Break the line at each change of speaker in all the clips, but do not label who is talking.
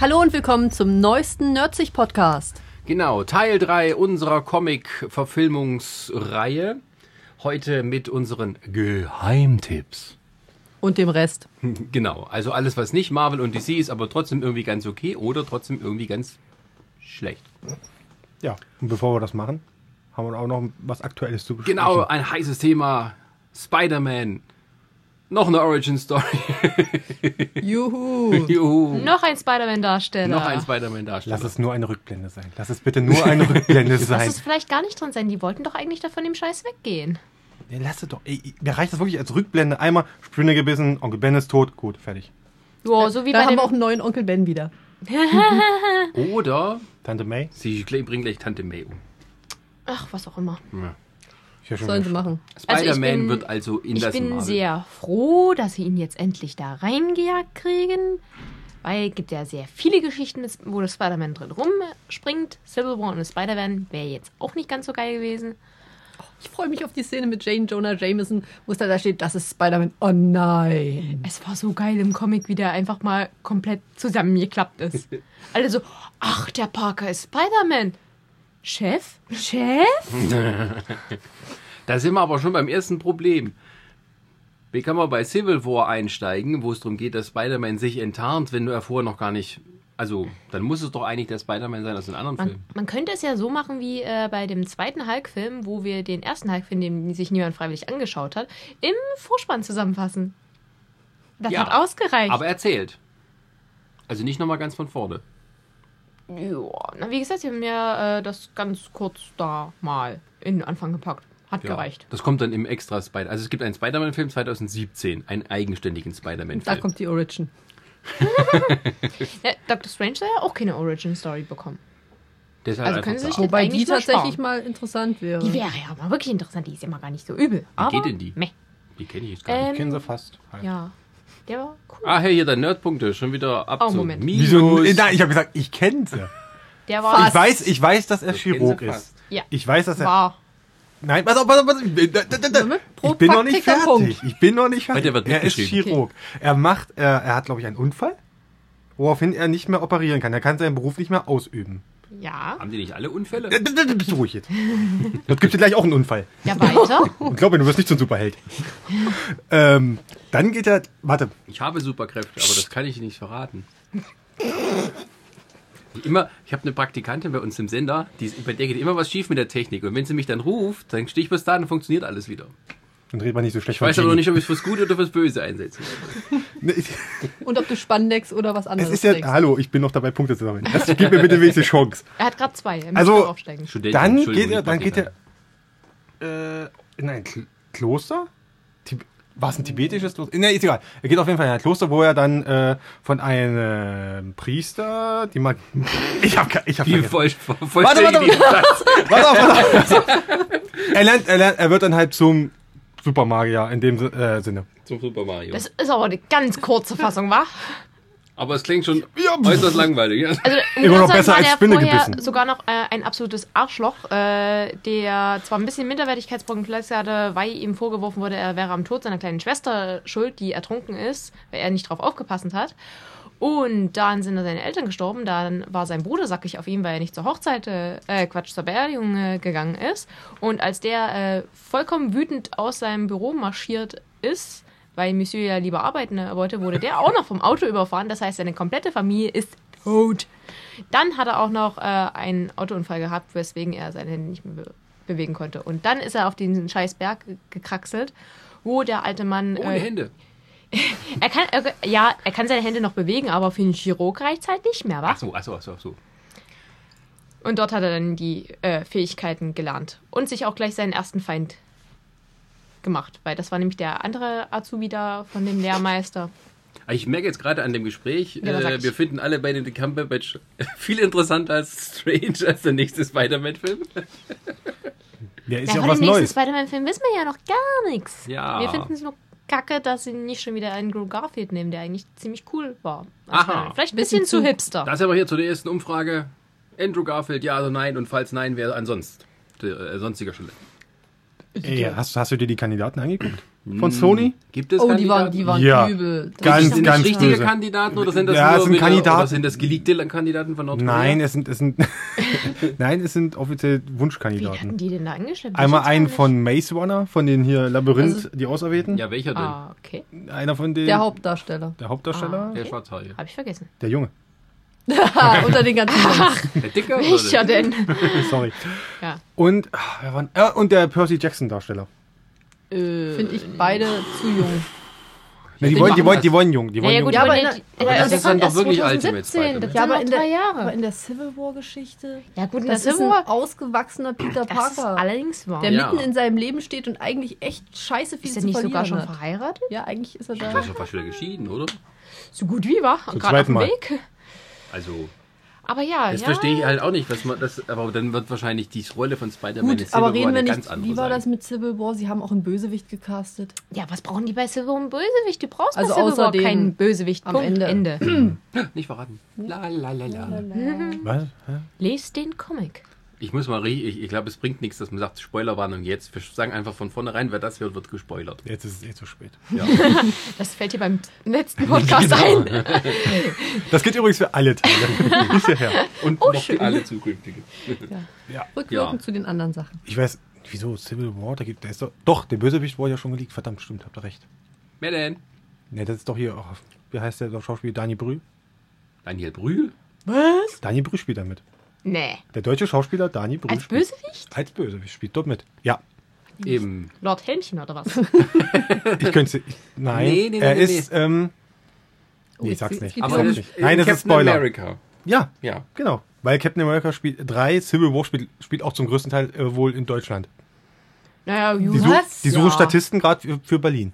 Hallo und willkommen zum neuesten Nerdzig Podcast.
Genau, Teil 3 unserer Comic-Verfilmungsreihe. Heute mit unseren Geheimtipps.
Und dem Rest.
Genau, also alles, was nicht Marvel und DC ist, aber trotzdem irgendwie ganz okay oder trotzdem irgendwie ganz schlecht.
Ja, und bevor wir das machen, haben wir auch noch was Aktuelles zu besprechen.
Genau, ein heißes Thema. Spider-Man. Noch eine Origin-Story.
Juhu.
Juhu.
Noch ein Spider-Man-Darsteller.
Noch ein Spider-Man-Darsteller.
Lass es nur eine Rückblende sein. Lass es bitte nur eine Rückblende
Lass
sein.
es vielleicht gar nicht drin sein. Die wollten doch eigentlich da von dem Scheiß weggehen.
Nee, lass es doch. Ey, ey, mir reicht das wirklich als Rückblende. Einmal Spinne gebissen, Onkel Ben ist tot. Gut, fertig.
Wow, so wie
da
bei
haben
dem,
wir auch einen neuen Onkel Ben wieder.
Oder
Tante May?
sie bringen gleich Tante May um.
Ach, was auch immer.
Ich hör schon
Sollen sie
wieder-
machen.
Also ich
Spider-Man
bin-
wird also in
Ich
das
bin
Marvel.
sehr froh, dass sie ihn jetzt endlich da reingejagt kriegen. Weil es gibt ja sehr viele Geschichten, wo das Spider-Man drin rumspringt. Civil War und das Spider-Man wäre jetzt auch nicht ganz so geil gewesen.
Ich freue mich auf die Szene mit Jane Jonah Jameson, wo es dann da steht, das ist Spider-Man. Oh nein.
Es war so geil im Comic, wie der einfach mal komplett zusammengeklappt ist. Alle so, ach, der Parker ist Spider-Man. Chef? Chef?
Da sind wir aber schon beim ersten Problem. Wie kann man bei Civil War einsteigen, wo es darum geht, dass Spider-Man sich enttarnt, wenn er vorher noch gar nicht. Also, dann muss es doch eigentlich der Spider-Man sein aus den anderen
Man,
Filmen.
man könnte es ja so machen wie äh, bei dem zweiten Hulk-Film, wo wir den ersten Hulk-Film, den sich niemand freiwillig angeschaut hat, im Vorspann zusammenfassen. Das
Ja,
hat ausgereicht.
Aber erzählt. Also nicht nochmal ganz von vorne.
ja, na, wie gesagt, wir haben ja äh, das ganz kurz da mal in den Anfang gepackt. Hat
Ja.
gereicht.
Das kommt dann im extra Spider. Also es gibt einen Spider-Man-Film 2017, einen eigenständigen
Da
Spider-Man-Film.
kommt die Origin.
Ja, Dr. Äh, Strange soll ja auch keine Origin-Story bekommen.
Deshalb
also
halt einfach
können Sie
da.
sich-
Wobei die
Eigentlich nur
tatsächlich
sparen.
mal interessant wäre.
Die wäre ja mal wirklich interessant. Die ist ja mal gar nicht so übel. Aber
Hm. geht denn die?
Meh.
Die kenne ich jetzt gar nicht.
Ähm,
Kennen sie fast. Halt.
ja, der war cool.
Ah, hey, hier der Nerdpunkte. Schon wieder ab
Ähm. Oh,
zu
Moment.
Minus.
Wieso? Äh, Nein, ich habe gesagt, ich kenne sie.
Der war
Ich weiß, ich weiß, dass er
Das
Chirurg
kennen sie
ist.
fast.
Ja.
Ich weiß, dass er.
war.
Nein, pass auf, pass auf, pass auf. Ich bin- da- da- da- da-
Pro
Ich bin noch nicht
Praktiker, Punkt.
fertig. Ich bin noch nicht fertig.
Heute wird
Er ist
mitgeschrieben.
Chirurg. Er macht, äh, er hat, glaube ich, einen Unfall, woraufhin er nicht mehr operieren kann. Er kann seinen Beruf nicht mehr ausüben.
Ja.
Haben die nicht alle Unfälle?
Äh, d- d- d- Bist du ruhig jetzt. Dort gibt es gleich auch einen Unfall.
Ja, weiter.
Und glaub mir, du wirst nicht zum Superheld. ähm, dann geht er. Warte,
Ich habe Superkräfte, aber das kann ich nicht verraten. Die Immer, ich habe eine Praktikantin bei uns im Sender, die ist, bei der geht immer was schief mit der Technik. Und wenn sie mich dann ruft, dann stehe ich bis da und funktioniert alles wieder.
dann redet man nicht so schlecht.
Ich weiß aber noch nicht, ob ich es fürs Gute oder fürs Böse einsetze.
Und ob du Spandex oder was
Es
anderes
ist ja.
trägst.
Hallo, ich bin noch dabei, Punkte zu sammeln. Das gib mir bitte wenigstens Chance.
Er hat gerade zwei. Er muss
Also-
noch aufsteigen.
Studentin,
Dann
Entschuldigung,
geht er.
nicht
Dann geht er
Praktikantin.
äh, in ein Kl Kloster? Tib- War es ein tibetisches Kloster? Ne, ist egal. Er geht auf jeden Fall in ein Kloster, wo er dann äh, von einem Priester, die man. Ich hab, ke- ich hab
Wie
vergessen.
voll, voll, voll warte, warte,
warte, Warte auf, warte auf. er, lernt, er, lernt, er wird dann halt zum Supermagier in dem Si- äh, Sinne.
Zum Super Mario.
Das ist aber eine ganz kurze Fassung, wa?
aber es klingt schon äußerst langweilig. Ja.
Äh,
Also im
Immer noch
Grundsatz
besser
war
als
der
Spinne
vorher
gebissen.
sogar noch äh, ein absolutes Arschloch, äh, der zwar ein bisschen Minderwertigkeitskomplex hatte, weil ihm vorgeworfen wurde, er wäre am Tod seiner kleinen Schwester schuld, die ertrunken ist, weil er nicht drauf aufgepasst hat. Und dann sind seine Eltern gestorben, dann war sein Bruder sackig auf ihn, weil er nicht zur Hochzeit, äh, äh, Quatsch, zur Beerdigung äh, gegangen ist. Und als der äh, vollkommen wütend aus seinem Büro marschiert ist, weil Monsieur ja lieber arbeiten wollte, wurde der auch noch vom Auto überfahren. Das heißt, seine komplette Familie ist tot. Dann hat er auch noch äh, einen Autounfall gehabt, weswegen er seine Hände nicht mehr be bewegen konnte. Und dann ist er auf diesen scheiß Berg ge- gekraxelt, wo der alte Mann.
Ohne
äh,
Hände.
Er kann, er, ja, er kann seine Hände noch bewegen, aber für einen Chirurg reicht halt nicht mehr, was?
Achso, achso, achso, achso.
Und dort hat er dann die äh, Fähigkeiten gelernt und sich auch gleich seinen ersten Feind gemacht, weil das war nämlich der andere Azubi da von dem Lehrmeister.
Ich merke jetzt gerade an dem Gespräch,
Ja, sag
äh,
ich.
wir finden alle beide den Cumberbatch viel interessanter als Strange als der nächste Spider-Man-Film.
Der ist
Ja,
ja
von
was
dem nächsten
Neues.
Spider-Man-Film wissen wir ja noch gar nichts.
Ja.
Wir finden es nur kacke, dass sie nicht schon wieder einen Drew Garfield nehmen, der eigentlich ziemlich cool war.
Aha.
Spider-Man. Vielleicht ein bisschen, zu hipster.
Das aber hier zu der ersten Umfrage. Andrew Garfield, ja oder nein? Und falls nein, wer ansonsten? Äh, sonstiger Stelle.
Ey, hast, hast du dir die Kandidaten angeguckt? von Sony?
Gibt es
Oh, die waren,
Kandidaten?
die waren
Ja.
übel.
Ganz,
Das ist
ganz
richtig.
richtige
böse.
Kandidaten oder sind das
Ja,
nur
es sind
wieder-
Kandidaten.
Oder sind das geleakte Kandidaten von Nordkorea?
Nein, es sind, es sind, nein, es sind offiziell
Wie hatten
Wunschkandidaten.
die denn da angeschleppt?
Einmal
Ich weiß gar
einen
nicht.
von Maze Runner, von den hier Labyrinth, die Auserwählten.
Ja, welcher denn?
Ah, okay.
Einer von den,
Der Hauptdarsteller.
der Hauptdarsteller,
Der Schwarzhaarige.
Habe ich vergessen.
der Junge.
Ah, unter den ganzen Jungs.
Der Dicke? oder
Welcher
der-
denn?
Sorry.
Ja.
Und, ah, wer war, denn- ah, und der Percy Jackson Darsteller.
Finde Äh, ich beide zu jung.
Ne,
Den
die, wollen, die,
machen
wollen,
das.
die wollen jung. Die wollen
Naja,
jung.
gut,
Ja,
aber,
aber
in,
in der-
aber
aber
das
das sind
ist
doch wirklich alte mit
2017.
Spider-Man.
Das ja, aber in drei Jahre.
aber in der Civil War Geschichte.
ja, gut, in der
Das ist
Civil
ein
War.
ausgewachsener Peter
Das ist
Parker.
allerdings wahr.
der
Ja.
mitten in seinem Leben steht und eigentlich echt scheiße viel
ist
zu
er nicht
verlieren
sogar schon
hat.
verheiratet?
Ja, eigentlich ist er
Der ist
da.
doch fast wieder geschieden, oder?
So gut wie war. Gerade auf
zweiten
dem
Mal.
Weg.
Also,
Aber ja,
Ah,
das
ja.
verstehe ich halt auch nicht. Was man, das, aber dann wird wahrscheinlich die Rolle von Spider-Man in
Gut,
Civil
aber reden
War
wir
eine
nicht.
ganz andere
Wie war
sein.
das mit Civil War? Sie haben auch einen Bösewicht gecastet.
Ja, was brauchen die bei Silver und Bösewicht? Du brauchst
Also
bei Silver
außer
War
den-
keinen Bösewicht.
am
Punkt.
Ende.
Nicht verraten.
Hm?
La, la, la, la.
Was? Hä?
Lest den Comic.
Ich muss mal richtig, ich, ich glaube, es bringt nichts, dass man sagt, Spoilerwarnung jetzt. Wir sagen einfach von vornherein, wer das hört, wird gespoilert.
Jetzt ist es eh zu spät.
Ja.
Das fällt dir beim letzten Podcast
Genau.
ein.
Das geht übrigens für alle Teile. Bisher.
Und
Oh,
noch
schön.
alle zukünftigen.
Ja.
Rückwirkend
Ja.
zu den anderen Sachen.
Ich weiß, wieso Civil War, da gibt, da ist doch, doch, der Bösewicht wurde ja schon geleakt. Verdammt, stimmt, habt ihr recht.
Wer denn?
Ne, das ist doch hier, auch, wie heißt der Schauspieler? Daniel Brühl?
Daniel Brühl?
Was?
Daniel Brühl spielt damit.
Nee.
Der deutsche Schauspieler Daniel Brühl
Als
spielt-
Bösewicht?
Als Bösewicht spielt dort mit. Ja,
Eben.
Lord Helmchen oder was?
ich könnte ich- Nein,
Nee, nee, nee,
er
nee,
ist, ähm,
Oh,
nee, ich
jetzt-
sag's
jetzt
nicht.
geht's
Ich
Aber
sag's
los.
in-
nicht.
in
Nein, das ist
Captain
Spoiler.
America.
Ja,
Ja.
genau. Weil Captain America spielt drei, Civil War spielt, spielt auch zum größten Teil äh, wohl in Deutschland.
naja,
Die,
Ju-
such, die suchen
Ja.
Statisten gerade für, für Berlin.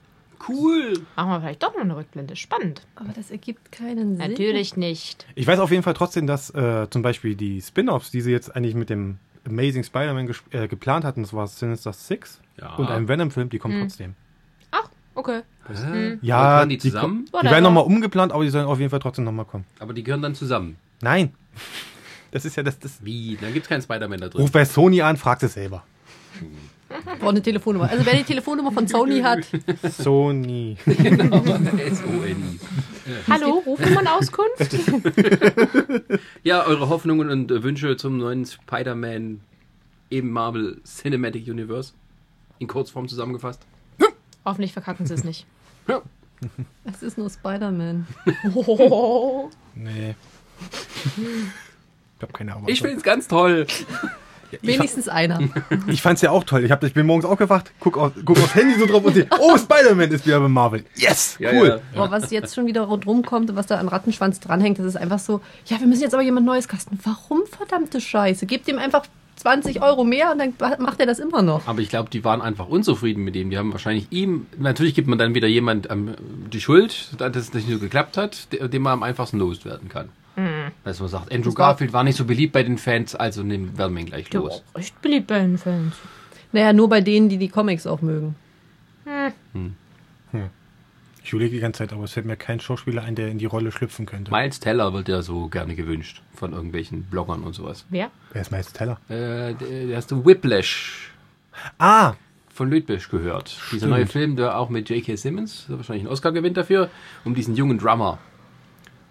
Cool.
Machen wir vielleicht doch noch eine Rückblende. Spannend.
Aber das ergibt keinen Sinn.
Natürlich nicht.
Ich weiß auf jeden Fall trotzdem, dass äh, zum Beispiel die Spin-Offs, die sie jetzt eigentlich mit dem Amazing Spider-Man ges- äh, geplant hatten, das war Sinister Six
Ja.
und einem Venom-Film, die kommen trotzdem.
Ach, okay.
Hä?
Ja,
Aber gehören die
die-
zusammen?
Die
Whatever.
werden nochmal umgeplant, aber die sollen auf jeden Fall trotzdem nochmal kommen.
aber die gehören dann zusammen.
Nein. Das ist ja das. das
Wie? Dann gibt es keinen Spider-Man da drin.
Ruf bei Sony an, fragt es selber.
Braucht eine Telefonnummer. Also wer die Telefonnummer von Sony hat,
Sony.
S-O-N-I.
Hallo, Rufnummern-Auskunft?
Ja, eure Hoffnungen und äh, Wünsche zum neuen Spider-Man im Marvel Cinematic Universe. In Kurzform zusammengefasst.
Hoffentlich verkacken sie es nicht.
Ja.
es ist nur Spider-Man.
Oh.
Nee. Ich hab keine Ahnung.
Ich find's ganz toll.
Wenigstens einer.
Ich fand's ja auch toll. Ich, hab, ich bin morgens aufgewacht, guck, auf, guck aufs Handy so drauf und seh, oh, Spider-Man ist wieder bei Marvel. Yes,
Ja,
cool.
ja.
Aber was jetzt schon wieder rundherum kommt und was da an Rattenschwanz dranhängt, das ist einfach so, ja, wir müssen jetzt aber jemand Neues kasten. Warum verdammte Scheiße? Gebt ihm einfach 20 Euro mehr und dann macht er das immer noch.
Aber ich glaube, die waren einfach unzufrieden mit ihm. Die haben wahrscheinlich ihm, natürlich gibt man dann wieder jemand ähm, die Schuld, dass es nicht so geklappt hat, de- dem man am einfachsten loswerden kann. Also man sagt, Andrew
Mhm. Das war-
Garfield war nicht so beliebt bei den Fans, also nehmen, werden wir ihn gleich
Der war
los.
auch recht beliebt bei den Fans.
Naja, nur bei denen, die die Comics auch mögen.
Ich überlege die ganze Zeit, aber es fällt mir kein Schauspieler ein, der in die Rolle schlüpfen könnte.
Miles Teller wird ja so gerne gewünscht von irgendwelchen Bloggern und sowas.
Wer?
Wer ist Miles Teller?
Äh, der der hast du Whiplash
Ah,
von Lüdbisch gehört. Dieser neue Film, der auch mit J.K. Simmons, der wahrscheinlich einen Oscar gewinnt dafür, um diesen jungen Drummer.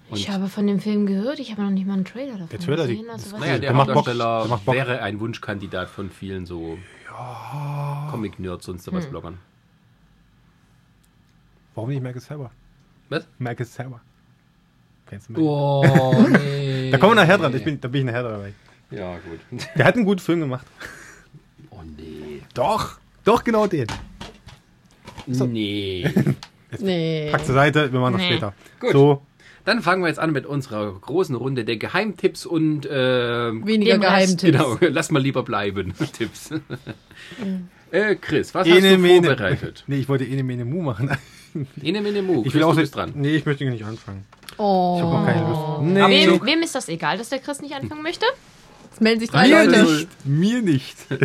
Ich habe von dem Film gehört, ich habe noch nicht mal einen Trailer davon
Der Trailer, die-
gesehen. Also was
Naja, der,
Der macht Bock.
Hauptdarsteller
Der macht Bock.
wäre ein Wunschkandidat von vielen so Comic-Nerds und
Hm.
sowas Bloggern.
warum nicht Michael Sarah?
Was?
Michael Sarah. Kennst du Michael?
Oh, nee.
Da kommen wir nachher dran. Ich bin, da bin ich nachher dabei.
Ja, gut.
Der hat einen guten Film gemacht.
Oh, nee.
Doch, doch genau den.
Nee.
Nee.
Pack zur Seite, wir machen das
Nee.
später.
Gut.
So,
Dann fangen wir jetzt an mit unserer großen Runde der Geheimtipps und, ähm,
Weniger
Dem Rest.
Geheimtipps.
genau, lass mal lieber bleiben, Tipps. Äh, Chris, was hast
Ene
du
Mene.
vorbereitet?
Nee, ich wollte Ene Mene Mu machen.
Ene Mene Mu,
Ich
Chris,
will auch
du
so-
bist dran.
Nee, ich möchte nicht anfangen. Ich habe
Oh,
auch keine Lust. Nee,
Wem, wem ist das egal, dass der Chris nicht anfangen möchte?
jetzt melden sich drei
mir
Leute.
nicht. Mir nicht.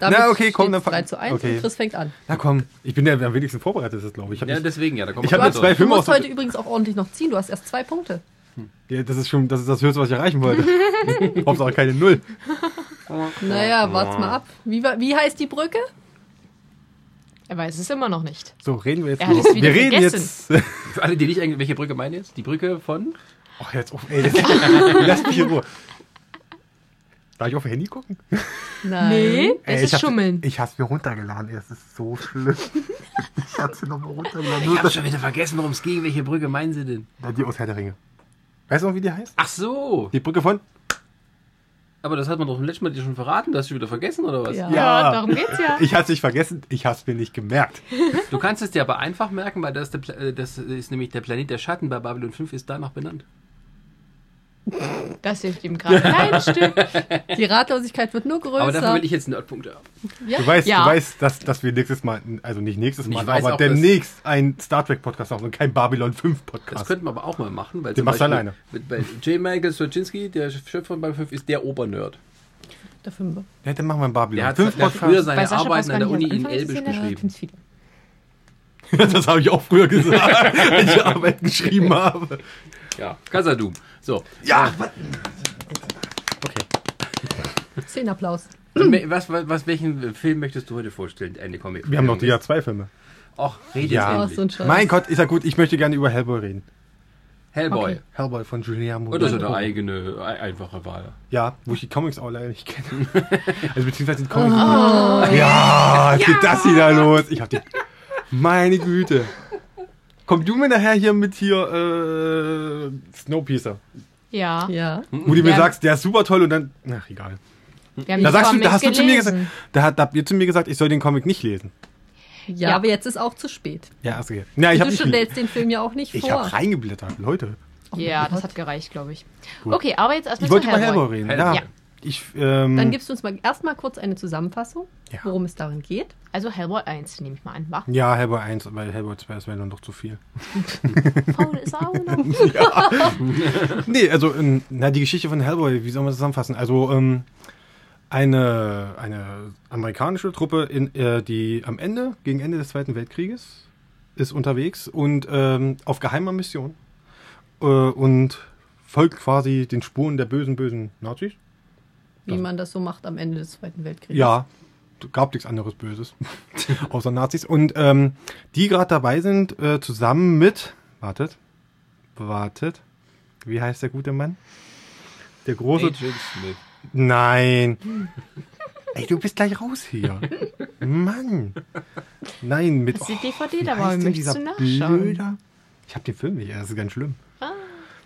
Damit
Na, okay, komm,
steht's
dann fang-
3 zu 1
okay.
und Chris fängt an.
Na komm, ich bin ja am wenigsten vorbereitet, das glaube ich. ich.
Ja,
hab nicht,
deswegen, ja, da kommen
Ich
wir
hab
gleich
jetzt zwei
drauf.
Du
Filme
musst
aus.
heute übrigens auch ordentlich noch ziehen. Du hast erst zwei Punkte.
Ja, das ist schon, das ist das Höchste, was ich erreichen wollte. Hauptsache keine Null.
Naja, wart's mal ab. Wie, war- wie heißt die Brücke?
Er weiß es immer noch nicht.
So, reden wir jetzt.
Er hat es wieder
wir reden
vergessen.
jetzt.
Für alle, die nicht eigentlich, welche Brücke meinen jetzt? Die Brücke von?
Ach, jetzt auf, ey, das, lass mich in Ruhe. Darf ich auf ihr Handy gucken?
Nein.
Nee, es
Ey, ich
ist
hab-
Schummeln.
Ich hab's mir runtergeladen. Es ist so schlimm. ich hab's mir nochmal runtergeladen.
Ich
Nur
hab
das,
schon wieder vergessen, worum es ging. Welche Brücke meinen Sie denn?
Na, die aus Herr der Ringe. Weißt du noch, wie die heißt?
Ach so.
Die Brücke von?
Aber das hat man doch beim letzten Mal dir schon verraten. Das hast du wieder vergessen, oder was?
Ja.
Ja, darum geht's ja.
Ich hab's nicht vergessen. Ich hab's mir nicht gemerkt.
Du kannst es dir aber einfach merken, weil das, ist der Pla äh, das ist nämlich der Planet der Schatten bei Babylon 5 ist danach benannt.
Das hilft ihm gerade kein Stück.
Die Ratlosigkeit wird nur größer.
Aber dafür will ich jetzt Nerdpunkte haben.
Du weißt,
Ja.
du weißt dass, dass wir nächstes Mal, also nicht nächstes Mal,
Ich weiß
aber
auch, dass-
demnächst einen Star Trek Podcast machen und kein Babylon 5
Das
Podcast.
könnten wir aber auch mal machen. Weil
Den
zum
machst du
Beispiel
alleine.
Mit, bei J. Michael Straczynski, der Chef von Babylon 5, ist der Obernerd.
Der Fünfer.
ja, dann machen wir einen
Der
Babylon
hat,
5
der hat früher
Podcast.
Bei
seine
Sascha
Arbeiten
weiß
an der
gar
Uni
nicht,
in
am Anfang ist
Elbisch
es in der-
geschrieben.
Find's viele.
Das habe ich auch früher gesagt, wenn ich Arbeit geschrieben habe.
Ja, Casadum. So,
Ja,
Zehn Applaus.
Und Also, me- was, was, was, welchen äh, Film möchtest du heute vorstellen? Eine Comic.
wir haben noch die ja zwei Filme.
Ach, rede
Ja.
ja.
Oh,
jetzt
so ein
endlich.
Scheiß.
Mein Gott, ist ja gut, ich möchte gerne über Hellboy reden.
Hellboy.
Okay.
Hellboy von Guillermo.
Oder so eine
del Toro.
eigene, e- einfache Wahl.
Ja, wo ich die Comics auch leider nicht kenne. Also beziehungsweise die Comics. Ja, was geht das wieder los? Ich hab die. Meine Güte. Komm du mir nachher hier mit hier äh, Snowpiercer.
Ja.
Ja.
Wo du mir
Ja.
sagst, der ist super toll und dann. Ach egal.
Wir haben
Da
die
sagst du, da
Comics
hast du zu mir gesagt.
gelesen.
Da, hat- da habt ihr zu mir gesagt, ich soll den Comic nicht lesen.
ja.
Ja.
aber jetzt ist auch zu spät.
Ja, hast du gesagt. Na, ich hab
du
nicht gelesen.
stellst den Film ja auch nicht
Ich
vor.
hab reingeblättert, Leute.
Ja, das hat gereicht, glaube ich. Okay, aber jetzt erstmal
Ich wollte
zu
über
Hellboy.
Hellboy reden.
Hellboy.
Ja.
Ja.
Ich, ähm,
Hm.
Dann gibst du uns mal erstmal kurz eine Zusammenfassung,
Ja.
worum es darin geht.
Also Hellboy 1 nehme ich mal an. War
ja, Hellboy 1, weil Hellboy 2 ist mir dann doch zu viel.
faul ist auch noch.
Nee, also ähm, na, die Geschichte von Hellboy, wie soll man das zusammenfassen? Also ähm, eine, eine amerikanische Truppe, in, äh, die am Ende, gegen Ende des Zweiten Weltkrieges, ist unterwegs und ähm, auf geheimer Mission äh, und folgt quasi den Spuren der bösen, bösen Nazis.
Wie man das so macht am Ende des Zweiten Weltkriegs.
Ja, gab nichts anderes Böses, außer Nazis. Und ähm, die gerade dabei sind, äh, zusammen mit, wartet, wartet, wie heißt der gute Mann? Der große
Agent Smith.
Nein. Ey, du bist gleich raus hier. Mann. Nein, mit. oh,
Hast du die DVD
wie
dabei?
heißt denn
Möchtest
dieser
du nachschauen?
blöder- Ich hab den Film nicht, das ist ganz schlimm.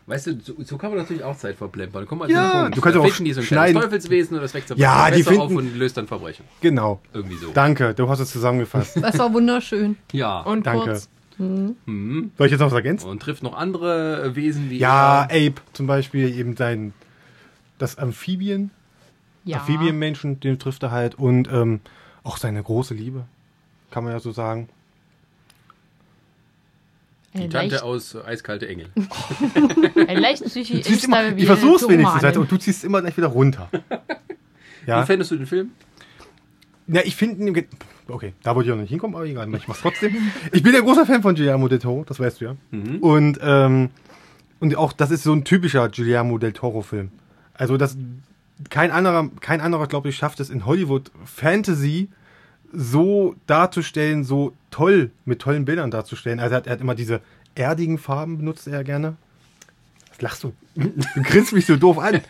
Weißt du, so, so kann man natürlich auch Zeit verplempern. Komm mal
Ja,
zum
du kannst
Da
auch
finden die so ein
schneiden.
kleines Teufelswesen oder das weckt so
Ja, die
Messer auf
finden-
und löst dann Verbrechen.
Genau.
Irgendwie so.
Danke, du hast es zusammengefasst.
Das war wunderschön.
ja. Und,
Und
Danke.
kurz.
Soll ich jetzt noch was ergänzen?
trifft noch andere äh, Wesen wie
Ja,
er.
Ape zum Beispiel, eben sein. Das Amphibien,
Ja.
Amphibienmenschen, den trifft er halt. Und ähm, auch seine große Liebe, kann man ja so sagen.
die
Ein
Tante
leicht,
aus äh, Eiskalte Engel.
ein leicht
Du
psychisch
ziehst immer, ich versuch's wenigstens, Alter, und du ziehst immer gleich wieder runter.
Wie fändest du den Film?
Na, ich finde ihn. Okay, da wollte ich auch nicht hinkommen, aber egal, ich mach's trotzdem. Ich bin ja großer Fan von Guillermo del Toro, das weißt du ja.
Mhm.
Und, ähm, und auch das ist so ein typischer Guillermo del Toro-Film. Also, das, kein anderer, kein anderer glaube ich, schafft es in Hollywood Fantasy so darzustellen, so toll, mit tollen Bildern darzustellen. Also, er hat, er hat immer diese erdigen Farben, benutzt er gerne. Was lachst du? Du grinst mich so doof an.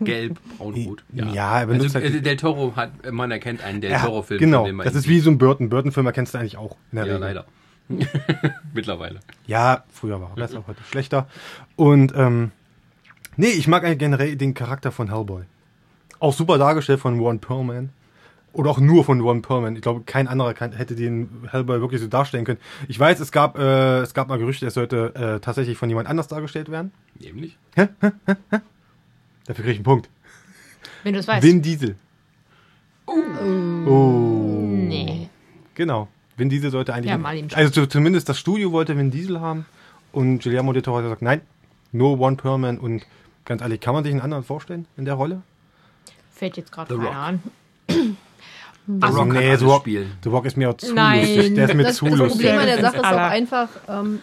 Gelb, braun, rot.
Ja, er benutzt
also,
halt die-
äh, Del Toro hat, man erkennt einen Del
Er hat-
Toro-Film.
genau,
von dem man
das
ihn
ist wie so ein Burton. Burton-Film erkennst du eigentlich auch. In der
Ja,
Regel.
leider. Mittlerweile.
Ja, früher war er besser, heute schlechter. Und ähm, nee, ich mag eigentlich generell den Charakter von Hellboy. Auch super dargestellt von Ron Perlman. Oder auch nur von Ron Perlman. Ich glaube, kein anderer kann, hätte den Hellboy wirklich so darstellen können. Ich weiß, es gab, äh, es gab mal Gerüchte, es sollte äh, tatsächlich von jemand anders dargestellt werden.
Nämlich?
Dafür kriege ich einen Punkt.
Wenn du es weißt.
Vin Diesel. Oh.
nee.
Genau. Vin Diesel sollte eigentlich.
Ja, mal ihm schon.
also zu, zumindest das Studio wollte Vin Diesel haben. Und Guillermo del Toro hat gesagt, nein, nur One Perman. Und ganz ehrlich, kann man sich einen anderen vorstellen in der Rolle?
Fällt jetzt gerade
The
keiner
Rock.
an.
The Rock kann
nee,
alles
The Rock,
spielen.
The Rock ist mir auch zu
Nein.
lustig. Der ist mir
das,
zu
das
lustig.
Problem an der Sache ist auch
Aller.
einfach, ähm,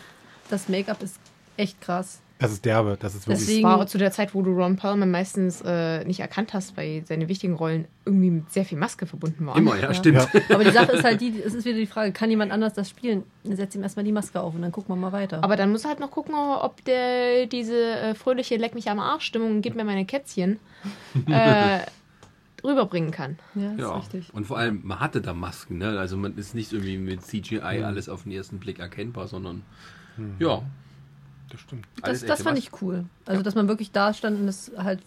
das Make-up ist echt krass.
Das ist derbe, das ist wirklich.
Deswegen-
Das war zu der Zeit, wo du Ron Perlman meistens äh, nicht erkannt hast, weil seine wichtigen Rollen irgendwie mit sehr viel Maske verbunden waren.
Immer, ja, stimmt.
Ja.
Aber die Sache ist halt die, es ist wieder die Frage, kann jemand anders das spielen? Dann setz ihm erstmal die Maske auf und dann gucken wir mal weiter.
Aber dann musst du halt noch gucken, ob der diese äh, fröhliche Leck mich am Arsch Stimmung, gib mir meine Kätzchen, äh, rüberbringen kann.
ja, ist
Ja.
richtig.
Und vor allem, man hatte da Masken, ne? Also man ist nicht irgendwie mit CGI
Mhm.
alles auf den ersten Blick erkennbar, sondern ja,
Das stimmt.
Das,
alles
das
echte
fand
Masken.
ich cool. Also, dass man wirklich da stand und es halt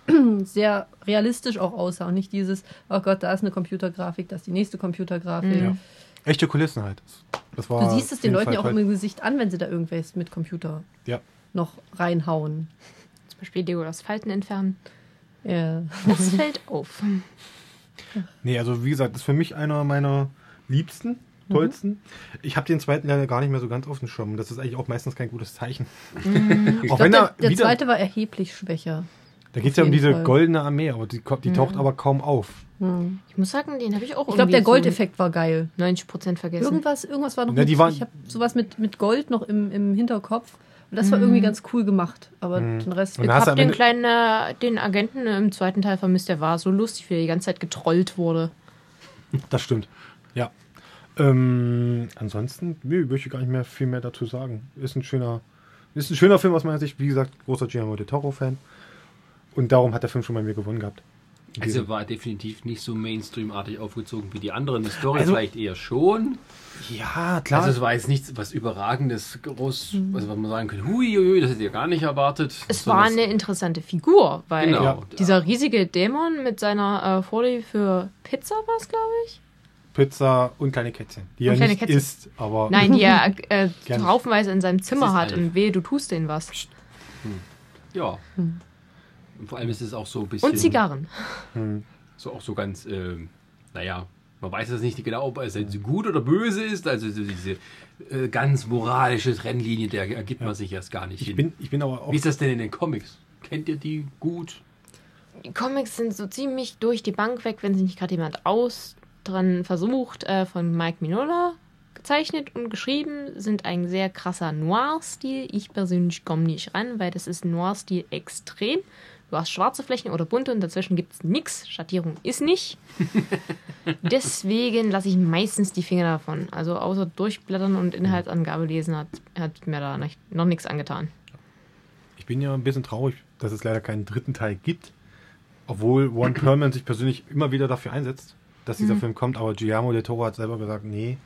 sehr realistisch auch aussah und nicht dieses, oh Gott, da ist eine Computergrafik, da ist die nächste Computergrafik.
Mhm.
Echte Kulissen halt. Das war
Du siehst es
auf
den
jeden
Leuten
Fall
ja auch
toll.
im Gesicht an, wenn sie da irgendwas mit Computer
Ja.
noch reinhauen.
Zum Beispiel Lego das Falten entfernen.
Ja.
Das fällt auf.
Nee, also wie gesagt, ist für mich einer meiner liebsten,
Mhm.
tollsten. Ich habe den zweiten leider gar nicht mehr so ganz auf dem Schirm. Das ist eigentlich auch meistens kein gutes Zeichen. auch
Mhm. Ich glaub,
wenn
der,
er
der
wieder,
zweite war erheblich schwächer.
da geht es ja
auf
um
jeden
diese
Fall.
goldene Armee, aber die, ko- die
Mhm.
taucht aber kaum auf.
Hm.
Ich muss sagen, den habe ich
Oh,
auch
Ich glaube,
irgendwie
der
so
Goldeffekt war geil.
90 Prozent vergessen.
Irgendwas, irgendwas war noch
Na,
mit,
die waren-
Ich habe sowas mit, mit Gold noch im, im Hinterkopf. Und das war irgendwie ganz cool gemacht. Aber den Rest.
Mhm. Und
ich
da hast du
hab
am
den
Ende,
kleinen, äh, den Agenten im zweiten Teil vermisst, der war so lustig, wie er die ganze Zeit getrollt wurde.
das stimmt. Ja. Ähm, ansonsten, nee, würde ich gar nicht mehr viel mehr dazu sagen. Ist ein schöner, ist ein schöner Film aus meiner Sicht. Wie gesagt, großer Guillermo del Toro-Fan. Und darum hat der Film schon bei mir gewonnen gehabt.
Also war definitiv nicht so Mainstream-artig aufgezogen wie die anderen. Die Story
Also-
vielleicht eher schon.
Ja, klar.
Also es war jetzt nichts was Überragendes, groß, also was man sagen könnte, huiuiui, das hätte ihr gar nicht erwartet.
Mhm. Es war
Sondern
eine interessante Figur, weil
Genau.
Ja.
dieser riesige Dämon mit seiner äh, Vorliebe für Pizza war es, glaube ich.
Pizza und kleine Kätzchen. Die
Und
er
kleine
nicht
Kätzchen.
isst, aber.
Nein, die er äh,
Gerne.
haufenweise in seinem Zimmer
Das ist
hat
eine-
und weh, du tust denen was.
Ja. Und vor allem ist es auch so ein bisschen.
Mhm. Und Zigarren.
So auch so ganz, ähm, naja, man weiß das nicht genau, ob es jetzt gut oder böse ist. Also so diese äh, ganz moralische Trennlinie, der ergibt man sich erst gar nicht
Ich
hin.
bin, ich bin aber auch.
Wie ist das denn in den Comics? Kennt ihr die gut?
Die Comics sind so ziemlich durch die Bank weg, wenn sich nicht gerade jemand aus dran versucht, äh, von Mike Minola gezeichnet und geschrieben, sind ein sehr krasser Noir-Stil. Ich persönlich komme nicht ran, weil das ist ein Noir-Stil extrem. Du hast schwarze Flächen oder bunte und dazwischen gibt es nichts. Schattierung ist nicht. Deswegen lasse ich meistens die Finger davon. Also außer durchblättern und Inhaltsangabe lesen hat, hat mir da nicht, noch nichts angetan.
Ich bin ja ein bisschen traurig, dass es leider keinen dritten Teil gibt. Obwohl One Perlman sich persönlich immer wieder dafür einsetzt, dass
Mhm.
dieser Film kommt. Aber Guillermo del Toro hat selber gesagt, nee,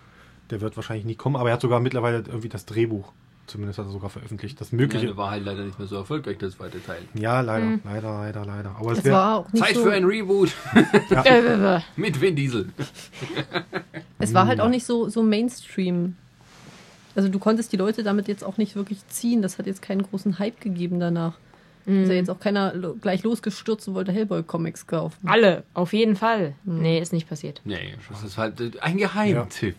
der wird wahrscheinlich nie kommen. Aber er hat sogar mittlerweile irgendwie das Drehbuch, zumindest hat er sogar veröffentlicht, das
Ja,
Mögliche.
der war halt leider nicht mehr so erfolgreich, der zweite Teil.
Ja, leider, leider, leider, leider. Aber es
Mhm. Es
wäre.
war auch nicht
Zeit
so,
für ein Reboot
Äh, äh, äh.
mit Vin Diesel.
es war
Hm.
halt auch nicht so, so Mainstream. Also du konntest die Leute damit jetzt auch nicht wirklich ziehen. Das hat jetzt keinen großen Hype gegeben danach.
Hm.
Ist ja jetzt auch keiner lo gleich losgestürzt und wollte Hellboy-Comics kaufen.
Alle, auf jeden Fall. Nee, ist nicht passiert.
Nee, das ist halt äh, ein Geheimtipp.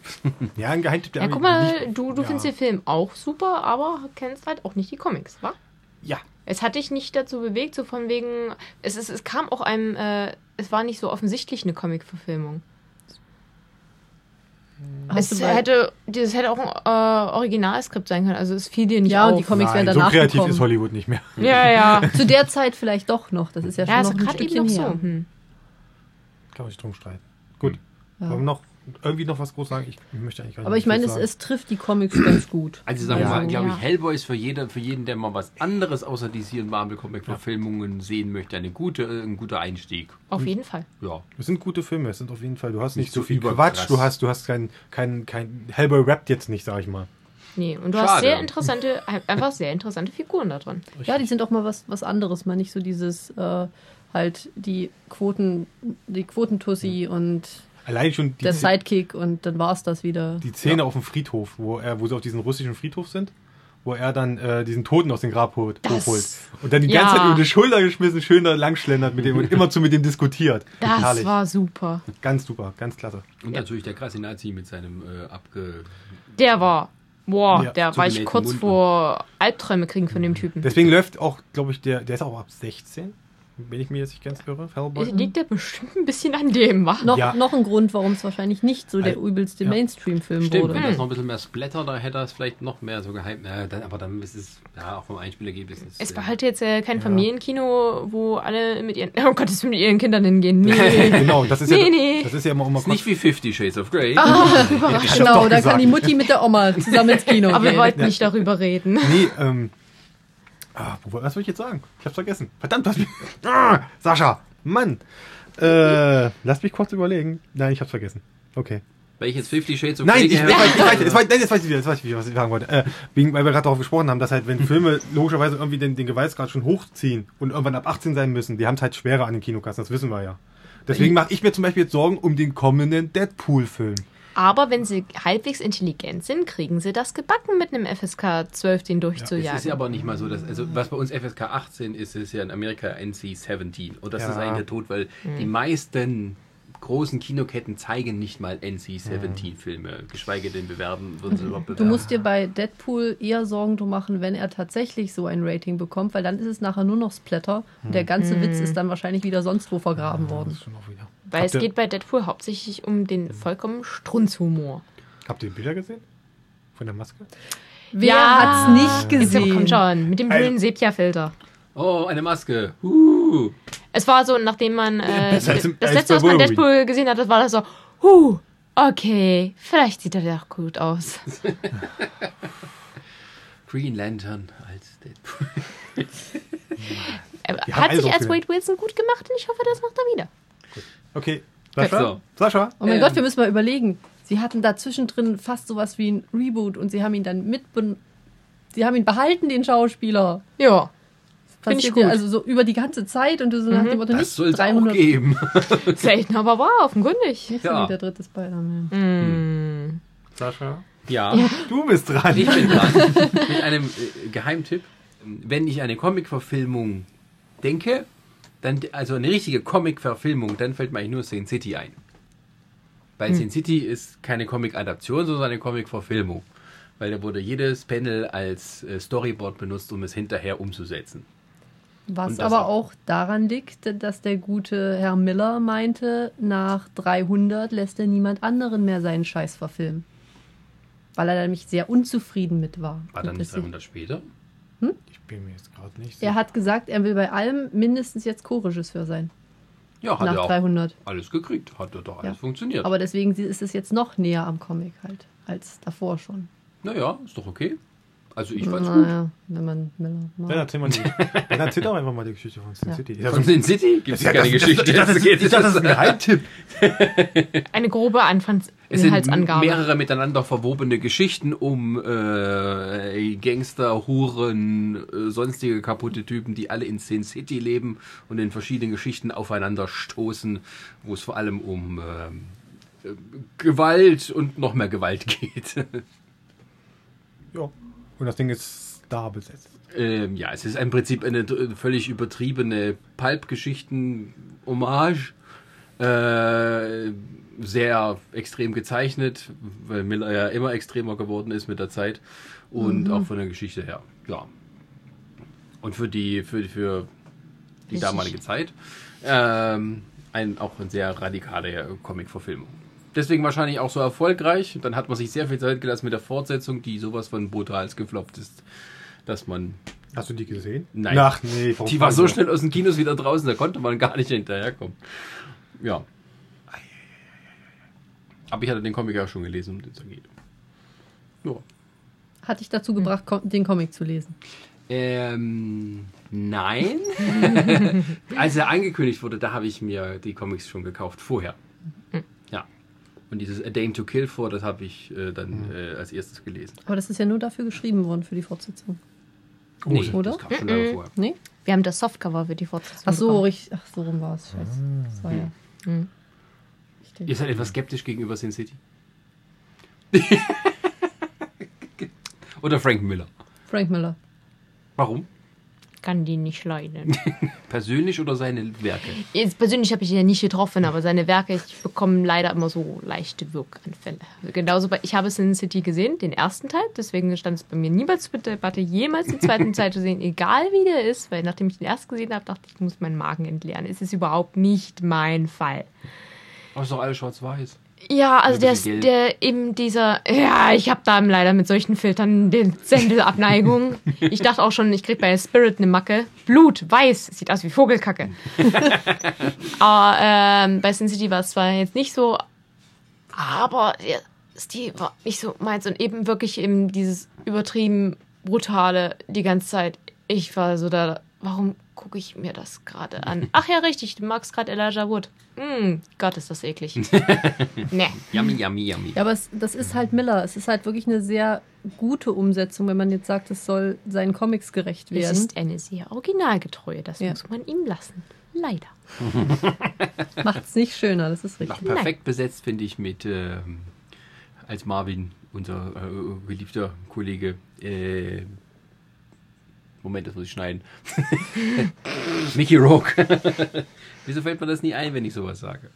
Ja, ein Geheimtipp der
Ja, guck mal,
nicht-
du, du
ja.
findest den Film auch super, aber kennst halt auch nicht die Comics, wa?
Ja,
Es hat dich nicht dazu bewegt, so von wegen. Es, es, es kam auch einem. Äh, es war nicht so offensichtlich eine Comic-Verfilmung.
Hast
Es
du bei-
hätte, das hätte auch ein äh, Originalskript sein können. Also es fiel dir nicht
ja,
auf.
und die Comics
nein,
wären
so
danach
kreativ
gekommen.
ist Hollywood nicht mehr.
ja, ja.
Zu der Zeit vielleicht doch noch. Das ist ja schon
ja,
noch
also
ein
gerade eben
Stückchen
noch so.
her.
Hm.
Kann man sich drum streiten. Gut. Wollen wir noch irgendwie noch was groß sagen? Ich, ich möchte eigentlich gar nicht
Aber ich
mehr
meine,
viel
es,
sagen.
es trifft die Comics ganz gut.
Also sagen wir
Ja.
mal, glaube ich,
Ja.
Hellboy ist für jeden, für jeden, der mal was anderes außer DC und Marvel Comic Verfilmungen sehen möchte, eine gute, äh, ein guter Einstieg.
Hm.
Auf jeden Fall.
Ja.
Es sind gute Filme, es sind auf jeden Fall. Du hast nicht,
Nicht
so
so
viel
überkrass.
Quatsch, du hast, du hast kein, kein, kein Hellboy rappt jetzt nicht, sag ich mal.
Nee, und du hast
Schade.
sehr interessante, halt einfach sehr interessante Figuren da drin.
Ja, die sind auch mal was, was anderes, mal nicht so dieses äh, halt die Quoten, die Quotentussi und
Allein schon die,
der
Szene-
Sidekick und dann war's das wieder.
die Szene auf dem Friedhof, wo er, wo sie auf diesem russischen Friedhof sind, wo er dann äh, diesen Toten aus dem Grab holt,
Das-
hochholt. Und dann die
Ja.
ganze Zeit über die Schulter geschmissen, schön da lang schlendert mit dem und immer zu mit dem diskutiert.
Das
Herrlich.
war super.
ganz super, ganz klasse.
Und natürlich der krasse Nazi mit seinem äh, abge.
Der war. Boah,
Ja,
der war ich
zugenähten
kurz
Mund
vor Albträume kriegen von dem Typen.
Deswegen läuft auch, glaube ich, der, der ist auch ab 16. Bin ich mir jetzt nicht ganz irre? Hellboy?
Liegt ja bestimmt ein bisschen an dem, wa?
Noch,
Ja.
noch ein Grund, warum es wahrscheinlich nicht so der
Al-
übelste
ja.
Mainstream-Film
Stimmt,
wurde.
Mhm.
wenn das noch ein bisschen mehr Splatter, da hätte er es vielleicht noch mehr so gehypt. Naja, dann, aber dann ist es, ja, auch vom Einspielergebnis. Ist,
Es
äh,
war halt jetzt äh, kein Familienkino, wo alle mit ihren, oh Gott, das mit ihren Kindern hingehen. Nee.
Genau, das ist,
Nee,
ja,
nee.
das ist ja immer, immer
äh, ist nicht wie Fifty Shades of Grey.
Ah.
Genau,
doch
da kann
gesagt.
die Mutti mit der Oma zusammen ins Kino
Aber wir
gehen.
wollten nicht darüber reden.
Nee, ähm. Ah, wo- was soll ich jetzt sagen? Ich hab's vergessen. Verdammt, was. Ah, Sascha! Mann! Äh, lass mich kurz überlegen. Nein, ich hab's vergessen. Okay.
Welches Fifty Shades of Grey?
Nein, ich, ich,
gehört?
weiß, ich weiß, jetzt weiß, nein, jetzt weiß ich wieder, jetzt weiß ich wieder, was ich sagen wollte. Äh, wegen, weil wir gerade darauf gesprochen haben, dass halt, wenn Filme logischerweise irgendwie den, den Gewaltsgrad schon hochziehen und irgendwann ab 18 sein müssen, die haben es halt schwerer an den Kinokassen, das wissen wir ja. Deswegen mache ich mir zum Beispiel jetzt Sorgen um den kommenden Deadpool-Film.
Aber wenn sie halbwegs intelligent sind, kriegen sie das gebacken, mit einem FSK 12 den
Es ist
durchzujagen.
ja aber nicht mal so, dass, also was bei uns FSK 18 ist, ist ja in Amerika NC 17. Und das
Ja.
ist eigentlich der Tod, weil
Mhm.
die meisten großen Kinoketten zeigen nicht mal NC 17 Filme, geschweige denn bewerben, würden sie überhaupt
Mhm. Du
bewerben.
musst dir bei Deadpool eher Sorgen drum machen, wenn er tatsächlich so ein Rating bekommt, weil dann ist es nachher nur noch Splatter
Hm.
und der ganze Witz
Hm.
ist dann wahrscheinlich wieder sonst wo vergraben worden.
Schon auch wieder.
Weil es
Habt ihr-
geht bei Deadpool hauptsächlich um den vollkommen Strunzhumor.
Habt ihr die Bilder gesehen? Von der Maske?
Wer
Ja.
hat's nicht
Jetzt komm
gesehen?
schon, mit dem
Also-
blöden Sepia-Filter.
oh, eine Maske. Huh.
Es war so, nachdem man äh,
besser als im-
das
als
letzte,
bei
was man
Wolverine.
Deadpool gesehen hat, das war das so, huh, okay, vielleicht sieht er doch gut aus.
Green Lantern als Deadpool.
Er
Wir haben
Äh, hat
alle
sich
so
als
viele.
Wade Wilson gut gemacht und ich hoffe, das macht er wieder.
Okay. Sascha?
So.
Sascha?
Oh mein
Ja.
Gott, wir müssen mal überlegen. Sie hatten da zwischendrin fast sowas wie ein Reboot und sie haben ihn dann mit Sie haben ihn behalten, den Schauspieler.
Ja.
Das
Find ich
passiert ja
gut. Mhm.
Also so über die ganze Zeit und du so nach dem Motto
Das
nicht
soll es auch geben.
Selten, aber wahr, offenkundig.
Jetzt
Ja.
ja. der dritte Spider-Man.
Sascha?
Ja.
Du bist dran.
Ich bin dran mit einem äh, Geheimtipp. Wenn ich eine Comic-Verfilmung denke, dann, also eine richtige Comic-Verfilmung, dann fällt mir eigentlich nur Sin City ein. Weil
Hm.
Sin City ist keine Comic-Adaption, sondern eine Comic-Verfilmung. Weil da wurde jedes Panel als äh, Storyboard benutzt, um es hinterher umzusetzen.
Was
Und das
aber
auch.
auch daran liegt, dass der gute Herr Miller meinte, nach 300 lässt er niemand anderen mehr seinen Scheiß verfilmen. Weil er da nämlich sehr unzufrieden mit war.
War
Und
dann nicht
deswegen-
300 später?
Ich bin mir jetzt gerade nicht
Er hat gesagt, er will bei allem mindestens jetzt Chorisches-Für sein.
Ja, hat
nach
er auch
300.
alles gekriegt. Hat er doch alles
Ja.
funktioniert.
Aber deswegen ist es jetzt noch näher am Comic halt, als davor schon.
naja, ist doch okay. Also ich fand's gut.
Naja, wenn man Miller
Dann
mag.
erzähl, mal die, dann erzähl doch einfach mal die Geschichte von Sin
Ja.
City.
Von Sin City gibt es keine Geschichte.
Ich dachte, das, ich dachte, das ist ein Geheimtipp.
Eine grobe
Es sind
Anfangsinhaltsangabe.
mehrere miteinander verwobene Geschichten um äh, Gangster, Huren, äh, sonstige kaputte Typen, die alle in Sin City leben und in verschiedenen Geschichten aufeinander stoßen, wo es vor allem um ähm, äh, Gewalt und noch mehr Gewalt geht.
Ja. Und das Ding ist da besetzt.
ähm, ja, es ist im Prinzip eine d- völlig übertriebene Pulp-Geschichten-Hommage. Äh, sehr extrem gezeichnet, weil Miller ja immer extremer geworden ist mit der Zeit und auch von der Geschichte her. Ja. Und für die, für, für die
Richtig.
damalige Zeit ähm, ein, auch eine sehr radikale Comic-Verfilmung. Deswegen wahrscheinlich auch so erfolgreich. Dann hat man sich sehr viel Zeit gelassen mit der Fortsetzung, die sowas von brutals gefloppt ist, dass man
Hast du die gesehen?
Nein.
Ach, nee, warum
die war
fragen
so
wir?
schnell aus den Kinos wieder draußen, da konnte man gar nicht hinterherkommen. Ja. Aber ich hatte den Comic ja schon gelesen, um den es geht. Ja.
Hat dich dazu gebracht, Ko- den Comic zu lesen.
Ähm, nein. Als er angekündigt wurde, da habe ich mir die Comics schon gekauft, vorher. Ja. Und dieses A Dame to Kill for, das habe ich äh, dann äh, als erstes gelesen.
Aber das ist ja nur dafür geschrieben worden, für die Fortsetzung.
Nee,
Oder?
Oh, das kam schon lange vorher.
Nee?
Wir haben das Softcover für die Fortsetzung.
Ach so,
bekommen.
richtig. Ach, so rum war es. Scheiße. Das war ja.
Mhm.
Ich denke-
Ah, Ihr seid etwas skeptisch gegenüber Sin City. Oder Frank Miller.
Frank Miller.
Warum?
Ich kann die nicht leiden.
Persönlich oder seine Werke?
Jetzt persönlich habe ich ihn ja nicht getroffen, aber seine Werke, ich bekomme leider immer so leichte Wirkanfälle. Genauso bei, ich habe Sin City gesehen, den ersten Teil, deswegen stand es bei mir niemals zur Debatte, jemals den zweiten Teil zu sehen, egal wie der ist, weil nachdem ich den ersten gesehen habe, dachte ich, ich muss meinen Magen entleeren. Es ist überhaupt nicht mein Fall.
Aber ist doch alles schwarz-weiß.
Ja, also
Ein
der,
bisschen
ist- der eben dieser, ja, ich habe da leider mit solchen Filtern den Sendelabneigung. Ich dachte auch schon, ich krieg bei Spirit eine Macke. Blut, weiß, sieht aus wie Vogelkacke. aber ähm, bei Sin City war es zwar jetzt nicht so, aber der Stil war nicht so meins und eben wirklich eben dieses übertrieben brutale die ganze Zeit. Ich war so da, warum gucke ich mir das gerade an? Ach ja, richtig, du magst gerade Elijah Wood. Mm, Gott, ist das eklig. nee.
Yummy, yummy, yummy.
Ja, aber es, das ist halt Miller. Es ist halt wirklich eine sehr gute Umsetzung, wenn man jetzt sagt, es soll seinen Comics gerecht
Es
werden.
ist eine sehr originalgetreue, das
Ja.
muss man ihm lassen. Leider.
Macht es nicht schöner, das ist
Noch
richtig.
perfekt besetzt, finde ich, mit ähm, als Marvin, unser äh, geliebter Kollege. Äh, Moment, das muss ich schneiden. Mickey Rourke. Wieso fällt mir das nie ein, wenn ich sowas sage?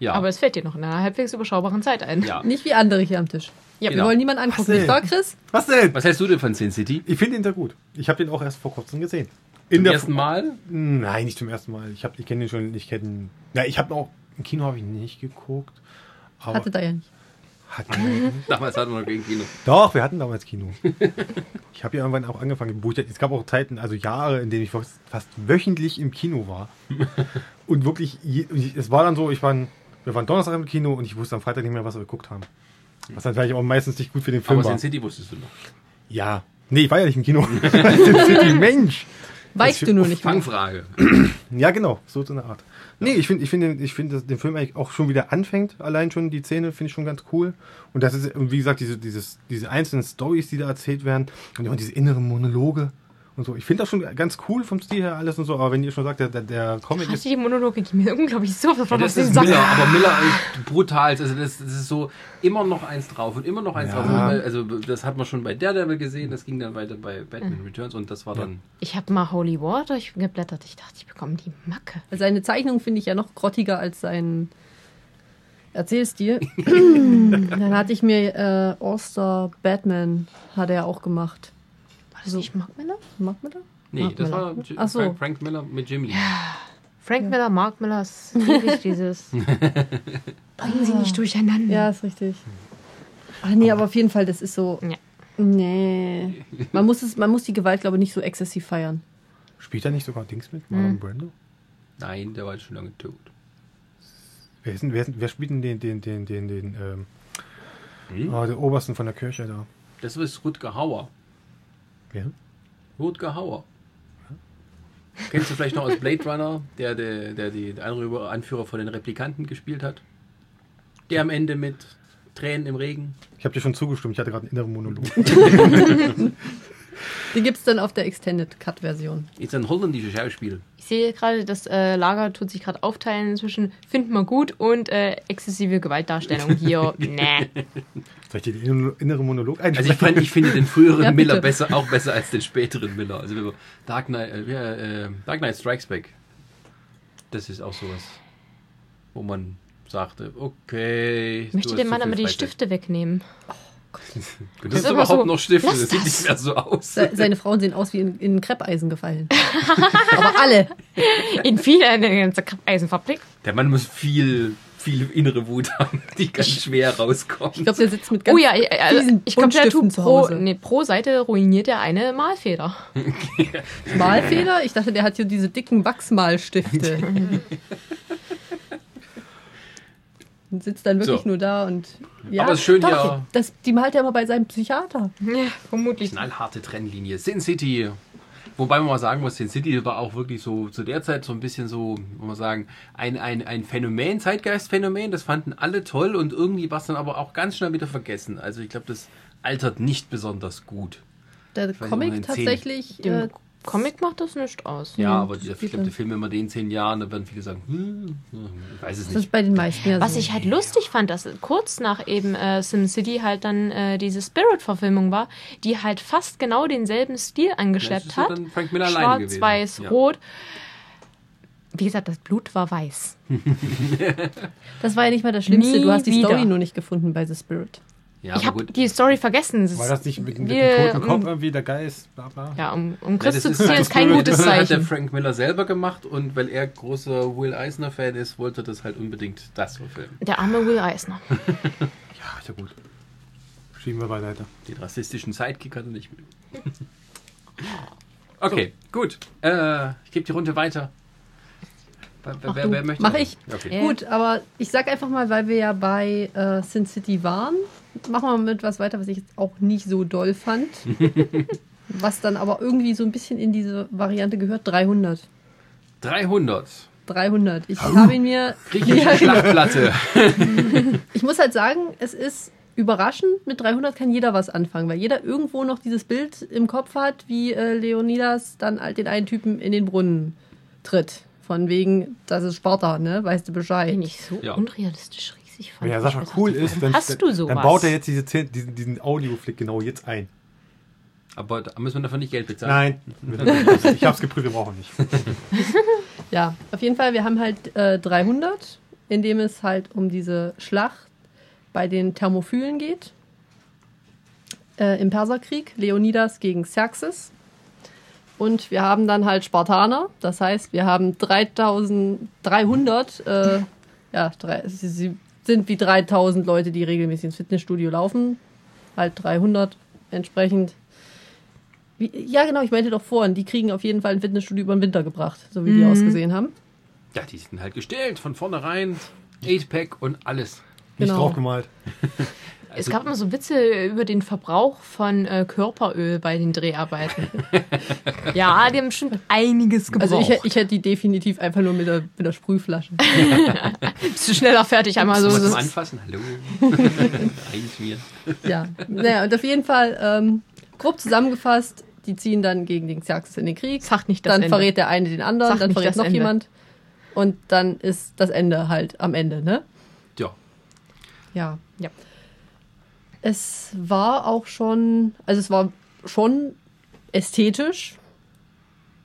Ja.
Aber es fällt dir noch in einer halbwegs überschaubaren Zeit ein.
ja.
Nicht wie andere hier am Tisch.
Ja,
Wir
Genau.
wollen niemanden angucken.
Was
Nicht wahr, Chris?
Was denn?
Was hältst du denn von Sin City?
Ich finde ihn sehr gut. Ich habe den auch erst vor kurzem gesehen. In
Zum
der Hm,
ersten Mal?
Nein, nicht zum ersten Mal. Ich, hab- ich kenne den schon. Ich kenne. Na, ich habe auch im Kino habe ich ihn nicht geguckt. Aber
Hatte da ja nicht.
hatten,
Damals hatten wir noch kein Kino.
doch, wir hatten damals Kino. Ich habe ja irgendwann auch angefangen. Wo ich, es gab auch Zeiten, also Jahre, in denen ich fast fast wöchentlich im Kino war. Und wirklich, je, und ich- es war dann so, ich war, wir waren Donnerstag im Kino und ich wusste am Freitag nicht mehr, was wir geguckt haben. Was dann vielleicht auch meistens nicht gut für den Film
Aber Sin
war.
City wusstest du noch.
Ja. Nee, ich war ja nicht im Kino. Sin City, Mensch.
Weißt du nur nicht mehr.
Fangfrage.
Ja, genau, so so eine Art. Nee, ich finde ich finde ich finde dass den Film eigentlich auch schon wieder anfängt, allein schon die Szene finde ich schon ganz cool und das ist und wie gesagt, diese dieses diese einzelnen Stories, die da erzählt werden und immer diese inneren Monologe und so. Ich finde das schon ganz cool vom Stil her alles und so, aber wenn ihr schon sagt, der, der, der Comic
Hast
ist
du die Monologe, die mir unglaublich so
Ja,
von
das
auf
ist
den Sack.
Miller, aber Miller ist brutal. Also das, das ist so immer noch eins drauf und immer noch eins
Ja.
drauf. Also das hat man schon bei Daredevil gesehen, das ging dann weiter bei Batman
Mhm.
Returns und das war dann.
Ich habe mal Holy War durchgeblättert. Ich dachte, ich bekomme die Macke.
Also Seine Zeichnung finde ich ja noch grottiger als sein Erzählstil. Dann hatte ich mir äh, All-Star Batman hat er auch gemacht.
War das
So.
nicht Mark Miller?
Macht man da?
Nee,
Frank
das
Miller.
war J-
Ach so.
Frank, Frank Miller mit Jim Lee.
Frank Miller, Mark Miller, es ist ewig dieses. Bringen Sie nicht durcheinander.
Ja, ist richtig. Ach nee, aber auf jeden Fall, das ist so.
Ja.
Nee. Man muss, es, man muss die Gewalt, glaube ich, nicht so exzessiv feiern.
spielt da nicht sogar Dings mit Marlon Brando?
Nein, der war schon lange tot.
Wer ist denn, wer, ist, denn- wer spielt denn den den den den den ähm,
Hm?
ah, der Obersten von der Kirche da?
Das ist Rutger Hauer.
Wer?
Rutger Hauer. Kennst du vielleicht noch aus Blade Runner, der, der, der die der andere Anführer von den Replikanten gespielt hat? Der am Ende mit Tränen im Regen.
Ich habe dir schon zugestimmt, ich hatte gerade einen inneren Monolog.
Die gibt es dann auf der Extended Cut-Version.
Ist ein holländisches Schauspiel.
Ich sehe gerade, das äh, Lager tut sich gerade aufteilen zwischen find mal gut und äh, exzessive Gewaltdarstellung hier. nee.
Soll ich dir den inneren Monolog
Also ich,
einsprechen?
fand, ich finde den früheren
Ja, bitte.
Miller besser, auch besser als den späteren Miller. Also wenn wir Dark Knight, äh, ja, äh, Dark Knight Strikes Back. Das ist auch sowas, wo man sagte, okay.
Möchte
du
der
hast
Mann
zu viel
aber die
Freizeit.
Stifte wegnehmen?
Benutzt
Das ist
überhaupt
aber so,
noch Stifte?
lass
Das sieht
das.
nicht mehr so aus.
Se seine Frauen sehen aus wie in, in Kreppeisen gefallen. aber alle.
In vielen in ganzer Eisenfabrik.
Der Mann muss viel, viel innere Wut haben, die ganz schwer rauskommt.
Ich glaube, der sitzt mit ganz
Oh ja, ich, also,
fiesen
ich glaube, der
Buntstiften
tut
zu
pro,
Hause.
nee, pro Seite ruiniert er eine Malfeder.
Malfeder. Ich dachte, der hat hier diese dicken Wachsmalstifte. Und sitzt dann wirklich
So.
nur da und.
Aber es ist schön,
Doch,
ja.
Das, die malt er immer bei seinem Psychiater.
Ja, vermutlich.
Knallharte Trennlinie. Sin City. Wobei man mal sagen muss, Sin City war auch wirklich so zu der Zeit so ein bisschen so, muss man sagen, ein, ein, ein Phänomen, Zeitgeistphänomen. Das fanden alle toll und irgendwie war es dann aber auch ganz schnell wieder vergessen. Also ich glaube, das altert nicht besonders gut.
Der
weiß auch
Comic
nicht, in
tatsächlich
Dem
äh,
Comic macht das nicht aus.
Ja,
Mhm,
aber
das
dieser
geht
verklemmte
dann.
Film, wenn man den in zehn Jahren, dann werden viele sagen, hm, hm, ich weiß es
Das ist
nicht.
bei den meisten ja
Was
so.
ich halt lustig fand, dass kurz nach eben äh, SimCity halt dann äh, diese Spirit-Verfilmung war, die halt fast genau denselben Stil
Ja,
angeschleppt
es ist ja
hat.
dann Frank Miller alleine
Schwarz,
gewesen.
weiß,
Ja.
rot. Wie gesagt, das Blut war weiß.
Das war ja nicht mal das Schlimmste.
Nie
Du hast die
wieder.
Story nur nicht gefunden bei The Spirit.
Ja,
ich
aber
habe
gut.
die Story vergessen. Es ist-
War das nicht mit, mit
Wir- mm.
dem toten Kopf irgendwie der Geist? Bla bla.
ja, um, um
Ja, das
Christus zu zielen ist kein
das
gutes
hat der
Zeichen.
Frank Miller selber gemacht und weil er großer Will Eisner-Fan ist, wollte das halt unbedingt das verfilmen.
Der arme Will Eisner.
Ja, ist ja gut. Schieben wir beiseite.
Den rassistischen Sidekick hat er nicht mit. Okay, gut. Äh, ich gebe die Runde weiter. Wer, wer,
du.
wer möchte?
Mach ich.
Okay.
Ja.
Gut, aber ich sag einfach mal, weil wir ja bei äh, Sin City waren, machen wir mit was weiter, was ich jetzt auch nicht so doll fand. was dann aber irgendwie so ein bisschen in diese Variante gehört. 300.
300.
300. Ich habe ihn mir.
Griechische
Ja, genau.
Schlachtplatte.
Ich muss halt sagen, es ist überraschend. Mit 300 kann jeder was anfangen, weil jeder irgendwo noch dieses Bild im Kopf hat, wie äh, Leonidas dann halt den einen Typen in den Brunnen tritt. Von wegen, das ist Sparta, ne? Weißt du Bescheid.
Den ich so
Ja.
unrealistisch riesig fand.
Wenn ja Sascha cool ist, dann,
hast du sowas?
dann baut er jetzt diese, Zehn- diesen, diesen Audioflick genau jetzt ein.
Aber da müssen wir dafür nicht Geld bezahlen.
Nein, ich hab's geprüft, wir brauchen nicht.
Ja, auf jeden Fall, wir haben halt äh, 300, in dem es halt um diese Schlacht bei den Thermophylen geht. Äh, Im Perserkrieg, Leonidas gegen Xerxes. Und wir haben dann halt Spartaner, das heißt, wir haben 3300, äh, ja, drei, sie, sie sind wie 3000 Leute, die regelmäßig ins Fitnessstudio laufen, halt 300 entsprechend. Wie, ja, genau, ich meinte doch vorhin, die kriegen auf jeden Fall ein Fitnessstudio über den Winter gebracht, so wie die ausgesehen haben.
Ja, die sind halt gestellt von vornherein. 8-Pack und alles. Also,
Nicht
Genau.
draufgemalt.
es gab immer so Witze über den Verbrauch von äh, Körperöl bei den Dreharbeiten. ja, die haben bestimmt einiges gebraucht.
Also ich, hä- ich hätte die definitiv einfach nur mit der, mit der Sprühflasche.
Bist du schneller fertig? Einmal so.
Mal zum
so.
Anfassen. Hallo. Einschmieren.
ja. Naja, und auf jeden Fall, ähm, grob zusammengefasst, die ziehen dann gegen den Xerxes in den Krieg.
Sag nicht das
dann
Ende.
verrät der eine den anderen,
Sag
dann
nicht
verrät
das
noch
Ende.
jemand. Und dann ist das Ende halt am Ende, ne?
Ja.
Ja.
Ja.
Es war auch schon, also es war schon ästhetisch.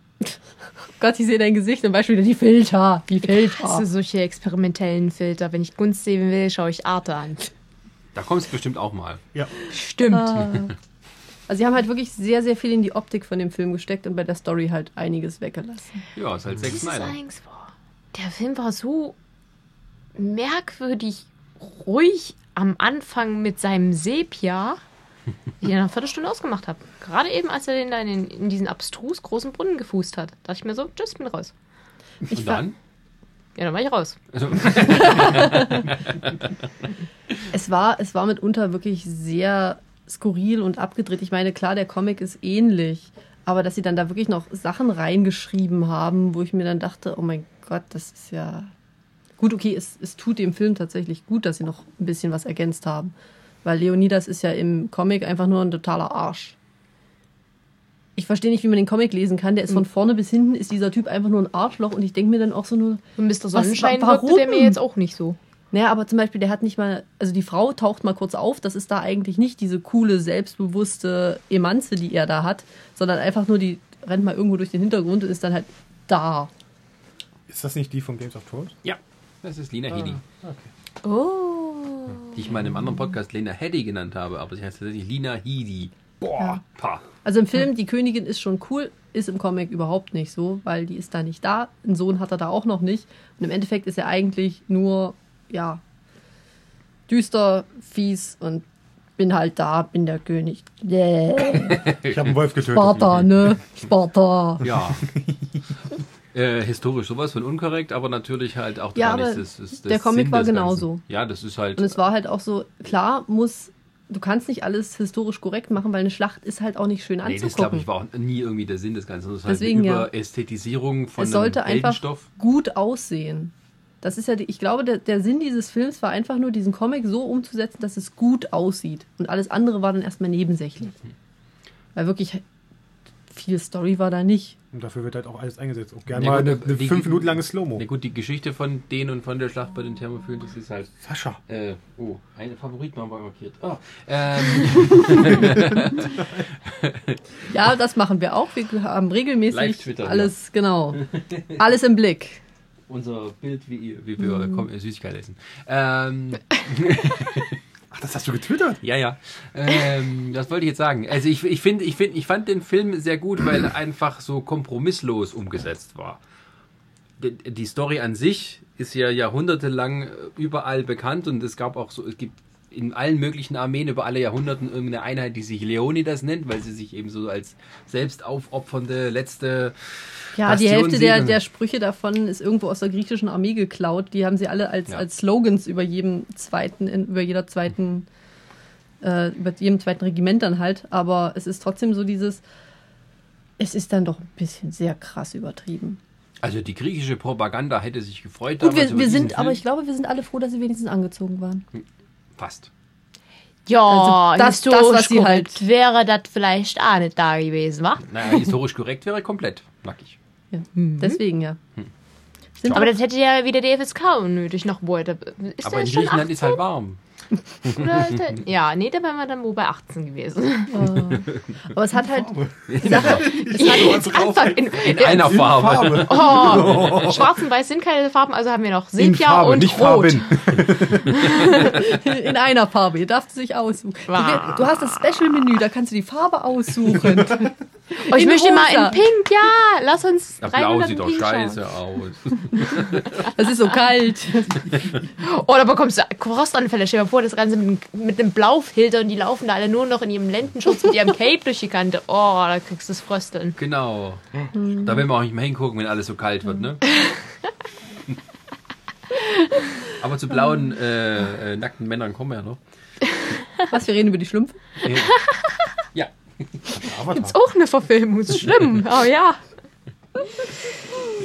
Gott, ich sehe dein Gesicht und Beispiel die Filter, die
Hast
Filter.
du solche experimentellen Filter? Wenn ich Gunst sehen will, schaue ich Arte an.
Da kommst du bestimmt auch mal.
Ja.
Stimmt.
Also sie haben halt wirklich sehr, sehr viel in die Optik von dem Film gesteckt und bei der Story halt einiges weggelassen.
Ja, ist halt
Das
sechs
ist
Snyder.
eigentlich- boah, Der Film war so merkwürdig ruhig am Anfang mit seinem Sepia, den ich in einer Viertelstunde ausgemacht habe. Gerade eben, als er den da in, den, in diesen abstrus großen Brunnen gefußt hat, dachte ich mir so, tschüss, bin raus.
Ich
Und
war-
dann?
Ja, dann war ich raus.
Also,
Es war, es war mitunter wirklich sehr skurril und abgedreht. Ich meine, klar, der Comic ist ähnlich, aber dass sie dann da wirklich noch Sachen reingeschrieben haben, wo ich mir dann dachte, oh mein Gott, das ist ja. Gut, okay, es, es tut dem Film tatsächlich gut, dass sie noch ein bisschen was ergänzt haben. Weil Leonidas ist ja im Comic einfach nur ein totaler Arsch. Ich verstehe nicht, wie man den Comic lesen kann. Der ist von vorne bis hinten, ist dieser Typ einfach nur ein Arschloch. Und ich denke mir dann auch so nur,
Und Mr. Sonnenschein
warum?
wirkte der mir jetzt auch nicht so.
naja, aber zum Beispiel, der hat nicht mal, also die Frau taucht mal kurz auf, das ist da eigentlich nicht diese coole, selbstbewusste Emanze, die er da hat, sondern einfach nur, die rennt mal irgendwo durch den Hintergrund und ist dann halt da.
Ist das nicht die von Games of Thrones?
ja, das ist Lena Headey,
Oh.
die ich mal in einem anderen Podcast Lena Headey genannt habe, aber sie heißt tatsächlich Lena Headey. Boah, pa.
Also im Film, die Königin ist schon cool, ist im Comic überhaupt nicht so, weil die ist da nicht da, einen Sohn hat er da auch noch nicht und im Endeffekt ist er eigentlich nur, ja, düster, fies und bin halt da, bin der König. Yeah.
Ich habe einen Wolf getötet.
Sparta, ne? Sparta.
Ja. äh, historisch sowas von unkorrekt, aber natürlich halt auch
Ja,
gar
aber
nichts. Das ist das
der Comic
Sinn
war
des Ganzen.
genauso.
Ja, das ist halt.
Und es war halt auch so, klar muss, du kannst nicht alles historisch korrekt machen, weil eine Schlacht ist halt auch nicht schön
nee,
anzugucken.
das glaube ich war auch nie irgendwie der Sinn des Ganzen. Das ist halt
Deswegen,
eine
ja.
Überästhetisierung von
es sollte
einem
einfach
Heldenstoff.
gut aussehen. Das ist ja, die, ich glaube, der, der Sinn dieses Films war einfach nur, diesen Comic so umzusetzen, dass es gut aussieht. Und alles andere war dann erstmal nebensächlich. Weil wirklich viel Story war da nicht.
Und dafür wird halt auch alles eingesetzt. Auch gerne
Ja,
mal
gut,
eine,
aber
eine
die-
fünf Minuten lange Slow-Mo.
Na gut, die Geschichte von denen und von der Schlacht bei den Thermophilen, das ist halt.
Sascha.
Äh, oh, eine Favorit haben wir markiert. Ah, ähm,
Ja, das machen wir auch. Wir haben regelmäßig
Live-Twitter,
alles, genau. Alles im Blick.
unser Bild, wie, ihr- wie wir kommen, äh, Süßigkeit essen. Ähm,
Ach, das hast du getwittert?
ja, ja. Ähm, das wollte ich jetzt sagen. Also ich, ich finde, ich finde, ich fand den Film sehr gut, weil er einfach so kompromisslos umgesetzt war. Die, die Story an sich ist ja jahrhundertelang überall bekannt und es gab auch so, es gibt in allen möglichen Armeen über alle Jahrhunderten irgendeine Einheit, die sich Leonidas nennt, weil sie sich eben so als selbst aufopfernde letzte
Ja,
Bastion
die Hälfte der,
Segen.
der Sprüche davon ist irgendwo aus der griechischen Armee geklaut. Die haben sie alle als,
Ja.
als Slogans über jedem zweiten, in, über jeder zweiten, äh, über jedem zweiten Regiment dann halt. Aber es ist trotzdem so dieses, es ist dann doch ein bisschen sehr krass übertrieben.
Also die griechische Propaganda hätte sich gefreut.
Gut,
damals
wir,
über
wir
diesen
sind, aber
Film.
ich glaube, wir sind alle froh, dass sie wenigstens angezogen waren.
Fast.
Also
Ja,
das-
historisch
das, was sie
korrekt
halt-
wäre das vielleicht auch nicht da gewesen, wa?
Naja, historisch korrekt wäre komplett nackig.
Ja. Deswegen ja.
Hm.
Sind
Mhm. Aber
doch-
das hätte ja wieder die FSK unnötig noch heute. Ist
aber
der
in
schon
Griechenland
18
ist halt warm.
oder ist der, Ja, nee, da wären wir dann wohl bei 18 gewesen.
aber es hat halt,
Anfang in,
In einer Farbe.
Farbe.
oh, schwarz und weiß sind keine Farben, also haben wir noch
In
Sepia
Farbe,
und
nicht
Rot.
Farben.
In einer Farbe. Ihr darfst sich aussuchen. Du,
Wow.
du hast das Special-Menü, da kannst du die Farbe aussuchen.
Oh, ich
In
möchte mal
rosa.
in Pink, ja, lass uns
Ja,
300
blau
in
sieht doch
Pink
scheiße aus.
Das ist so kalt.
Schauen. Oh, da bekommst du Frostanfälle. Stell dir mal vor, das Ganze mit, mit einem Blaufilter und die laufen da alle nur noch in ihrem Lendenschutz mit ihrem Cape durch die Kante. Oh, da kriegst du das Frösteln.
Genau. Da will man auch nicht mehr hingucken, wenn alles so kalt wird, ne? Aber zu blauen, äh, äh, nackten Männern kommen wir ja noch.
Was, wir reden über die Schlümpfe?
Ja.
Ist auch eine Verfilmung, ist schlimm. Oh ja.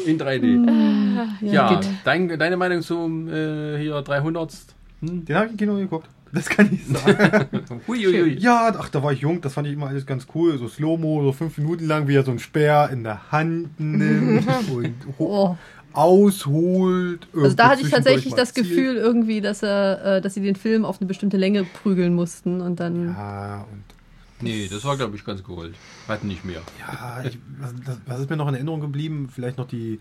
In 3D. Ja,
gut.
dein, deine Meinung zum äh, hier 300?
Den habe ich im Kino geguckt. Das kann ich sagen.
Huiuiui.
Ja, ach, da war ich jung, das fand ich immer alles ganz cool. So Slow-Mo, so fünf Minuten lang, wie er so einen Speer in der Hand nimmt und
Oh.
ho- ausholt.
Also da hatte ich tatsächlich das Gefühl irgendwie, dass, er, äh, dass sie den Film auf eine bestimmte Länge prügeln mussten und dann...
Ja, und
Nee, das war, glaube ich, ganz cool. Hatten nicht mehr.
ja, ich, was, das, was ist mir noch in Erinnerung geblieben? Vielleicht noch die,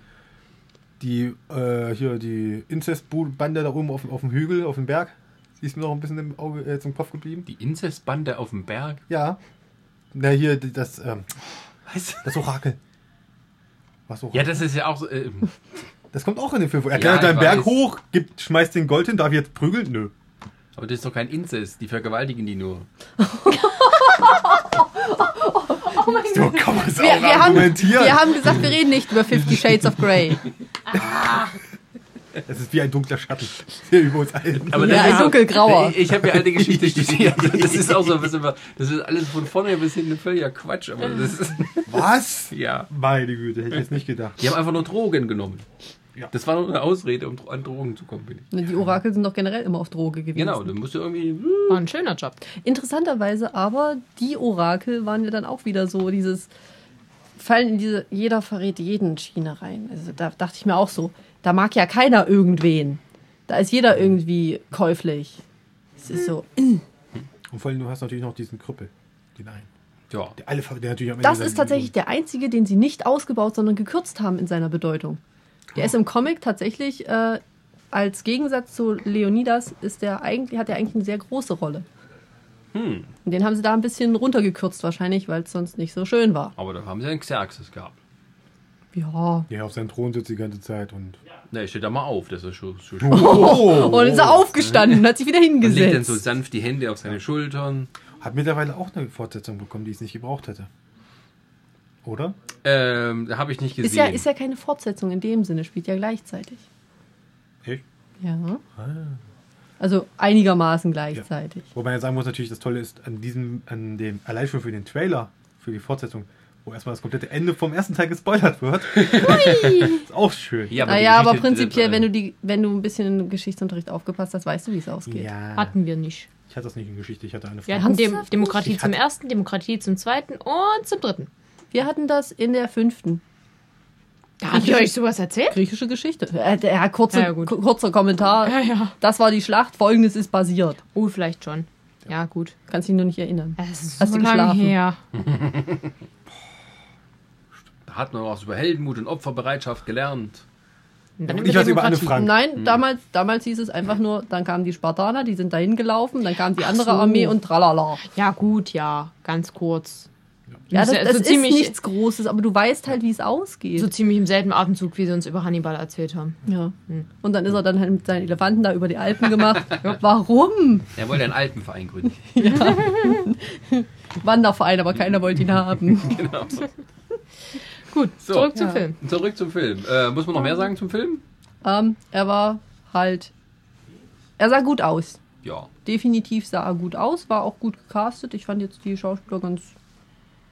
die, äh, hier, die Inzestbande da oben auf, dem- auf dem Hügel, auf dem Berg. Die ist mir noch ein bisschen im Auge, äh, zum Kopf geblieben.
Die Inzestbande auf dem Berg?
Ja. Na, hier, die- das, ähm,
Was?
das Orakel. Was Orakel?
Ja, das ist ja auch so. Äh,
Das kommt auch in den Film vor. Er
Ja,
klettert
ich
einen Berg
weiß.
hoch, gibt, schmeißt den Gold hin, darf ich jetzt prügeln? Nö.
aber das ist doch kein Inzest, die vergewaltigen die nur.
So kann man es
Wir,
auch
wir, haben,
argumentieren.
wir haben gesagt, wir reden nicht über Fifty Shades of Grey.
es ist wie ein dunkler Schatten, der über uns allen.
Aber
Ja,
das
ein
ist auch-
dunkelgrauer.
Ich, ich habe ja eine Geschichte studiert. Das ist auch so, was immer, das ist alles von vorne bis hinten völliger Quatsch. Aber das ist,
was?
ja.
Meine Güte, hätte ich jetzt nicht gedacht.
Die haben einfach nur Drogen genommen.
Ja.
Das war nur eine Ausrede, um dro- an Drogen zu kommen. finde ich.
Ne, Die Orakel sind doch generell immer auf Droge gewesen.
Genau, dann musst du irgendwie.
War ein schöner Job.
Interessanterweise aber, die Orakel waren ja dann auch wieder so dieses, fallen in diese, jeder verrät jeden Schiene rein. Also da dachte ich mir auch so, da mag ja keiner irgendwen. Da ist jeder irgendwie käuflich. Es ist so,
Und vor allem, du hast natürlich noch diesen Krüppel. Den einen.
Ja.
Der alle, der natürlich am Ende
das
seine
ist tatsächlich der einzige, den sie nicht ausgebaut, sondern gekürzt haben in seiner Bedeutung. Der ist im Comic tatsächlich, äh, als Gegensatz zu Leonidas, ist der eigentlich, hat er eigentlich eine sehr große Rolle.
Hm.
Und Den haben sie da ein bisschen runtergekürzt wahrscheinlich, weil es sonst nicht so schön war.
Aber da haben sie einen Xerxes gehabt.
Ja,
Der auf seinem Thron sitzt die ganze Zeit und.
Ne, steht da mal auf, das ist schon. schon
Oh!
Und ist er aufgestanden und hat sich wieder
Und legt dann so
hingesetzt.
sanft die Hände auf seine Schultern.
Hat mittlerweile auch eine Fortsetzung bekommen, die ich nicht gebraucht hätte. Oder?
Ähm, habe ich nicht gesehen.
Ist ja, ist ja keine Fortsetzung in dem Sinne, spielt ja gleichzeitig.
Echt?
Ja. Also einigermaßen gleichzeitig.
Wobei man ja sagen muss, natürlich, das Tolle ist an diesem, an dem, allein schon für den Trailer, für die Fortsetzung, wo erstmal das komplette Ende vom ersten Teil gespoilert wird. ist auch schön.
Ja, die
naja, aber
Geschichte-
prinzipiell,
äh,
wenn du die, wenn du ein bisschen im Geschichtsunterricht aufgepasst hast, weißt du, wie es ausgeht.
Ja.
Hatten wir nicht.
Ich hatte das nicht in Geschichte, ich hatte eine
Wir
Frage.
Ja.
hatten Dem
Ernsthaft?
Demokratie zum ersten, Demokratie zum zweiten und zum dritten.
Wir hatten das in der fünften.
Da hab ich euch sowas erzählt?
Griechische Geschichte. Äh, ja, kurze,
Ja, ja, gut.
ku- kurzer Kommentar.
Ja, ja.
Das war die Schlacht, folgendes ist passiert.
Oh, vielleicht schon. Ja, gut.
Kannst dich nur nicht erinnern.
Das ist
Hast
so
du
lange
geschlafen?
her.
Da hat man auch was über Heldenmut und Opferbereitschaft gelernt.
Dann
Ich weiß über Anne Frank.
Nein, damals, damals hieß es einfach nur, dann kamen die Spartaner, die sind dahin gelaufen, dann kam die andere
so.
Armee und tralala.
Ja, gut, ja. Ganz kurz.
Ja, das,
ja
das
so
ist
ziemlich-
nichts Großes, aber du weißt halt, wie es ausgeht.
So ziemlich im selben Atemzug, wie sie uns über Hannibal erzählt haben.
ja. Und dann ist er dann halt mit seinen Elefanten da über die Alpen gemacht. Warum?
Er wollte einen Alpenverein gründen.
Wanderverein, aber keiner wollte ihn haben.
genau.
Gut,
So.
zurück zum
Ja.
Film.
Zurück zum Film. Äh, muss man noch mehr sagen zum Film?
ähm, er war halt. Er sah gut aus.
Ja.
Definitiv sah er gut aus, war auch gut gecastet. Ich fand jetzt die Schauspieler ganz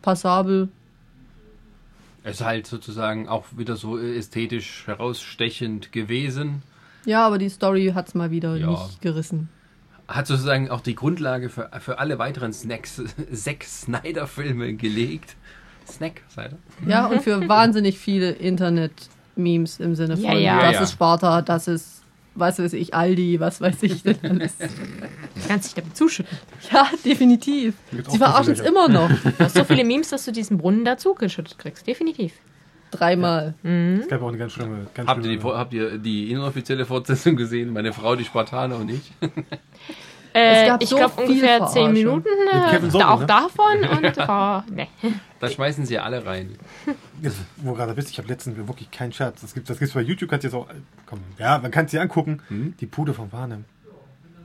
passabel.
Es ist halt sozusagen auch wieder so äh, ästhetisch herausstechend gewesen.
Ja, aber die Story hat's mal wieder
Ja.
nicht gerissen.
Hat sozusagen auch die Grundlage für, für alle weiteren Snacks, Zack Snyder-Filme gelegt. Snack, Snyder?
Ja, und für wahnsinnig viele Internet-Memes im Sinne von,
Ja, ja.
das
Ja, ja.
ist Sparta, das ist, was weiß ich, Aldi, was weiß ich denn alles.
Du kannst dich damit zuschütten.
ja, definitiv. Sie
Gibt's auch gute
verarschen es
Leute.
immer noch.
Du hast so viele Memes, dass du diesen Brunnen dazu geschüttet kriegst. Definitiv.
Dreimal.
Es gab auch eine ganz schlimme. Ganz
Habt ihr,
schlimme
die, habt ihr die inoffizielle Fortsetzung gesehen? Meine Frau, die Spartaner und ich?
Äh,
Es gab
ich
so
glaube
viel
ungefähr
Verarsche.
10 Minuten.
Mit
Äh,
Kevin Sorbo,
da auch
ne?
davon und war. Ne.
Da schmeißen sie ja alle rein.
Jetzt, wo du gerade bist, ich habe letztens wirklich keinen Scherz. Das gibt das gibt's bei YouTube, kannst du jetzt auch. Komm, ja, man kann es dir angucken. Die Pude von Warnem.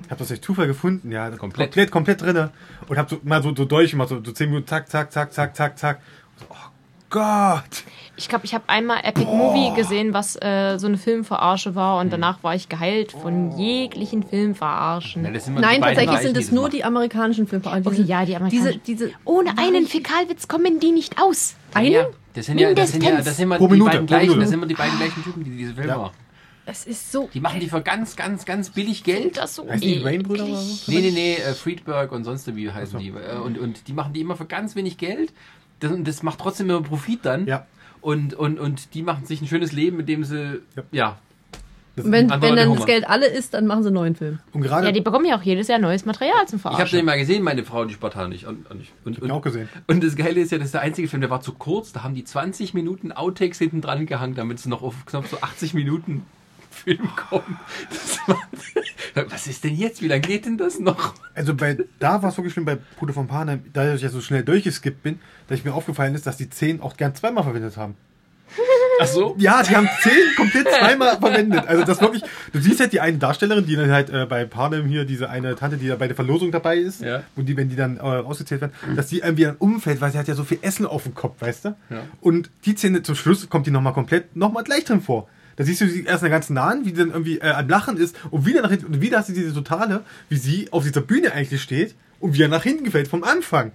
Ich habe das durch Zufall gefunden, ja. das-
Komplett.
Komplett, komplett drinne. Und habe so, mal so, so durchgemacht, so, so 10 Minuten, zack, zack, zack, zack, zack, zack. Und so, oh Gott!
Ich glaube, ich habe einmal Epic Movie gesehen, was äh, so eine Filmverarsche war
Hm.
und danach war ich geheilt von jeglichen
Ja,
Filmverarschen.
das sind immer
Nein,
die beiden
tatsächlich
Reichen,
sind es
das
nur
machen.
die amerikanischen Filme.
Okay, ja, die amerikanischen.
Diese, diese
Ohne einen Fäkalwitz kommen die nicht aus.
einen,
Ja, das sind ja, das sind ja, das
Mindestens.
sind immer
Pro
die
Minute,
beiden
pro
gleichen,
Minute.
das sind immer die beiden gleichen Typen, die diese Filme
Ja.
machen.
es ist so.
Die machen die für ganz, ganz, ganz billig Geld.
Das so
Heißt die Rainbrüder oder
eklig.
so?
Nee, nee, nee, äh, Friedberg und sonst wie heißen die. Äh, Und, und die machen die immer für ganz wenig Geld. Das, und das macht trotzdem immer Profit dann.
Ja.
Und, und, und die machen sich ein schönes Leben, mit dem sie,
Ja.
ja,
Wenn,
Antwort
wenn
an
dann
den
das
Hunger.
Geld alle ist, dann machen sie einen neuen Film.
Und gerade.
Ja, die bekommen ja auch jedes Jahr neues Material
Also
zum
Ich habe
Verarschen.
den mal gesehen, meine Frau, die Spartaner. Ich, und, und, und,
ihn auch gesehen.
Und das Geile ist ja, das ist der einzige Film, der war zu kurz. Da haben die 20 Minuten Outtakes hinten dran gehangen, damit es noch auf knapp so 80 Minuten Film kommen. Das war, was ist denn jetzt? Wie lange geht denn das noch?
Also bei, da war es wirklich schlimm bei Pude von Panem, da ich ja so schnell durchgeskippt bin, dass ich mir aufgefallen ist, dass die 10 auch gern zweimal verwendet haben.
Ach so?
Ja, die haben 10 komplett zweimal verwendet. Also das wirklich, du siehst halt die eine Darstellerin, die dann halt äh, bei Panem hier, diese eine Tante, die da bei der Verlosung dabei ist,
Ja.
und die, wenn die dann äh, ausgezählt werden, dass die irgendwie dann umfällt, weil sie hat ja so viel Essen auf dem Kopf, weißt du?
Ja.
Und die Szene zum Schluss kommt die nochmal komplett, nochmal gleich drin vor. Da siehst du sie erst in der ganzen Nahen, wie die dann irgendwie äh, am Lachen ist und wieder nach hinten, und wieder hast du diese totale, wie sie auf dieser Bühne eigentlich steht und wieder nach hinten gefällt vom Anfang.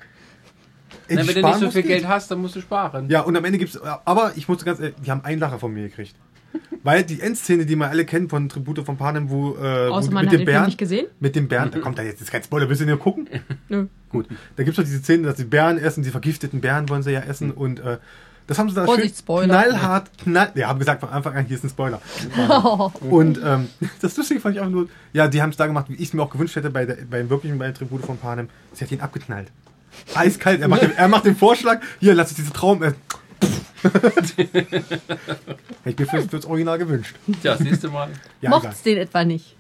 Ey,
Na,
die
wenn du
sparen
nicht so
muss
viel
geht.
Geld hast, dann musst du sparen.
Ja, und am Ende gibt's. Aber ich musste ganz ehrlich, die haben einen Lacher von mir gekriegt. Weil die Endszene, die man alle kennt von Tribute von Panem, wo, äh, wo
Außer man
mit
hat
dem
den Film
Bären.
nicht gesehen?
Mit dem Bären, da kommt da jetzt ist kein Spoiler, willst du den nur gucken?
Nö.
Gut. Da gibt's doch diese Szene, dass die Bären essen, die vergifteten Bären wollen sie ja essen und äh, das haben sie da
Vorsicht, Spoiler.
knallhart, knall. Ja, haben gesagt von Anfang an, hier ist ein Spoiler.
Oh,
Und ähm, das Lustige fand ich auch nur, ja, die haben es da gemacht, wie ich es mir auch gewünscht hätte, bei der, beim wirklichen bei der Tribute von Panem. Sie hat ihn abgeknallt. Eiskalt. Er macht, den, er macht den Vorschlag, hier, lass uns diesen Traum. Äh, Hätte ich mir fürs, fürs Original gewünscht.
Tja, das nächste Mal.
Ja, egal.
Mocht's den etwa nicht.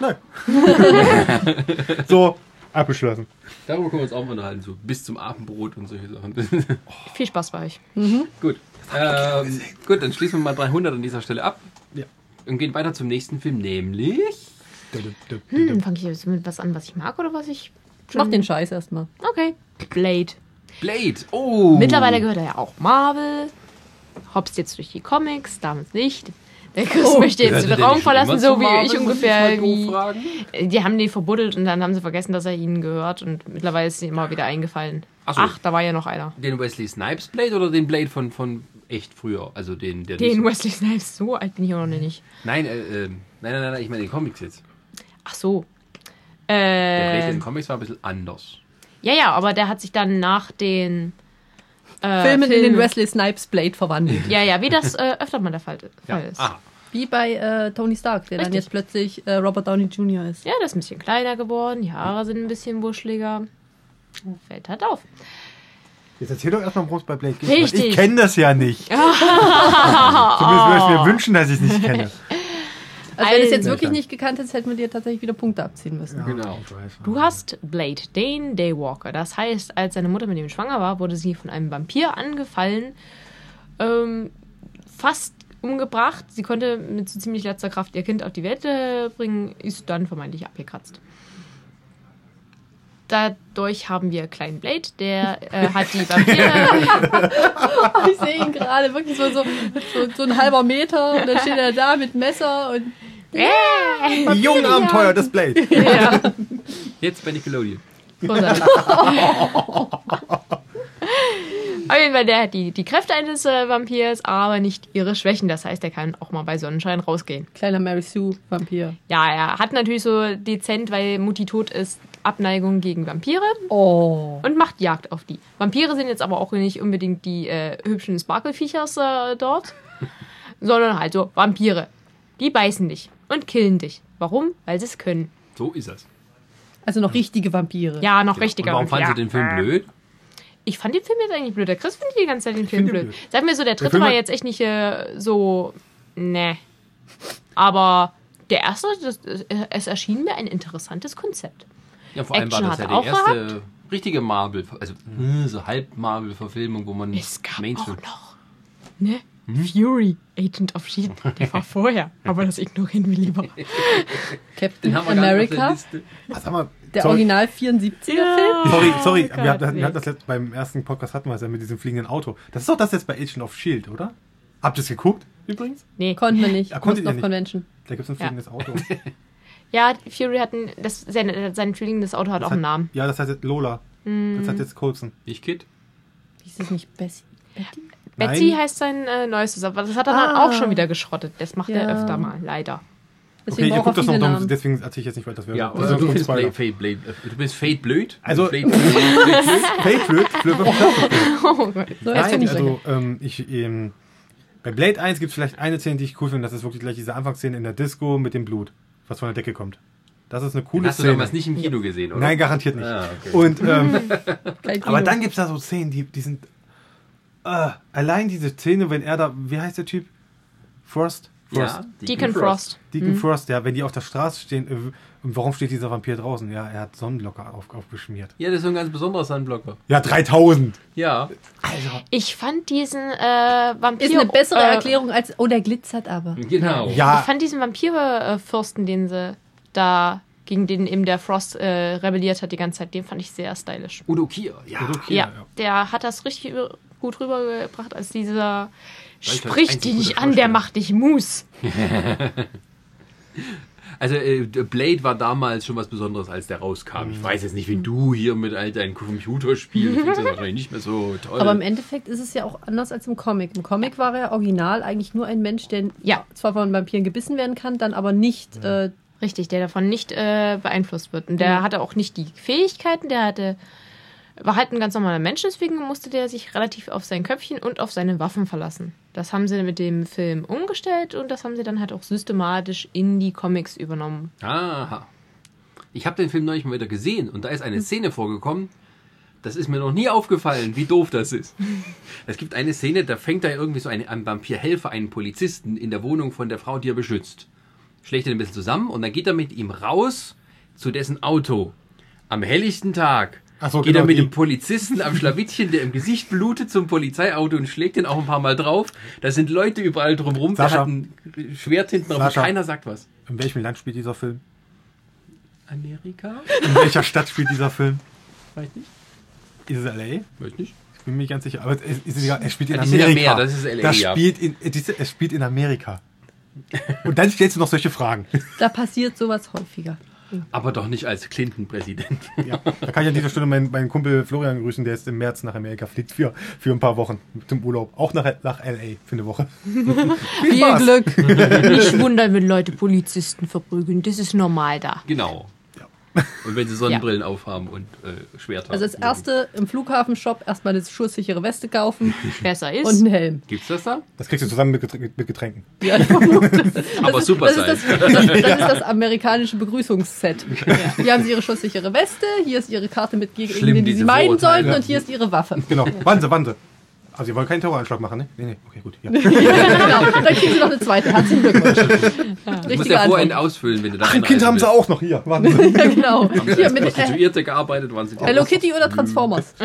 Nein. so, abgeschlossen.
Darüber können wir uns auch mal unterhalten. So bis zum Abendbrot und solche Sachen.
Viel Spaß bei euch.
gut. Ähm, gut, dann schließen wir mal 300 an dieser Stelle ab.
Ja.
Und gehen weiter zum nächsten Film, nämlich...
Hm, fange ich jetzt mit was an, was ich mag oder was ich.
Mach den Scheiß erstmal.
Okay. Blade.
Blade. Oh.
Mittlerweile gehört er ja auch Marvel. Hoppst jetzt durch die Comics, damals nicht. Der Chris möchte jetzt
Gehörte
den
der
Raum
nicht schon
verlassen,
immer
so
zu
wie
Marvel,
ich
muss mal
ungefähr.
doof
Wie,
fragen?
die haben den verbuddelt und dann haben sie vergessen, dass er ihnen gehört und mittlerweile ist ihm immer wieder eingefallen.
Ach so.
Ach, da war ja noch einer.
Den Wesley Snipes Blade oder den Blade von, von echt früher? Also den, der
Den
nicht
Wesley Snipes, so alt bin ich auch noch nicht.
so, Nein, äh, äh, nein, nein, nein, nein, ich meine den Comics jetzt.
Ach so.
Der Blade in
Äh,
den Comics war ein bisschen anders.
ja, ja, aber der hat sich dann nach den äh,
Filmen in den
Filme.
Wesley Snipes Blade verwandelt.
Ja, ja, wie das äh, öfter mal der Fall, Fall ist.
Aha.
Wie bei äh, Tony Stark, der dann
Richtig.
jetzt plötzlich äh, Robert Downey Jr. ist.
Ja, das ist ein bisschen kleiner geworden, die Haare sind ein bisschen wuscheliger. Fällt halt auf.
Jetzt erzähl doch erstmal, worum es bei Blade geht.
Richtig.
Ich kenne das ja nicht. Zumindest würde ich mir wünschen, dass ich es nicht kenne.
Also wenn du es jetzt
Alter.
wirklich nicht gekannt hättest, hätten wir dir tatsächlich wieder Punkte abziehen müssen.
Genau.
Ich weiß.
Du hast Blade, Dane Daywalker. Das heißt, als seine Mutter mit ihm schwanger war, wurde sie von einem Vampir angefallen, ähm, fast umgebracht. Sie konnte mit so ziemlich letzter Kraft ihr Kind auf die Welt äh, bringen, ist dann vermeintlich abgekratzt. Dadurch haben wir kleinen Blade, der äh, hat die Vampire.
Ich sehe ihn gerade wirklich so, so, so, so ein halber Meter und dann steht er da mit Messer und
Die jungen Abenteuer des Blade.
ja.
Jetzt bei Nickelodeon.
Großartig. Auf jeden Fall, der hat die, die Kräfte eines äh, Vampirs, aber nicht ihre Schwächen. Das heißt, er kann auch mal bei Sonnenschein rausgehen.
kleiner Mary Sue Vampir.
Ja, er hat natürlich so dezent, weil Mutti tot ist, Abneigung gegen Vampire
Oh.
und macht Jagd auf die. Vampire sind jetzt aber auch nicht unbedingt die äh, hübschen Sparkelfiechers äh, dort, sondern halt so Vampire. Die beißen dich und killen dich. Warum? Weil sie es können.
So ist das.
Also noch richtige Vampire.
Ja, noch
Ja.
richtiger.
Und warum
Vampir.
fandst du den Film blöd?
Ich fand den Film jetzt eigentlich blöd. Der Chris findet die ganze Zeit den Film
find den
blöd. Sag mir so, der dritte
Film
war
hat-
jetzt echt nicht äh, so. Ne. Aber der erste, das, äh, es erschien mir ein interessantes Konzept.
Hm.
Ja, vor allem war
Action
das ja
hat
die
auch
erste richtige Marvel, also äh, so Halb-Marvel-Verfilmung, wo man
Es gab auch noch. Ne?
Hm?
Fury, Agent of Shield. Der war vorher. Aber das ignorieren wir lieber.
Captain
Den haben wir gar nicht auf der
America,
Liste.
Also, sag mal,
der
sorry.
Original 74er Film.
Sorry, sorry,
Oh
wir,
Gott,
hatten, wir
nee.
hatten das letzt, beim ersten Podcast hatten wir es ja mit diesem fliegenden Auto. Das ist doch das jetzt bei Agent of Shield, E oder? Habt ihr es geguckt, übrigens?
Nee.
Konnten wir nicht.
Ja,
Mussten
konntet ihr
auf
nicht.
Convention.
Da gibt es ein
Ja.
fliegendes Auto. Das
Ja, Fury hat ein. Das, sein, sein fliegendes Auto hat auch
hat-
einen Namen. Mm.
Ja, das heißt jetzt Lola. Das heißt jetzt Colson.
Nicht Kid?
Hieß es nicht Bessie? Betty?
Betsy
Nein.
heißt sein äh, neuestes, aber das hat er dann
Ah.
auch schon wieder geschrottet. Das macht er
Ja.
öfter mal, leider.
Deswegen
okay, ihr
braucht er
guckt das
viele
noch, darum,
Namen.
deswegen erzähle ich jetzt nicht weiter. Das wäre
Ja,
das
also du
ist
findest
ein
Blade,
Spoiler.
Fade, Blade, äh, du bist Fade blöd?
Also-
Fade, blöd, blöd.
Fate Blöd, Blöd, Blöd,
Oh Gott.
So, jetzt
Nein,
bin ich weg.
Also, ähm, ich, ähm, bei Blade 1 gibt es vielleicht eine Szene, die ich cool finde. Das ist wirklich gleich diese Anfangsszene in der Disco mit dem Blut, was von der Decke kommt. Das ist eine coole
Hast du
Szene.
damals nicht im Kino gesehen, oder?
Nein, garantiert nicht.
Ah, okay.
Und, ähm,
Kein Kino.
aber dann gibt es da so Szenen, die, die sind. Äh, allein diese Szene, wenn er da. Wie heißt der Typ? Frost? Frost.
Ja, Mhm.
Deacon Frost.
Deacon Frost, ja, wenn die auf der Straße stehen. Äh, und warum steht dieser Vampir draußen? Ja, er hat Sonnenlocker auf, aufgeschmiert.
Ja, das ist so ein ganz besonderer Sunblocker.
Ja, 3000!
Ja.
Ich fand diesen äh, Vampir.
Ist eine bessere
äh,
Erklärung als. Oh, der glitzert aber.
Genau.
Ja,
Ich fand diesen Vampirfürsten, den sie da, gegen den eben der Frost äh, rebelliert hat die ganze Zeit, den fand ich sehr stylisch.
Udo Kier. Ja.
Udo Kier,
Ja, der hat das richtig über- gut rübergebracht, als dieser.
als
Sprich
einzig
die nicht
guter
an, der
Schauspieler.
macht dich Mus.
Also äh, der Blade war damals schon was Besonderes, als der rauskam.
Mhm.
Ich weiß jetzt nicht, wie du hier mit all deinen Computerspielen, du findest das wahrscheinlich nicht mehr so toll.
Aber im Endeffekt ist es ja auch anders als im Comic. Im Comic war er original eigentlich nur ein Mensch, der
Ja.
zwar von Vampiren gebissen werden kann, dann aber nicht. Äh,
Richtig, der davon nicht äh, beeinflusst wird. Und der hatte auch nicht die Fähigkeiten, der hatte. War halt ein ganz normaler Mensch, deswegen musste der sich relativ auf sein Köpfchen und auf seine Waffen verlassen. Das haben sie mit dem Film umgestellt und das haben sie dann halt auch systematisch in die Comics übernommen.
Aha. Ich habe den Film neulich mal wieder gesehen und da ist eine Szene vorgekommen. Das ist mir noch nie aufgefallen, wie doof das ist. Es gibt eine Szene, da fängt da irgendwie so ein, ein Vampirhelfer einen Polizisten in der Wohnung von der Frau, die er beschützt. Schlägt ihn ein bisschen zusammen und dann geht er mit ihm raus zu dessen Auto. Am helllichten Tag
Ach so,
geht
genau
er mit
die.
dem Polizisten am Schlawittchen, der im Gesicht blutet, zum Polizeiauto und schlägt den auch ein paar Mal drauf. Da sind Leute überall drumrum, der
Sascha.
hat ein Schwert hinten drauf und
Sascha.
keiner sagt was.
In welchem Land spielt dieser Film?
Amerika?
In welcher Stadt spielt dieser Film?
Weiß nicht.
Ist es LA?
Weiß nicht.
Ich bin mir nicht ganz sicher. Aber es ist, ist egal. Er spielt in
Ja, die sind ja
Amerika.
mehr, das ist LA,
Das
ja.
spielt in, äh, diese- es spielt in Amerika. Und dann stellst du noch solche Fragen.
da passiert sowas häufiger.
Aber doch nicht als Clinton-Präsident.
Ja. Da kann ich an dieser Stunde meinen, meinen Kumpel Florian grüßen, der jetzt im März nach Amerika fliegt für, für ein paar Wochen zum Urlaub. Auch nach, nach LA für eine Woche. Viel Spaß.
Glück!
Nicht wundern, wenn Leute Polizisten verprügeln, das ist normal da.
Genau. Und wenn sie Sonnenbrillen aufhaben und äh, Schwerter.
Also das erste im Flughafenshop erstmal eine schusssichere Weste kaufen
Besser ist.
und einen Helm.
Gibt's das da?
Das kriegst du zusammen mit Geträ- mit Getränken.
Ja, ich vermute, das
Aber
ist,
super
das ist das,
sein.
das, das ist das amerikanische Begrüßungsset. Hier haben sie ihre schusssichere Weste, hier ist ihre Karte mit
Schlimm,
Gegnern, die sie
diese
meiden
Vorurteile.
sollten und hier ist ihre Waffe.
Genau. Wanse, Wanse. Also, ihr wollt keinen Terroranschlag machen, ne? Nee, nee, okay, gut. Ja.
Ja, genau. Dann kriegen sie noch eine zweite. Herzlichen Glückwunsch.
Du musst
Richtige
ja vorhin
Antwort.
ausfüllen, wenn du da
Ach, ein Kind haben sie auch noch hier. Wanse.
Ja, genau. Hier
Als
mit äh,
Prostituierte gearbeitet waren sie
Hello Kitty oder Transformers.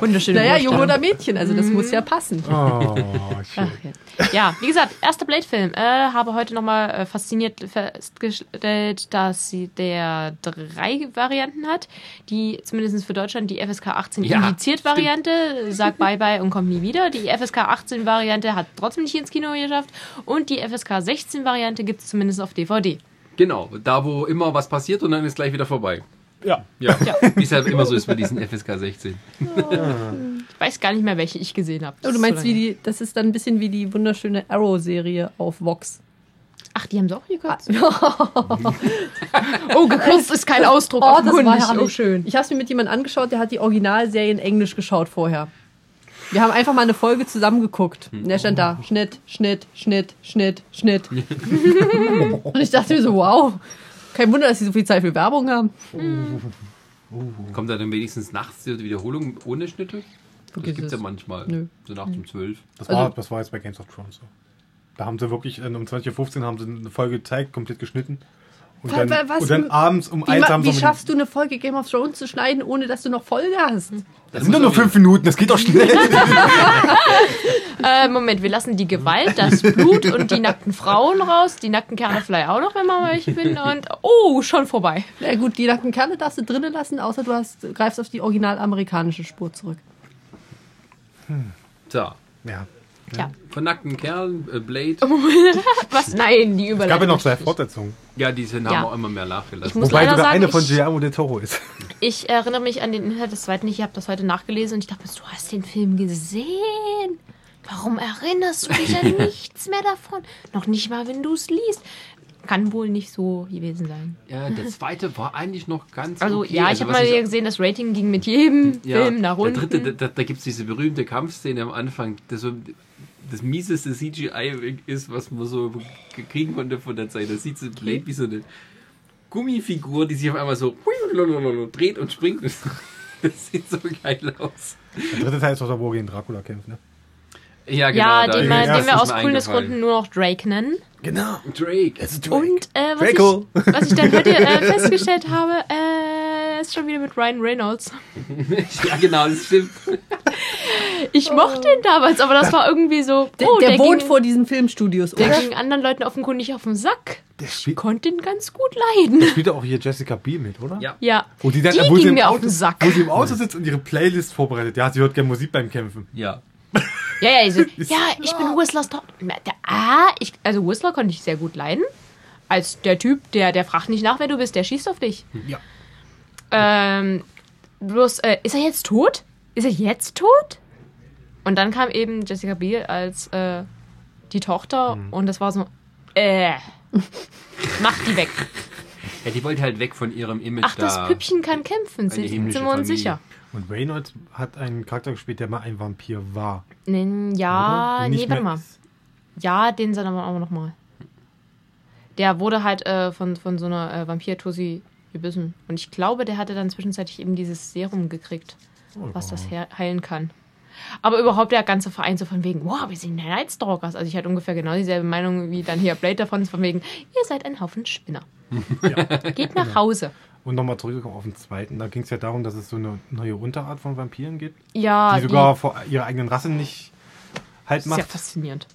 Wunderschöne
Naja,
Vorstellung.
Junge oder Mädchen, also das muss ja passen.
Oh, shit.
Ach, ja. ja, wie gesagt, erster Blade-Film. Äh, habe heute nochmal äh, fasziniert festgestellt, dass sie der drei Varianten hat. Die, zumindest für Deutschland, die FSK 18
Ja,
indiziert
stimmt.
Variante, sagt Bye-Bye und kommt nie wieder. Die FSK 18 Variante hat trotzdem nicht ins Kino geschafft. Und die FSK 16 Variante gibt es zumindest auf DVD.
Genau, da wo immer was passiert und dann ist gleich wieder vorbei.
Ja.
Ja, wie es halt immer so ist bei diesen FSK 16.
Ich weiß gar nicht mehr, welche ich gesehen habe.
Oh, du meinst, wie die, das ist dann ein bisschen wie die wunderschöne Arrow-Serie auf Vox.
Ach, die haben sie auch gekürzt. oh, gekürzt ist kein Ausdruck.
Oh, das war
offenkundig.
herrlich.
Oh, schön.
Ich habe es mir mit jemandem angeschaut, der hat die Originalserie in Englisch geschaut vorher. Wir haben einfach mal eine Folge zusammengeguckt.
Hm.
Und er stand
Mhm.
da, Schnitt, Schnitt, Schnitt, Schnitt, Schnitt. Und ich dachte mir so, wow, kein Wunder, dass sie so viel Zeit für Werbung haben.
Kommt da dann wenigstens nachts die Wiederholung ohne Schnitte? Das
Vergiss
gibt's ja
es.
manchmal.
Nö.
So nachts um 12.
Das,
Also-
war, das war jetzt bei Games of Thrones so. Da haben sie wirklich äh, um 20.15 Uhr haben sie eine Folge gezeigt, komplett geschnitten. Und,
Wa- wa-
dann,
was-
und dann abends um
Wie,
eins
ma-
haben
wie
sie.
schaffst du eine Folge Game of Thrones zu schneiden, ohne dass du noch Folge hast?
Hm.
Das sind doch
Also
nur fünf Minuten, das geht doch schnell.
Äh, Moment, wir lassen die Gewalt, das Blut und die nackten Frauen raus, die nackten Kerle vielleicht auch noch, wenn man welche bin. Und oh, schon vorbei.
Na gut, die nackten Kerne darfst du drinnen lassen, außer du hast, greifst auf die original amerikanische Spur zurück.
Da.
ja.
Ja.
Von nackten Kerlen, äh, Blade.
Oh.
Was? Nein,
Es
die
gab ja
Überleitung.
noch zwei Fortsetzungen.
Ja, diese haben
Ja.
auch immer mehr
Ich
nachgelassen.
muss
Wobei
leider
sogar
sagen,
eine von
ich-
Guillermo del Toro ist.
Ich erinnere mich an den Inhalt des zweiten nicht. Ich habe das heute nachgelesen und ich dachte, mir so, du hast den Film gesehen. Warum erinnerst du dich an nichts mehr davon? Noch nicht mal, wenn du es liest. Kann wohl nicht so gewesen sein.
Ja, der zweite war eigentlich noch ganz.
Also
okay.
ja, ich habe
was
mal gesehen, das Rating ging mit jedem Film nach unten.
Der dritte, da, da, da gibt es diese berühmte Kampfszene am Anfang, das, so- das mieseste CGI ist, was man so ge- kriegen konnte von der Zeit. Da sieht so Blade wie so eine Gummifigur, die sich auf einmal so dreht und springt. Das sieht so geil aus.
Der dritte Teil ist doch, da, wo er gegen Dracula kämpft, ne?
Ja,
ja,
genau da-
den,
ja, das
wir, den
ist mir
wir aus Coolness-Gründen
eingefallen.
nur noch Drake nennen.
Genau.
Drake.
ist
Und äh, was,
Draco.
ich, was ich dann heute äh, festgestellt habe, äh, ist schon wieder mit Ryan Reynolds.
ja, genau, das stimmt.
Ich mochte ihn damals, aber das war irgendwie so.
Der,
oh,
der, wohnt
ging,
vor diesen Filmstudios,
Der
oder?
ging anderen Leuten offenkundig auf den Sack.
Der spielt,
Konnte ihn ganz gut leiden.
spielt doch auch hier Jessica B mit, oder?
Ja.
Ja.
Wo die, dann,
Die
wo sie
ging
Oh, im
mir
Auto,
auf den Sack.
Wo sie im Auto sitzt und ihre Playlist vorbereitet. Ja, sie hört gerne Musik beim Kämpfen.
Ja.
Ja, ja, ich, so, ja, ich bin Whistlers Tochter. Na, der- Ah, ich, also Whistler konnte ich sehr gut leiden. Als der Typ, der, der fragt nicht nach, wer du bist, der schießt auf dich.
Ja.
Ähm, bloß, äh, ist er jetzt tot? Ist er jetzt tot? Und dann kam eben Jessica Biel als äh, die Tochter und das war so, äh, mach die weg.
ja, die wollte halt weg von ihrem Image
Ach, das
da.
Püppchen kann kämpfen,
eine
sind sind
himmlische
wir uns
Familie.
sicher.
Und Reynolds hat einen Charakter gespielt, der mal ein Vampir war. oder?
Nee, Hm, ja,
Und
Ah, nee,
nicht
warte
mehr
mal.
ist.
Ja, den sah man aber nochmal. Der wurde halt äh, von, von so einer äh, Vampir-Tussi gebissen. Und ich glaube, der hatte dann zwischenzeitlich eben dieses Serum gekriegt,
Oh
was das he heilen kann. Aber überhaupt der ganze Verein so von wegen, wow, wir sind Nightstalkers. Also ich hatte ungefähr genau dieselbe Meinung wie dann hier Blade davon, ist von wegen, ihr seid ein Haufen Spinner. Geht nach Hause.
Und nochmal zurückgekommen auf den zweiten. Da ging es ja darum, dass es so eine neue Unterart von Vampiren gibt,
Ja,
die sogar vor ihrer eigenen Rasse nicht halt
die Ah, ist ja
macht.
faszinierend.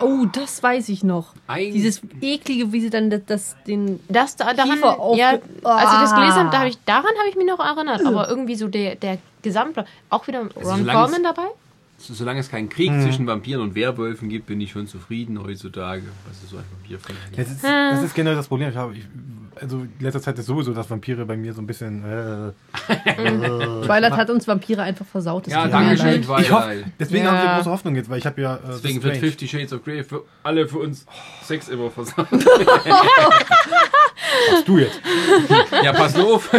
Oh, das weiß ich noch.
Ein-
Dieses eklige, wie sie dann das, das den
Das da, daran,
Kiefer aufge-
ja, als ich das
Ah.
gelesen habe, da hab ich, daran habe ich mich noch erinnert. Aber irgendwie so der, der Gesamtplan. Auch wieder
Also
Ron
solange es-
Corman dabei?
So- Solange es keinen
Hm.
Krieg zwischen Vampiren und Werwölfen gibt, bin ich schon zufrieden heutzutage. Also so ein Vampirfilm.
Das ist,
Ah.
das ist generell das Problem. Ich habe, ich, also in letzter Zeit ist sowieso, dass Vampire bei mir so ein bisschen. Äh,
Twilight hat uns Vampire einfach versaut. Das
Ja,
tut mir
danke schön,
leid.
ich hoffe, deswegen
Ja.
habe ich große Hoffnung jetzt, weil ich habe ja. Äh,
Deswegen
The
wird
Strange. Oh.
50 Shades of Grey für alle für uns Sex immer versagen.
Hast du jetzt.
Ja, pass nur auf.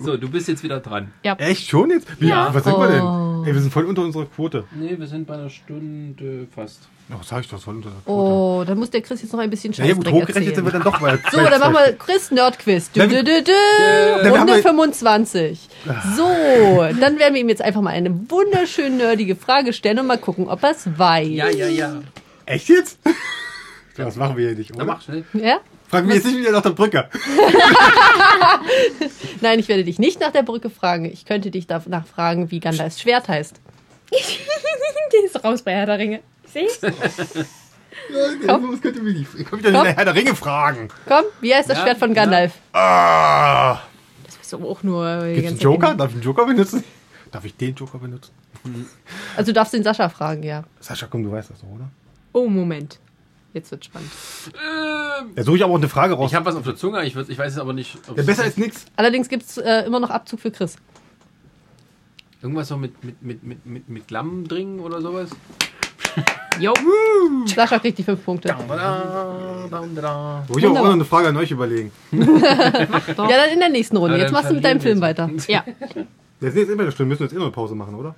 so, du bist jetzt wieder dran.
Ja.
Echt schon jetzt? Wie,
Ja.
Was sind wir
Oh.
denn? Ey, wir sind voll unter unserer Quote.
Nee, wir sind bei einer Stunde fast.
Oh, sag ich doch, voll unter unserer Quote.
Oh, dann muss der Chris jetzt noch ein bisschen
ja, ja, gut,
Scheißdreck
hochgerechnet sind wir
erzählen.
dann doch mal.
So, dann machen wir Chris Nerdquiz. Dü,
Dann-
dü, dü, dü.
Dann
haben
Runde
wir- Ah.
25. So, dann werden wir ihm jetzt einfach mal eine wunderschön nerdige Frage stellen und mal gucken, ob er es weiß.
Ja, ja, ja.
Echt jetzt? Das machen wir hier nicht,
Dann
oder?
mach schnell.
Ja?
Frag mich jetzt nicht wieder nach der Brücke.
Nein, ich werde dich nicht nach der Brücke fragen. Ich könnte dich danach fragen, wie Gandalfs Schwert heißt.
Die ist raus bei Herr der Ringe. Siehst
Komm.
Was könnt ihr mich nicht? Ihr könnt mich doch nicht
Komm.
nach Herr der Ringe fragen.
Komm, wie heißt das
Ja,
Schwert von
ja.
Gandalf?
Ah.
Das ist aber auch nur. die
Gibt's einen
ganze
Joker? Darf ich einen Joker benutzen? Darf ich den Joker benutzen?
Also du darfst den Sascha fragen, ja.
Sascha, komm, du weißt das doch, oder?
Oh, Moment. Jetzt wird spannend.
Ähm,
Ja, suche ich aber auch eine Frage raus.
ich habe was auf der Zunge, ich, würd- ich weiß es aber nicht. ob
ja,
es-
besser als nix.
Allerdings gibt es äh, immer noch Abzug für Chris.
Irgendwas so mit, mit, mit, mit, mit, mit Glamm dringen oder sowas?
Jo.
Sascha kriegt die fünf Punkte.
Da, da, da.
Muss ich aber auch
Wunderbar.
noch eine Frage an euch überlegen.
Doch.
Ja, dann in der nächsten Runde. Jetzt machst du mit deinem Film weiter.
Ja.
Wir sind jetzt immer eine Stunde, müssen jetzt immer eine Pause machen, oder?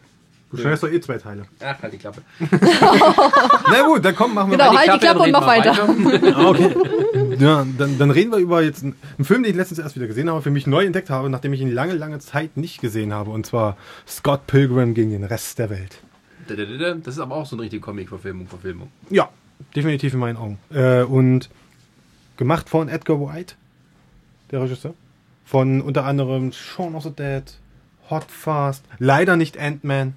Du schneidest doch eh zwei Teile.
Ach, halt die Klappe.
Na gut, dann komm, machen wir
Genau,
Die
halt die Klappe und
reden
mach
wir
weiter.
Ah, okay. Ja, dann, dann reden wir über jetzt einen, einen Film, den ich letztens erst wieder gesehen habe, für mich neu entdeckt habe, nachdem ich ihn lange, lange Zeit nicht gesehen habe. Und zwar Scott Pilgrim gegen den Rest der Welt.
Da, da, da, da. Das ist aber auch so eine richtige Comic-Verfilmung, Verfilmung.
Ja, definitiv in meinen Augen. Äh, und gemacht von Edgar White, der Regisseur. Von unter anderem Shaun of the Dead, Hot Fast, leider nicht Ant-Man.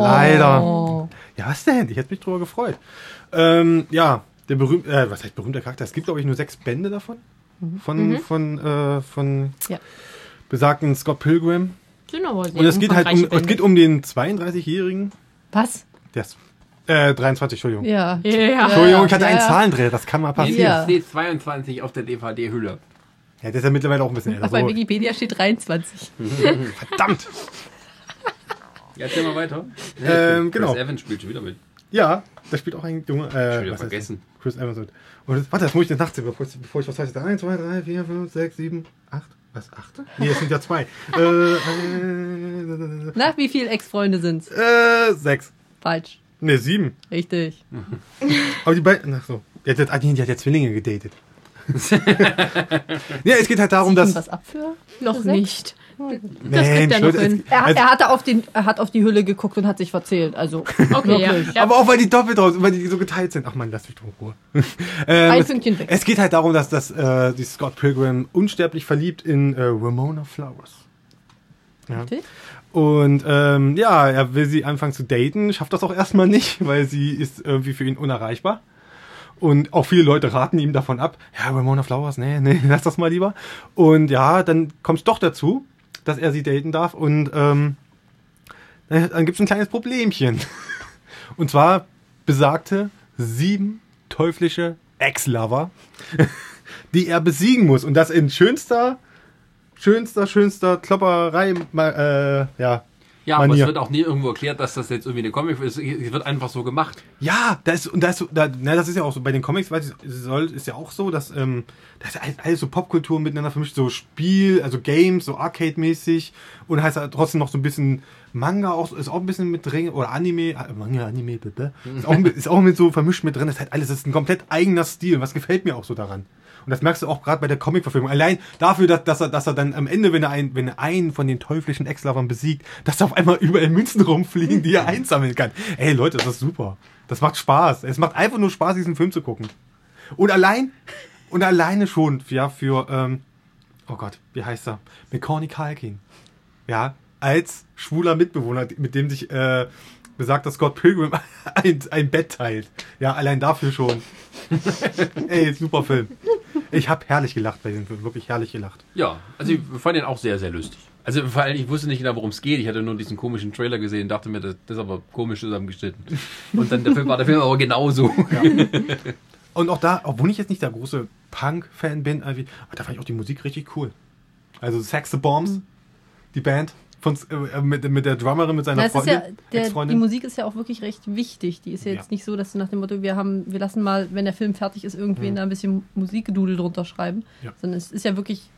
Leider. Ja, was denn? Ich hätte mich drüber gefreut. Ähm, ja, der berühmte, äh, was heißt berühmter Charakter? Es gibt, glaube ich, nur sechs Bände davon. Von, von, äh, von
Mhm. Ja.
besagten Scott Pilgrim.
Sind aber sehr
Und es geht halt um,
umfangreiche
es geht um den 32-Jährigen.
Was?
Der ist, äh, 23, Entschuldigen.
Ja.
Bände. Ja. ja.
Entschuldigung, ich hatte
Ja,
einen
ja.
Zahlendreher, das kann mal passieren.
Ja.
Jetzt steht 22 auf der DVD-Hülle.
Ja, der ist ja mittlerweile auch ein bisschen älter.
Ach, bei
So,
Wikipedia steht 23.
verdammt!
Ja, erzähl mal weiter.
Ähm, genau.
Chris Evans spielt schon wieder mit.
Ja, da spielt auch ein Junge. Äh,
wieder
was heißt
vergessen.
das? Chris Evans. Und das, warte, das muss ich jetzt nachziehen, bevor ich, bevor ich was heiße. 1, 2, 3, 4, 5, 6, 7, 8. Was? 8? Nee, es sind ja zwei. äh,
Na, wie viele Ex-Freunde sind's?
äh, äh, 6.
Falsch.
Ne, 7.
Richtig.
Aber die beiden. Ach so. Jetzt, jetzt, ah, nee, die hat ja Zwillinge gedatet. ja, es geht halt darum, dass.
Sieben was ab für?
Noch
Sechs?
nicht.
Mensch,
kriegt er noch
Leute, es- also-
hin.
Er, er, hatte auf den, er hat auf die Hülle geguckt und hat sich verzählt. Also,
Okay, ja. ja.
Aber auch weil die doppelt raus, weil die so geteilt sind. Ach man, lass mich doch in Ruhe. ähm,
Ein
es-
Fünkchen weg.
Es geht halt darum, dass, dass äh, die Scott Pilgrim unsterblich verliebt in äh, Ramona Flowers. Ja.
Richtig.
Und ähm, ja, er will sie anfangen zu daten, schafft das auch erstmal nicht, weil sie ist irgendwie für ihn unerreichbar. Und auch viele Leute raten ihm davon ab, ja, Ramona Flowers, nee, nee, lass das mal lieber. Und ja, dann kommt es doch dazu, dass er sie daten darf und ähm, dann gibt es ein kleines Problemchen. Und zwar besagte sieben teuflische Ex-Lover, die er besiegen muss. Und das in schönster, schönster, schönster Klopperei, ma- äh, ja.
Ja, aber
Manier.
es wird auch nie irgendwo erklärt, dass das jetzt irgendwie eine Comic ist. Es wird einfach so gemacht.
Ja, da ist, und da ist, so- da, na, das ist ja auch so, bei den Comics, weiß ich, soll, ist ja auch so, dass, ähm, da ist alles, alles so Popkultur miteinander vermischt, so Spiel, also Games, so Arcade-mäßig und heißt halt trotzdem noch so ein bisschen Manga, auch, ist auch ein bisschen mit drin, oder Anime, äh, Manga, Anime, bitte, ist auch, mit- ist auch mit so vermischt mit drin, das ist halt alles, das ist ein komplett eigener Stil und was gefällt mir auch so daran. Und das merkst du auch gerade bei der Comic-Verfilmung. Allein dafür, dass, dass, er, dass er dann am Ende, wenn er einen, wenn er einen von den teuflischen Ex-Lovern besiegt, dass da auf einmal überall Münzen rumfliegen, die er einsammeln kann. Ey Leute, das ist super. Das macht Spaß. Es macht einfach nur Spaß, diesen Film zu gucken. Und allein, und alleine schon, ja, für, ähm, oh Gott, wie heißt er? McCorny Kalkin. Ja, als schwuler Mitbewohner, mit dem sich, äh, besagt, dass Scott Pilgrim ein, ein Bett teilt. Ja, allein dafür schon. Ey, super Film. Ich habe herrlich gelacht bei diesem Film, wirklich herrlich gelacht.
Ja, also ich fand den auch sehr, sehr lustig. Also vor allem, ich wusste nicht genau, worum es geht. Ich hatte nur diesen komischen Trailer gesehen und dachte mir, das, das ist aber komisch zusammengeschnitten. Und dann der Film war der Film aber genauso.
Und auch da, obwohl ich jetzt nicht der große
Mhm.
Punk-Fan bin, irgendwie, aber da fand ich auch die Musik richtig cool. Also Sex the Bombs, die Band, von, äh, mit, mit der Drummerin, mit seiner
Na, es ist ja,
Freundin,
der, die
Ex-Freundin.
Musik ist ja auch wirklich recht wichtig. Die ist ja jetzt
Ja.
nicht so, dass du nach dem Motto, wir haben, wir lassen mal, wenn der Film fertig ist, irgendwen da ein bisschen Musikgedudel drunter schreiben.
Mhm. Ja.
Sondern es ist ja wirklich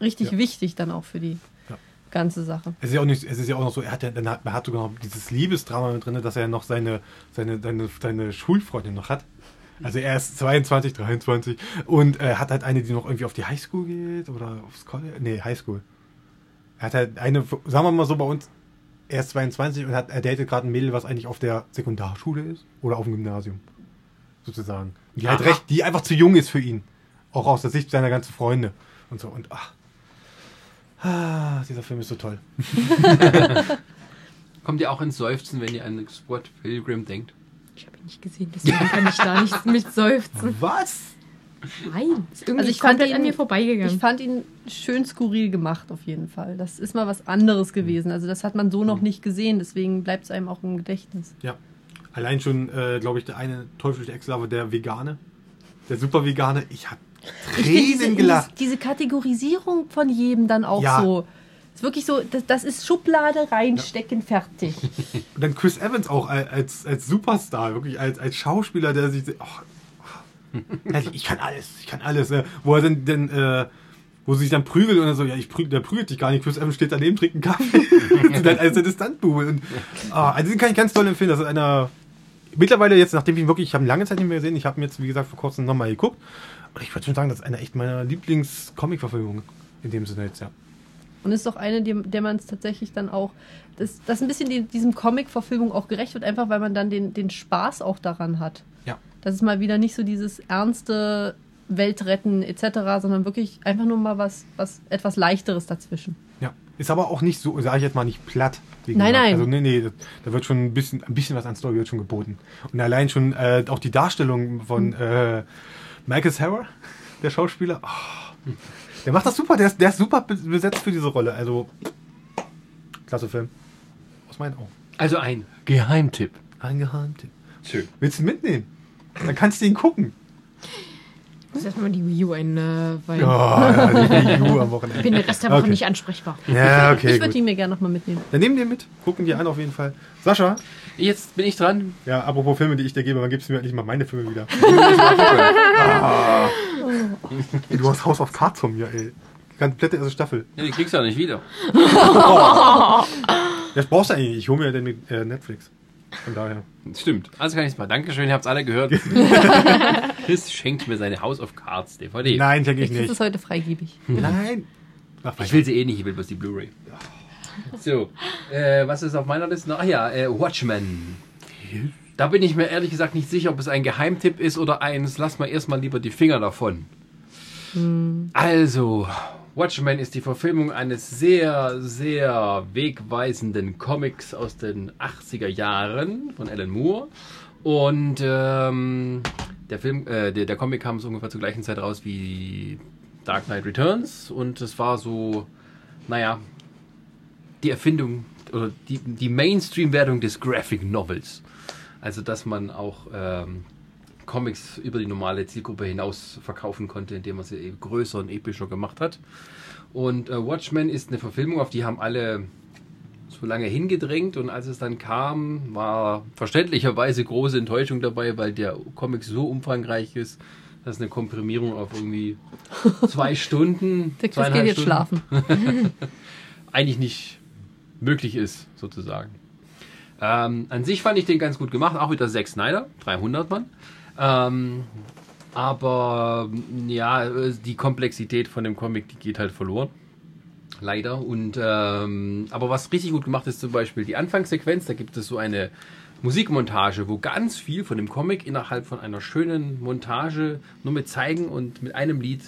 richtig
Ja.
wichtig dann auch für die
Ja.
ganze Sache.
Es ist ja auch nicht, es ist ja auch noch so, er hat ja, dann hat, man hat sogar noch dieses Liebesdrama mit drin, dass er noch seine, seine, seine, seine Schulfreundin noch hat. Also er ist 22, 23 und äh, hat halt eine, die noch irgendwie auf die Highschool geht oder aufs College. Nee, Highschool. Er hat halt eine, sagen wir mal so bei uns, er ist 22 und hat, er datet gerade ein Mädel, was eigentlich auf der Sekundarschule ist oder auf dem Gymnasium. Sozusagen. Und die halt
Aha.
recht, die einfach zu jung ist für ihn. Auch aus der Sicht seiner ganzen Freunde und so. Und ach. Ah, dieser Film ist so toll.
Kommt ihr auch ins Seufzen, wenn ihr an Squad Pilgrim denkt?
Ich habe ihn nicht gesehen, deswegen kann ich da nicht mit seufzen.
Was?
Nein. Ist irgendwie
Also
also
ich
ich
fand
komplett
ihn-
an mir
Ich
vorbeigegangen.
fand ihn schön skurril gemacht auf jeden Fall. Das ist mal was anderes
Mhm.
gewesen. Also das hat man so noch nicht gesehen, deswegen bleibt es einem auch im Gedächtnis.
Ja. Allein schon, äh, glaube ich, der eine teuflische Exklave, der Vegane. Der super Vegane. Ich habe Tränen gelacht.
Diese, Kategorisierung von jedem dann auch
Ja.
so. Ist wirklich so, das, das ist Schublade reinstecken, fertig.
Und dann Chris Evans auch al- als, als Superstar, wirklich als, als Schauspieler, der sich. Oh, oh. Also ich kann alles, ich kann alles. Ne? Wo er dann, dann äh, wo sie sich dann prügelt und dann so, ja, ich prügel, der prügelt dich gar nicht. Chris Evans steht daneben, trinkt einen Kaffee. und dann als eine Stuntbube. Und, ah, also den kann ich ganz toll empfehlen. Das ist einer. Mittlerweile jetzt, nachdem ich ihn wirklich, ich habe ihn lange Zeit nicht mehr gesehen, ich habe ihn jetzt, wie gesagt, vor kurzem nochmal geguckt. Und ich würde schon sagen, das ist einer echt meiner Lieblings-Comic-Verfilmungen. In dem Sinne jetzt, ja.
Und ist doch eine, die, der man es tatsächlich dann auch, das, das ein bisschen die, diesem Comic-Verfilmung auch gerecht wird, einfach weil man dann den, den Spaß auch daran hat.
Ja.
Das ist mal wieder nicht so dieses ernste Weltretten etc., sondern wirklich einfach nur mal was, was etwas leichteres dazwischen.
Ja. Ist aber auch nicht so, sage ich jetzt mal, nicht platt. wie
Nein, nein.
Also nee, nee, das- da wird schon ein bisschen, ein bisschen was an Story wird schon geboten. Und allein schon äh, auch die Darstellung von
Hm.
äh, Michael Sarah, der Schauspieler, oh, der macht das super, der ist, der ist super be- besetzt für diese Rolle. Also, klasse Film. Aus meinen Augen.
Also ein Geheimtipp.
Angeheimte.
Schön.
Willst du ihn mitnehmen? Dann kannst du ihn gucken.
Ich muss erstmal die Wii U einweihen.
Oh, ja, die EU am Wochenende.
Ich bin den Rest der Woche
Okay.
nicht ansprechbar.
Ja,
ich
okay. gut.
würde ihn mir gerne nochmal mitnehmen.
Dann nehmen wir mit, gucken die an auf jeden Fall. Sascha,
Jetzt bin ich dran.
ja, apropos Filme, die ich dir gebe, wann gibst du mir endlich mal meine Filme wieder? Ah. Du hast House of Cards von mir, ey. Komplette erste Staffel.
Ja, die kriegst du auch nicht wieder.
Das brauchst du eigentlich nicht. Ich hole mir ja den mit, äh, Netflix. Von daher.
Stimmt. Also kann ich es mal. Dankeschön, ihr habt es alle gehört. Chris schenkt mir seine House of Cards DVD.
Nein, denke ich
Ich kriege
nicht.
es heute freigebig.
Nein. Ach,
Ich will sie eh nicht, ich will bloß die Blu-ray. So, äh, was ist auf meiner Liste? noch? Ach ja, äh, Watchmen. Da bin ich mir ehrlich gesagt nicht sicher, ob es ein Geheimtipp ist oder eins. Lass mal erstmal lieber die Finger davon. Also, Watchmen ist die Verfilmung eines sehr, sehr wegweisenden Comics aus den 80er Jahren von Alan Moore. Und ähm, der Film, äh, der, der Comic kam so ungefähr zur gleichen Zeit raus wie Dark Knight Returns. Und es war so, naja, die Erfindung oder die, die Mainstream-Wertung des Graphic Novels. Also, dass man auch ähm, Comics über die normale Zielgruppe hinaus verkaufen konnte, indem man sie eben größer und epischer gemacht hat. Und äh, Watchmen ist eine Verfilmung, auf die haben alle so lange hingedrängt und als es dann kam, war verständlicherweise große Enttäuschung dabei, weil der Comic so umfangreich ist, dass eine Komprimierung auf irgendwie zwei Stunden,
Der Chris
zweieinhalb
geht jetzt
Stunden
schlafen.
eigentlich nicht möglich ist, sozusagen. Ähm, an sich fand ich den ganz gut gemacht, auch wieder Zack Snyder, 300 Mann. Ähm, aber m, ja, äh, die Komplexität von dem Comic, die geht halt verloren. Leider. Und ähm, aber was richtig gut gemacht ist, zum Beispiel die Anfangssequenz, da gibt es so eine Musikmontage, wo ganz viel von dem Comic innerhalb von einer schönen Montage nur mit Zeigen und mit einem Lied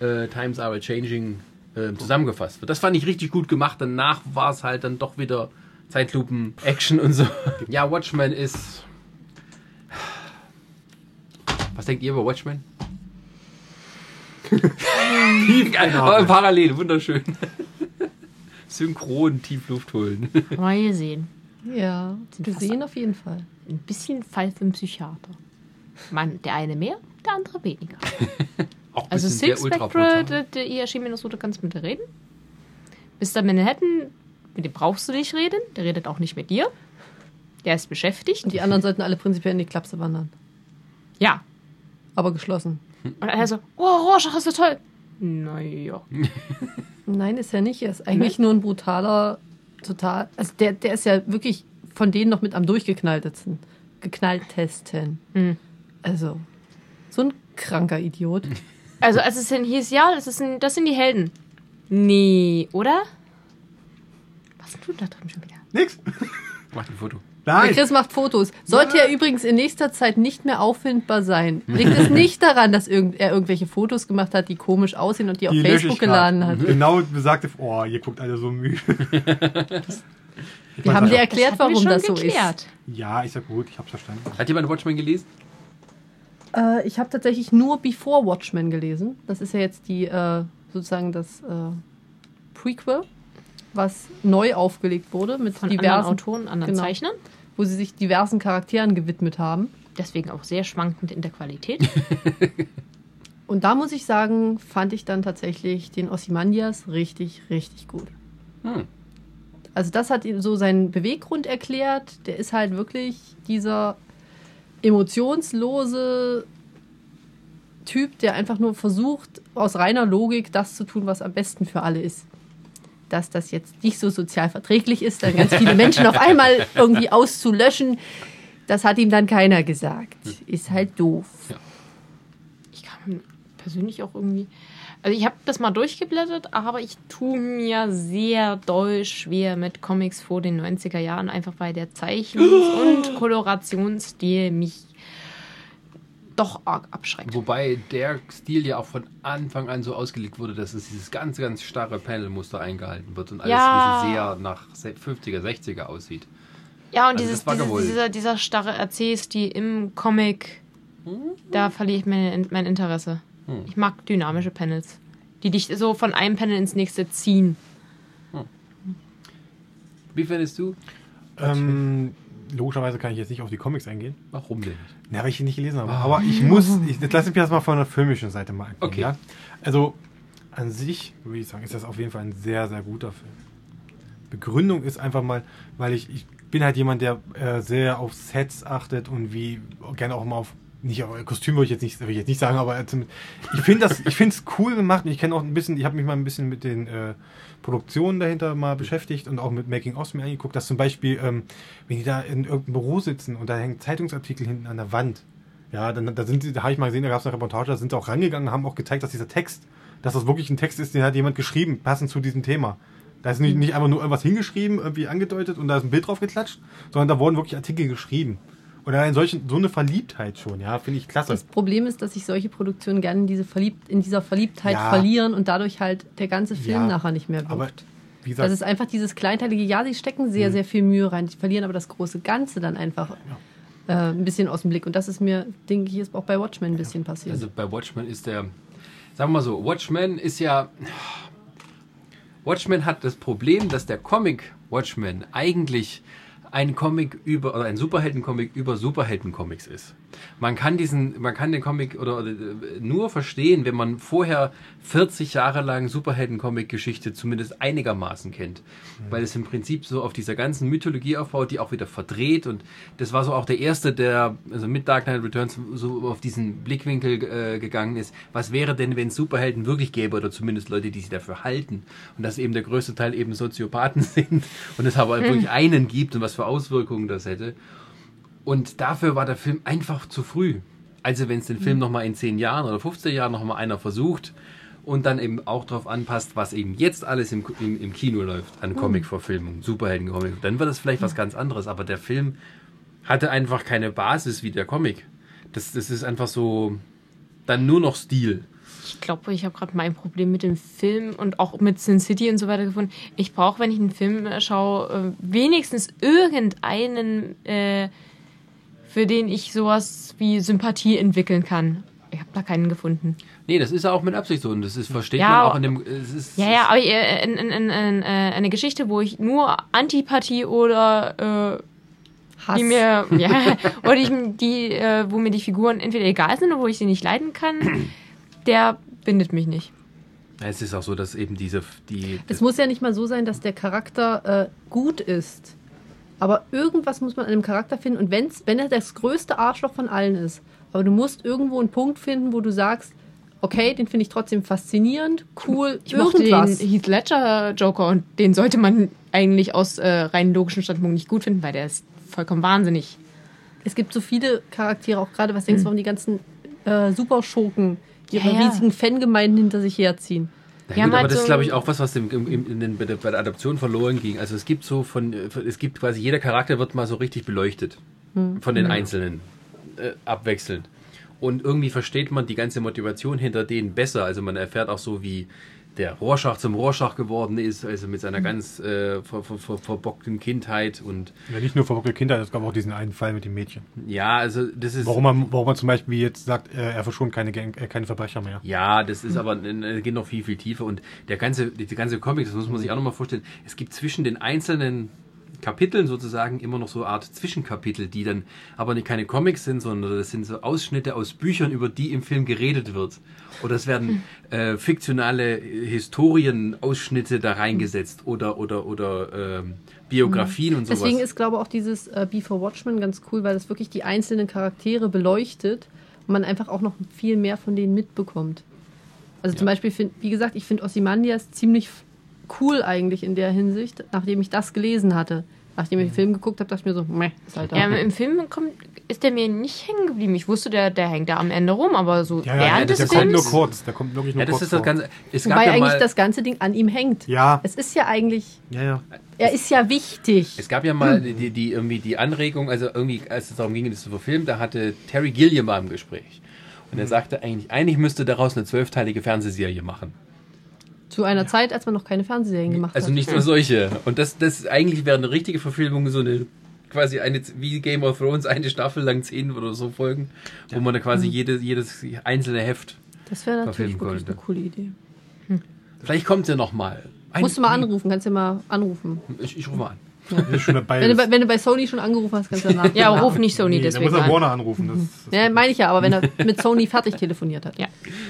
äh, Times Are a Changing äh, zusammengefasst wird. Das fand ich richtig gut gemacht. Danach war es halt dann doch wieder Zeitlupen, Action und so. ja, Watchmen ist. Was denkt ihr über Watchmen? Tief einatmen. Parallel, wunderschön. Synchron tief Luft holen.
Mal sehen.
Ja, gesehen auf jeden Fall.
Ein bisschen Fall für einen Psychiater. Mann, der eine mehr, der andere weniger.
Auch ein
Also
bisschen sehr
Six Spectre,
ultraprotal.
der, der Ia Shimino Suda kannst mit dir reden. Mr. Manhattan Mit dem brauchst du nicht reden. Der redet auch nicht mit dir. Der ist beschäftigt.
Und die anderen sollten alle prinzipiell in die Klapse wandern.
Ja.
Aber geschlossen.
Und er so, oh, Rorschach ist so toll. Naja.
Nein, ist er nicht. Er ist eigentlich nur ein brutaler, total. Also der, der ist ja wirklich von denen noch mit am durchgeknalltesten. Geknalltesten.
Hm.
Also, so ein kranker Idiot.
Also als es denn hieß, ja, das, ist ein, das sind die Helden. Nee, oder? Was denn du da drin schon wieder?
Nix.
Macht ein Foto.
Der
Nein.
Chris macht Fotos. Sollte er übrigens in nächster Zeit nicht mehr auffindbar sein, liegt es nicht daran, dass irgend, er irgendwelche Fotos gemacht hat, die komisch aussehen und die auf
Die lösche
Facebook
ich grad.
geladen hat.
Genau besagte, oh, ihr guckt alle so müde.
Wir haben dir erklärt,
hatten wir
warum
schon
das so ist.
geklärt.
Ja, ich sag gut, ich hab's verstanden.
Hat jemand Watchmen gelesen?
Äh, ich habe tatsächlich nur Before Watchmen gelesen. Das ist ja jetzt die äh, sozusagen das äh, Prequel, was neu aufgelegt wurde mit
Von anderen
diversen,
Autoren, anderen
Genau.
Zeichnern.
wo sie sich diversen Charakteren gewidmet haben.
Deswegen auch sehr schwankend in der Qualität.
Und da muss ich sagen, fand ich dann tatsächlich den Ossimandias richtig, richtig gut.
Hm.
Also das hat ihm so seinen Beweggrund erklärt. Der ist halt wirklich dieser emotionslose Typ, der einfach nur versucht, aus reiner Logik das zu tun, was am besten für alle ist. Dass das jetzt nicht so sozial verträglich ist, dann ganz viele Menschen auf einmal irgendwie auszulöschen, das hat ihm dann keiner gesagt. Ist halt doof.
Ich kann persönlich auch irgendwie. Also ich habe das mal durchgeblättert, aber ich tue mir sehr doll schwer mit Comics vor den 90er Jahren, einfach weil der Zeichnungs- und Kolorationsstil mich doch arg abschreckt.
Wobei der Stil ja auch von Anfang an so ausgelegt wurde, dass es dieses ganz, ganz starre Panelmuster eingehalten wird und alles
Ja.
ein bisschen sehr nach se- 50er, 60er aussieht.
Ja, und
Also
dieses,
das war
dieses,
gewollt.
dieser, dieser starre Erzählstil im Comic, da verliere ich mein, mein Interesse.
Hm.
Ich mag dynamische Panels, die dich so von einem Panel ins nächste ziehen.
Wie findest du?
Ähm, logischerweise kann ich jetzt nicht auf die Comics eingehen.
Warum denn nicht?
Na, weil ich ihn nicht gelesen habe. Aber ich muss, ich, das lasse ich mir das mal von der filmischen Seite mal angucken.
Okay.
Ja? Also, an sich, würde ich sagen, ist das auf jeden Fall ein sehr, sehr guter Film. Begründung ist einfach mal, weil ich, ich bin halt jemand, der äh, sehr auf Sets achtet und wie gerne auch mal auf nicht auf Kostüm würde ich jetzt nicht, würde ich jetzt nicht sagen, aber äh, zum- ich finde das, ich finde es cool gemacht. und Ich kenne auch ein bisschen, ich habe mich mal ein bisschen mit den äh, Produktionen dahinter mal beschäftigt und auch mit Making ofs mir angeguckt, dass zum Beispiel, ähm, wenn die da in irgendeinem Büro sitzen und da hängen Zeitungsartikel hinten an der Wand, ja, dann da sind sie, da habe ich mal gesehen, da gab es eine Reportage, da sind sie auch rangegangen, haben auch gezeigt, dass dieser Text, dass das wirklich ein Text ist, den hat jemand geschrieben, passend zu diesem Thema. Da ist
Mhm.
nicht, nicht einfach nur irgendwas hingeschrieben, irgendwie angedeutet und da ist ein Bild drauf geklatscht, sondern da wurden wirklich Artikel geschrieben. Und allein solchen, so eine Verliebtheit schon, ja, finde ich klasse.
Das Problem ist, dass sich solche Produktionen gerne in, diese Verliebt, in dieser Verliebtheit
Ja.
verlieren und dadurch halt der ganze Film
Ja,
nachher nicht mehr wirkt.
Aber wie
das
gesagt,
ist einfach dieses kleinteilige, ja, sie stecken sehr, sehr viel Mühe rein, die verlieren aber das große Ganze dann einfach äh, ein bisschen aus dem Blick. Und das ist mir, denke ich, ist auch bei Watchmen ein bisschen passiert.
Also bei Watchmen ist der, sagen wir mal so, Watchmen ist ja, Watchmen hat das Problem, dass der Comic Watchmen eigentlich ein Comic über oder ein Superheldencomic über Superheldencomics ist. Man kann diesen, man kann den Comic oder, oder äh, nur verstehen, wenn man vorher 40 Jahre lang Superheldencomic-Geschichte zumindest einigermaßen kennt, weil es im Prinzip so auf dieser ganzen Mythologie aufbaut, die auch wieder verdreht und das war so auch der erste, der also mit Dark Knight Returns so auf diesen Blickwinkel äh, gegangen ist. Was wäre denn, wenn es Superhelden wirklich gäbe oder zumindest Leute, die sich dafür halten und dass eben der größte Teil eben Soziopathen sind und es aber wirklich einen gibt und was für Auswirkungen das hätte. Und dafür war der Film einfach zu früh. Also wenn es den
Mhm.
Film nochmal in 10 Jahren oder 15 Jahren nochmal einer versucht und dann eben auch darauf anpasst, was eben jetzt alles im, im, im Kino läuft
Mhm.
an Comic-Verfilmung, Superhelden-Comic, dann wird das vielleicht was ganz anderes. Aber der Film hatte einfach keine Basis wie der Comic. Das, das ist einfach so dann nur noch Stil.
Ich glaube, ich habe gerade mein Problem mit dem Film und auch mit Sin City und so weiter gefunden. Ich brauche, wenn ich einen Film äh, schaue, äh, wenigstens irgendeinen, äh, für den ich sowas wie Sympathie entwickeln kann. Ich habe da keinen gefunden.
Nee, das ist ja auch mit Absicht so und das ist, versteht
Ja,
man auch in dem. Es ist,
Ja, ja, aber äh, in, in, in, in, äh, eine Geschichte, wo ich nur Antipathie oder äh,
Hass.
die mir, ja, oder ich, die, äh, wo mir die Figuren entweder egal sind oder wo ich sie nicht leiden kann, der bindet mich nicht.
Es ist auch so, dass eben diese. Die,
Es muss ja nicht mal so sein, dass der Charakter äh, gut ist. Aber irgendwas muss man an dem Charakter finden. Und wenn's, wenn er das größte Arschloch von allen ist, aber du musst irgendwo einen Punkt finden, wo du sagst, okay, den finde ich trotzdem faszinierend, cool,
Ich mochte den
irgendwas.
Heath Ledger Joker und den sollte man eigentlich aus äh, rein logischem Standpunkt nicht gut finden, weil der ist vollkommen wahnsinnig.
Es gibt so viele Charaktere, auch gerade was denkst du,
Mhm.
warum die ganzen äh, Superschurken die
Ja,
ihre
ja.
riesigen Fangemeinden hinter sich herziehen.
Na
Die
gut,
haben
aber
halt
das ist,
so-
glaube ich, auch was, was dem, im, im, in den, bei der bei der Adaption verloren ging. Also es gibt so von, äh, es gibt quasi jeder Charakter wird mal so richtig beleuchtet von den Einzelnen, äh, abwechselnd. Und irgendwie versteht man die ganze Motivation hinter denen besser. Also man erfährt auch so, wie der Rorschach zum Rorschach geworden ist, also mit seiner ganz äh, ver, ver, ver, verbockten Kindheit. Und
Ja, nicht nur verrückte Kindheit, es gab auch diesen einen Fall mit dem Mädchen.
ja, also das ist...
Warum man, warum man zum Beispiel jetzt sagt, äh, er verschont keine, Gang, äh, keine Verbrecher mehr.
Ja, das ist aber äh, geht noch viel, viel tiefer. Und der ganze, die die ganze Comic, das muss man sich auch nochmal vorstellen, es gibt zwischen den einzelnen Kapiteln sozusagen immer noch so eine Art Zwischenkapitel, die dann aber nicht keine Comics sind, sondern das sind so Ausschnitte aus Büchern, über die im Film geredet wird. Oder es werden äh, fiktionale äh, Historienausschnitte da reingesetzt oder oder oder ähm, Biografien und sowas.
Deswegen ist, glaube ich, auch dieses äh, Before Watchmen ganz cool, weil das wirklich die einzelnen Charaktere beleuchtet und man einfach auch noch viel mehr von denen mitbekommt. Also zum Beispiel, find, wie gesagt, ich finde Ozymandias ziemlich f- cool eigentlich in der Hinsicht, nachdem ich das gelesen hatte. Nachdem
Mhm.
ich den Film geguckt habe, dachte ich mir so, meh, ist halt da.
Ähm, Im Film kommt, ist der mir nicht hängen geblieben. Ich wusste, der, der hängt da am Ende rum, aber so während
der,
des
kommt nur
Films.
kurz. Der kommt wirklich nur
ja, das
kurz.
ist das
vor.
ganze. Es gab
Wobei
ja
eigentlich
mal,
das ganze Ding an ihm hängt.
Ja,
Es ist ja eigentlich,
ja, ja.
er ist ja wichtig.
Es gab ja mal
Hm.
die, die irgendwie die Anregung, also irgendwie, als es darum ging, das zu verfilmen, da hatte Terry Gilliam mal im Gespräch. Und
Hm.
er sagte eigentlich, eigentlich müsste daraus eine zwölfteilige Fernsehserie machen.
Zu einer Zeit, als man noch keine Fernsehserien gemacht
Also
hat.
nicht nur solche. Und das, das eigentlich wäre eine richtige Verfilmung, so eine quasi eine wie Game of Thrones eine Staffel lang zehn oder so Folgen, wo man da
Hm.
quasi jede, jedes einzelne Heft.
Das wäre natürlich
verfilmen
wirklich
konnte.
eine coole Idee.
Vielleicht kommt ja noch mal. Ein-
Musst du mal anrufen, kannst du mal anrufen.
Ich, ich rufe mal an.
Das ist schon dabei.
Wenn du, bei- wenn du bei Sony schon angerufen hast, kannst du danach.
Ja, ruf nicht Sony
nee, da muss
deswegen
er
an.
Warner anrufen. Das, das
Ja, meine ich ja, aber wenn er mit Sony fertig telefoniert hat,
Ja.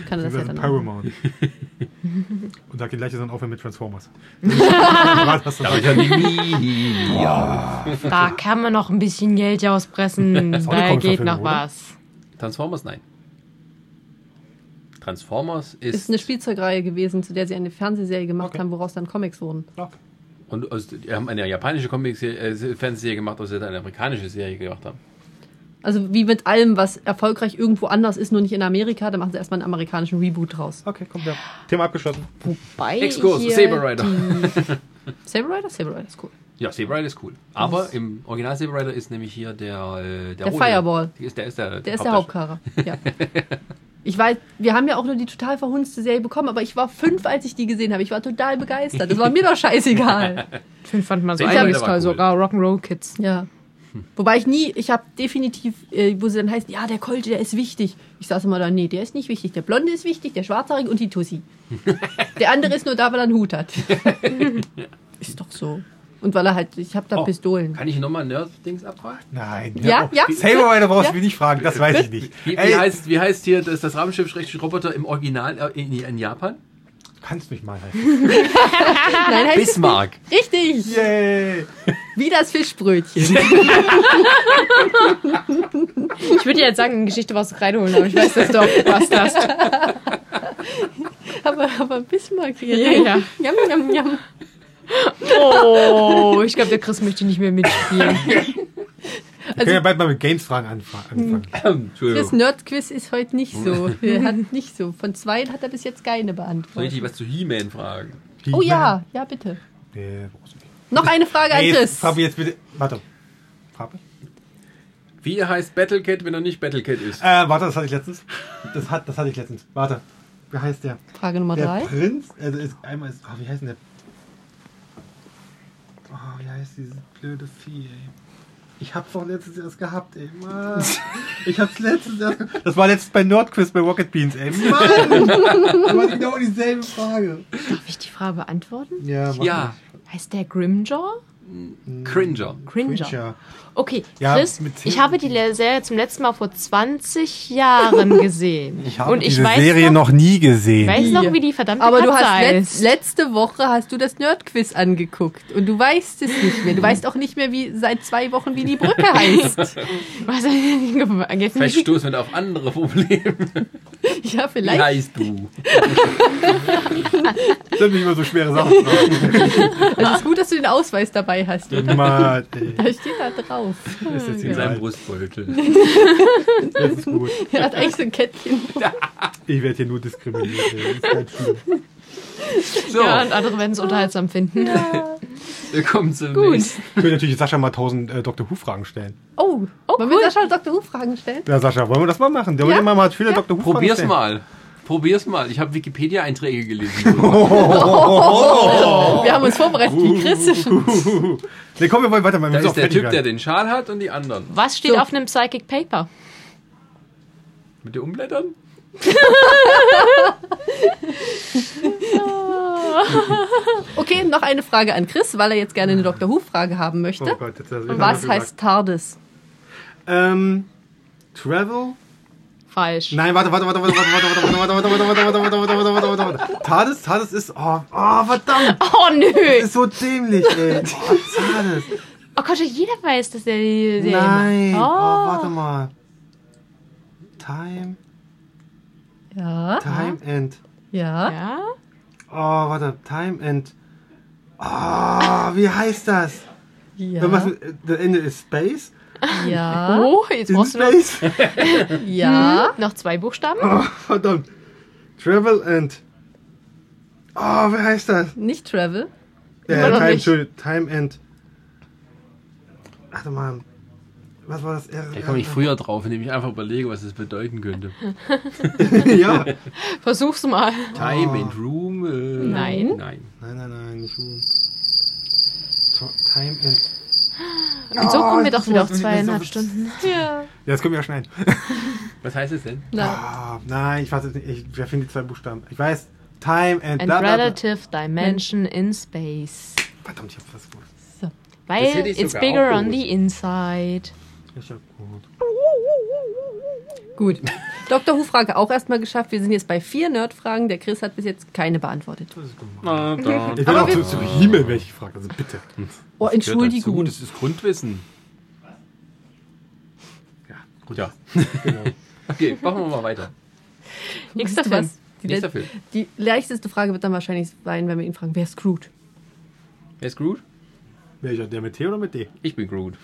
kann er das
Das
ja
ist
dann auch.
Paramount. Und sagt die gleiche dann aufhören mit Transformers. Was hast du
Aber
da?
ich hab nie-
Da kann man noch ein bisschen Geld auspressen.
auch eine
da geht
Comic-Verfilmung,
noch
oder?
was.
Transformers, nein. Transformers ist,
Ist eine Spielzeugreihe gewesen, zu der sie eine Fernsehserie gemacht
Okay.
haben, woraus dann Comics wurden.
Und aus, die haben eine japanische Comic-Serie, äh, Fernsehserie gemacht, aus der sie eine amerikanische Serie gemacht haben.
Also wie mit allem, was erfolgreich irgendwo anders ist, nur nicht in Amerika, da machen sie erstmal einen amerikanischen Reboot draus.
Okay, kommt ja. Thema abgeschlossen.
Bei
Exkurs,
hier
Saber Rider.
Saber Rider? Saber Rider ist cool.
Ja, Saber Rider ist cool. Aber im Original Saber Rider ist nämlich hier der äh,
Der Fireball.
Der ist der, ist der,
Der ist der Hauptcharakter. Ja. Ich weiß, wir haben ja auch nur die total verhunzte Serie bekommen, aber ich war fünf, als ich die gesehen habe. Ich war total begeistert. Das war mir doch scheißegal.
Film fand man so
Ich fand
einiges
der
toll,
war cool.
sogar Rock'n'Roll Kids.
Ja. Wobei ich nie, ich habe definitiv, äh, wo sie dann heißt, ja, der Kolte, der ist wichtig. Ich saß immer da, nee, der ist nicht wichtig. Der Blonde ist wichtig, der Schwarzhaarige und die Tussi. der andere ist nur da, weil er einen Hut hat. ist doch so. Und weil er halt, ich habe da
Oh,
Pistolen.
Kann ich nochmal Nerd-Dings abfragen?
Nein.
Ja, ja.
oh, Saber Rider brauchst du mich nicht fragen, das weiß ich nicht.
Wie, wie,
Ey,
heißt, wie heißt hier das, das Raumschiff schrägstrich Roboter im Original äh, in, in Japan?
kannst mich mal heißen.
Nein, heißt es
Bismarck.
nicht. richtig.
Yay!
Wie das Fischbrötchen.
Ich würde dir jetzt sagen, eine Geschichte was reinholen, aber ich weiß, dass du aufgepasst hast.
aber, aber Bismarck hier. ne?
Ja.
Jam, jam, jam.
Oh, ich glaube, der Chris möchte nicht mehr mitspielen.
Wir
Also-
können ja bald mal mit Games-Fragen anfa-
Hm.
anfangen.
Das
Ähm, Entschuldigung.
Nerdquiz ist heute nicht so. Er hat nicht so. Von zwei hat er bis jetzt keine
Soll ich dich
beantwortet.
was zu He-Man fragen?
Oh ja, ja, bitte.
Nee, brauchst du nicht.
Noch eine Frage an
Ey, jetzt,
Chris.
Fabi, jetzt bitte. Warte. Fabi?
Wie heißt Battlecat, wenn er nicht Battlecat ist?
Äh, warte, das hatte ich letztens. Das, hat, das hatte ich letztens. Warte. Wie heißt der?
Frage Nummer
Der
drei.
Prinz, also ist, einmal ist, oh, wie heißt denn der? Oh, wie heißt dieses blöde Vieh, ey? Ich hab's doch letztens erst gehabt, ey, Mann. Ich hab's letztens erst gehabt. Das war letztens bei Nordquiz bei Rocket Beans, ey, Mann. Du hast genau dieselbe Frage.
Darf ich die Frage beantworten?
Ja, mach
Ja.
Heißt der Grimjaw?
Cringer.
Cringer.
Creature.
Okay,
Ja,
Chris,
mit zehn-
ich habe die Le- Serie zum letzten Mal vor 20 Jahren gesehen.
Ich habe
Und ich
diese
weiß
Serie
noch,
noch, nie gesehen.
ich weiß noch, wie die verdammte
Aber
Katze
du hast
heißt.
letz, letzte Woche hast du das Nerdquiz angeguckt und du weißt es nicht mehr. Du weißt auch nicht mehr, wie seit zwei Wochen wie die Brücke heißt.
Was habe ich denn gemacht?
Vielleicht stoßen wir da auf andere Probleme.
ja,
Wie
vielleicht.
heißt du?
Das sind nicht immer so schwere Sachen.
Also Es ist gut, dass du den Ausweis dabei hast. Da
Mann, ey,
steht da drauf.
ist jetzt
In
hier
seinem
alt.
Brustbeutel.
Das ist gut.
Er hat eigentlich so ein Kettchen.
Ich werde hier nur diskriminiert. ey. Das ist ganz schlimm.
So,
Ja, und andere werden es unterhaltsam finden.
wir kommen zum
Gut.
nächsten.
Ich will natürlich Sascha mal 1000 äh, Dr. Who-Fragen stellen.
Oh,
Oh,
wollen
cool.
wir Sascha Dr. Who Fragen stellen?
Ja, Sascha, wollen wir das mal machen? Der
Ja,
ja? mal hat viele Dr. Who-Fragen
Probier's
stellen.
mal. Probier's mal. Ich habe Wikipedia-Einträge gelesen.
Wir haben uns vorbereitet wie Chris.
Nee, komm, wir wollen weitermachen.
Da
Wir müssen
ist
auch
der
fertig
Typ, der
werden.
den Schal hat und die anderen.
Was steht
So.
auf einem Psychic Paper?
Mit den Umblättern?
Okay, noch eine Frage an Chris, weil er jetzt gerne eine Dr. Who Frage haben
Oh
möchte.
Gott, jetzt, jetzt
Was heißt TARDIS?
Ähm, Travel?
Falsch.
Nein, warte, warte, warte, warte, warte, warte, warte, warte, warte, warte, warte, warte, warte, warte, warte, warte, warte. Tades, Tades ist. Oh, oh, verdammt!
Oh nö!
Ist so dämlich, ey. Oh, Tades.
Oh Gott, jeder weiß, dass der die Serie
Nein. Oh,
macht.
warte mal. Time,
Ja,
time and.
ja.
Ja?
Oh, warte, time and. Oh, wie heißt das? Irgendwas
Ja.
mit, äh, das Ende ist Space?
Ja.
Oh, jetzt
In
brauchst du noch,
Space?
Ja.
noch zwei Buchstaben.
Oh, verdammt. Travel and. Oh, wie heißt das?
Nicht Travel.
Äh,
Immer noch
Time,
nicht.
Entschuldigung, Time and. Warte mal. Was war das? R
Da komme ich früher drauf, indem ich einfach überlege, was das bedeuten könnte.
ja. Nein,
Versuch's mal.
Oh,
Time and Room? Äh,
Nein.
Nein.
nein, nein. nicht Ruhe. To- Time and.
Und so kommen wir doch wieder auf
sowas will ich mir
zweieinhalb
so-
Stunden. Ja.
Ja, das können wir ja schneiden.
Was heißt es denn?
Na,
Ah, nein, ich weiß es nicht. Ich, wer findet die zwei Buchstaben? Ich weiß. Time and.
And
bla, bla, bla.
relative dimension in space.
Verdammt, ich hab fast gewusst.
hätte
Weil
ich
it's
sogar auch
bigger on
gewusst.
the inside.
Ich hab gut.
gut. Dr. Who Frage auch erstmal geschafft. Wir sind jetzt bei vier Nerdfragen. Der Chris hat bis jetzt keine beantwortet.
Das ist gut.
Na, da.
Ich will auch zu, zu Himmel welche gefragt, also bitte.
Oh, Entschuldigung.
Das ist Grundwissen.
Ja,
Gut, ja. okay, machen wir mal weiter.
Nix
Weißt du
davon.
was? Die,
Nächster Film.
die leichteste Frage wird dann wahrscheinlich sein, wenn wir ihn fragen, wer ist Groot?
Wer ist Groot?
Welcher? Der mit T oder mit D?
Ich bin Groot.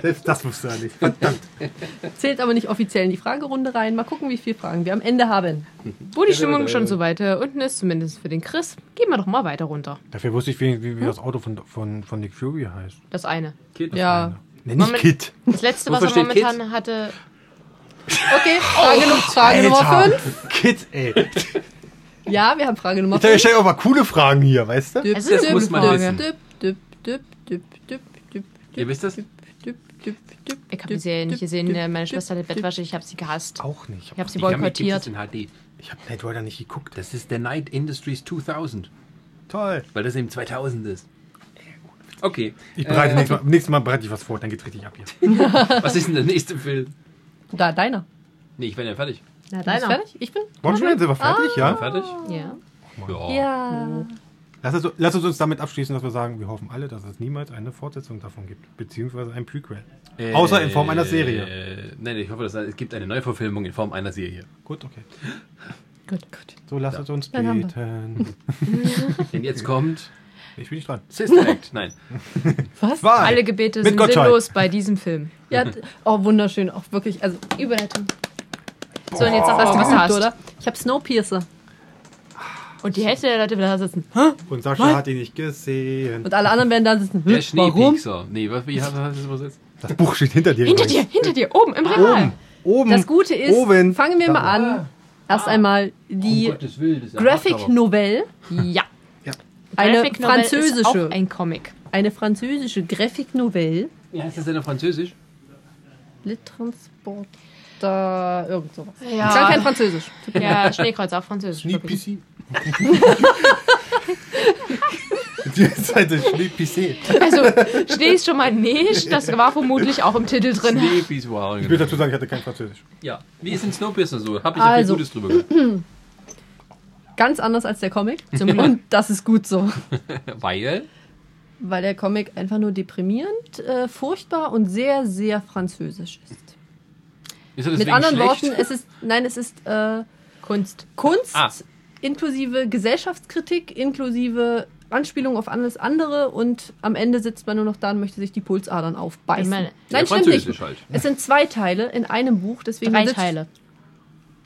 Selbst das wusste er nicht. Verdammt.
Zählt aber nicht offiziell in die Fragerunde rein. Mal gucken, wie viele Fragen wir am Ende haben.
Wo die Stimmung schon so weit äh, unten ist, zumindest für den Chris, gehen wir doch mal weiter runter.
Dafür wusste ich, wie, wie, wie das Auto von, von, von Nick Fury heißt.
Das eine.
Kid.
Ja.
Nenn ich
Moment.
Kid.
Das letzte, was
Wofür
er
steht
momentan hatte.
Okay, Frage, Num- Frage Nummer 5.
Kid, ey. Ich
Ja, wir haben Frage Nummer
dachte, ich
5.
stelle auch mal coole Fragen hier, weißt du?
Es ist
Das muss man wissen. Ihr wisst das?
Ich habe die Serie nicht gesehen, äh, meine Schwester hat Bettwäsche, ich habe sie gehasst.
Auch nicht.
Ich habe sie
Die Gummy gibt's
boykottiert.
in HD.
Ich habe Knight Rider nicht geguckt.
Das ist der Night Industries 2000,
Toll.
weil das eben 2000 ist. Okay,
Ich
Äh.
bereite nächstes, mal, nächstes Mal bereite ich was vor, dann geht's richtig ab hier.
was ist denn der nächste Film?
Da, deiner.
Nee, ich bin ja fertig.
Na,
Ist fertig? Ich bin?
Wollen wir schon wieder selber fertig,
Ah.
ja?
Fertig?
Ja.
Oh.
Ja.
Lass, uns- lass uns uns damit abschließen, dass wir sagen, wir hoffen alle, dass es niemals eine Fortsetzung davon gibt. Beziehungsweise ein Prequel.
Äh.
Außer in Form einer Serie.
Äh, nein, ich hoffe, dass, es gibt eine Neuverfilmung in Form einer Serie.
Gut, okay.
Gut, gut.
So, lasst es uns
Dann haben wir.
beten.
Denn jetzt kommt
Ich bin nicht dran.
Sister Act. Nein.
Was?
Zwei.
Alle Gebete
Mit
sind
Gottschalk.
sinnlos bei diesem Film.
Ja, d- oh, wunderschön. Auch wirklich, also
Überleitung. So, und jetzt sag, was du
gut,
hast.
oder? Ich habe Snowpiercer.
Und die Hälfte der Leute wieder da sitzen.
Und Sascha hat ihn nicht gesehen.
Und alle anderen werden da sitzen.
Der
Hm, Warum?
Schneepiekser. Nee, was, wie hast du das übersetzt?
Das Buch steht hinter dir.
Hinter
übrigens.
dir, hinter dir, oben im Regal.
Oben.
Das Gute ist,
Oben.
fangen wir mal
Da.
an. Erst einmal die
Um Willen. Oh das ist ein
Graphic
Hardcover.
Novelle.
Ja.
Ja.
Eine
Graphic Novel ist
französische.
Auch ein Comic.
Eine französische Graphic Novelle.
Wie heißt das denn auf Französisch?
Le Transporter, irgend sowas.
Ja.
Ich kann kein Französisch. Tut mir leid.
Ja, Schneekreuz auf Französisch. wirklich.
PC. Die ist halt das Schneepissé.
Also, Schnee ist schon mal nicht. Das war vermutlich auch im Titel drin.
Schneebies war
Ich will dazu sagen, ich hatte kein Französisch.
Ja, wie ist ein Snowpiercer so? Hab ich
Also.
also. viel Gutes drüber gehört.
Ganz anders als der Comic. Und das ist gut so.
Weil,
Weil der Comic einfach nur deprimierend, äh, furchtbar und sehr, sehr französisch ist.
ist er deswegen
Mit anderen
schlecht?
Worten, es ist, nein, es ist äh,
Kunst.
Kunst
Ah.
inklusive Gesellschaftskritik, inklusive Anspielung auf alles andere und am Ende sitzt man nur noch da und möchte sich die Pulsadern aufbeißen.
Ich meine-
ja,
nein, stimmt
französisch
nicht.
halt.
Es sind zwei Teile in einem Buch, deswegen
Drei
sitzt,
Teile.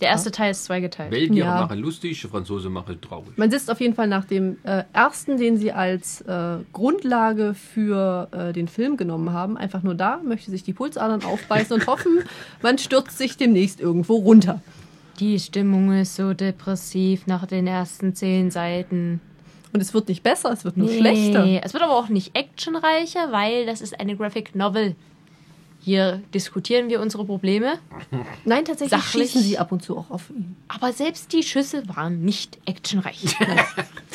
Der erste Teil ist zweigeteilt.
Belgier
Ja.
machen lustig, Franzose machen traurig.
Man sitzt auf jeden Fall nach dem äh, ersten, den sie als äh, Grundlage für äh, den Film genommen haben, einfach nur da, möchte sich die Pulsadern aufbeißen und hoffen, man stürzt sich demnächst irgendwo runter.
Die Stimmung ist so depressiv nach den ersten zehn Seiten.
Und es wird nicht besser, es wird nur schlechter.
Es wird aber auch nicht actionreicher, weil das ist eine Graphic Novel. Hier diskutieren wir unsere Probleme,
Nein, tatsächlich
Sachlich.
schießen sie ab und zu auch auf ihn.
aber selbst die Schüsse waren nicht actionreich.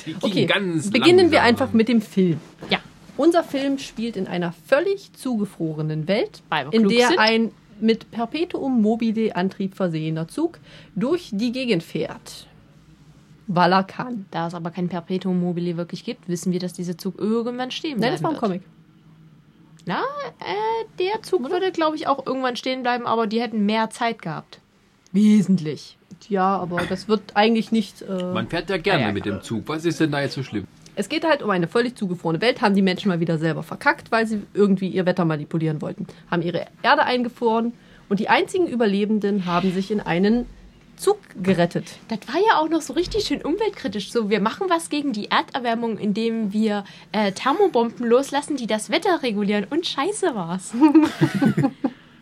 Die gingen
Okay,
ganz
beginnen wir
langsam.
einfach mit dem Film.
ja,
Unser Film spielt in einer völlig zugefrorenen Welt,
Weil wir
in
klug
der
sind.
ein mit Perpetuum mobile Antrieb versehener Zug durch die Gegend fährt. Weil er kann.
da es aber kein Perpetuum mobile wirklich gibt, wissen wir, dass dieser Zug irgendwann stehen
Nein,
bleiben
das war ein
wird.
Comic.
Na, äh, der Zug würde, glaube ich, auch irgendwann stehen bleiben, aber die hätten mehr Zeit gehabt. Wesentlich.
Ja, aber das wird eigentlich nicht. Äh,
Man fährt ja gerne
Ah, ja.
mit dem Zug. Was ist denn da jetzt so schlimm?
es geht halt um eine völlig zugefrorene Welt. Haben die Menschen mal wieder selber verkackt, weil sie irgendwie ihr Wetter manipulieren wollten. Haben ihre Erde eingefroren und die einzigen Überlebenden haben sich in einen Zug gerettet.
Das war ja auch noch so richtig schön umweltkritisch. So, wir machen was gegen die Erderwärmung, indem wir äh, Thermobomben loslassen, die das Wetter regulieren. Und scheiße war's.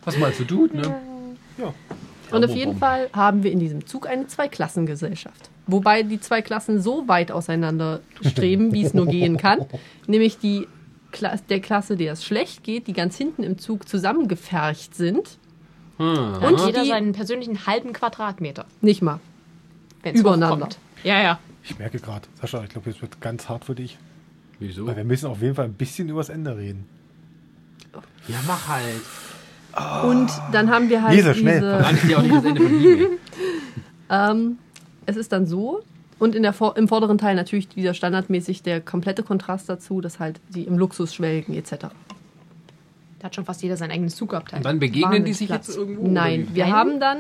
Was mal zu tut, ne?
Und auf jeden Fall haben wir in diesem Zug eine Zweiklassengesellschaft. Wobei die zwei Klassen so weit auseinander streben, wie es nur gehen kann. Nämlich die Kla der Klasse, der es schlecht geht, die ganz hinten im Zug zusammengefercht sind.
Hm.
Und
jeder
die
seinen persönlichen halben Quadratmeter,
nicht mal.
wenn's
Übereinander.
hochkommt. Ja, ja.
Ich merke gerade, Sascha, ich glaube, es wird ganz hart für dich.
Wieso?
Weil wir müssen auf jeden Fall ein bisschen übers Ende reden.
Ja, mach halt.
Und dann haben wir halt
Lisa, schnell.
diese.
Dann ist ja auch nicht das Ende von Liebe.
Ähm, es ist dann so, und in der, vor- im vorderen Teil natürlich wieder standardmäßig der komplette Kontrast dazu, dass halt die im Luxus schwelgen etc.
Da hat schon fast jeder sein eigenes Zugabteil.
Und dann begegnen
Wahnsinnig
die sich
Platz.
jetzt irgendwo?
Nein,
oder wie?
wir
Nein?
haben dann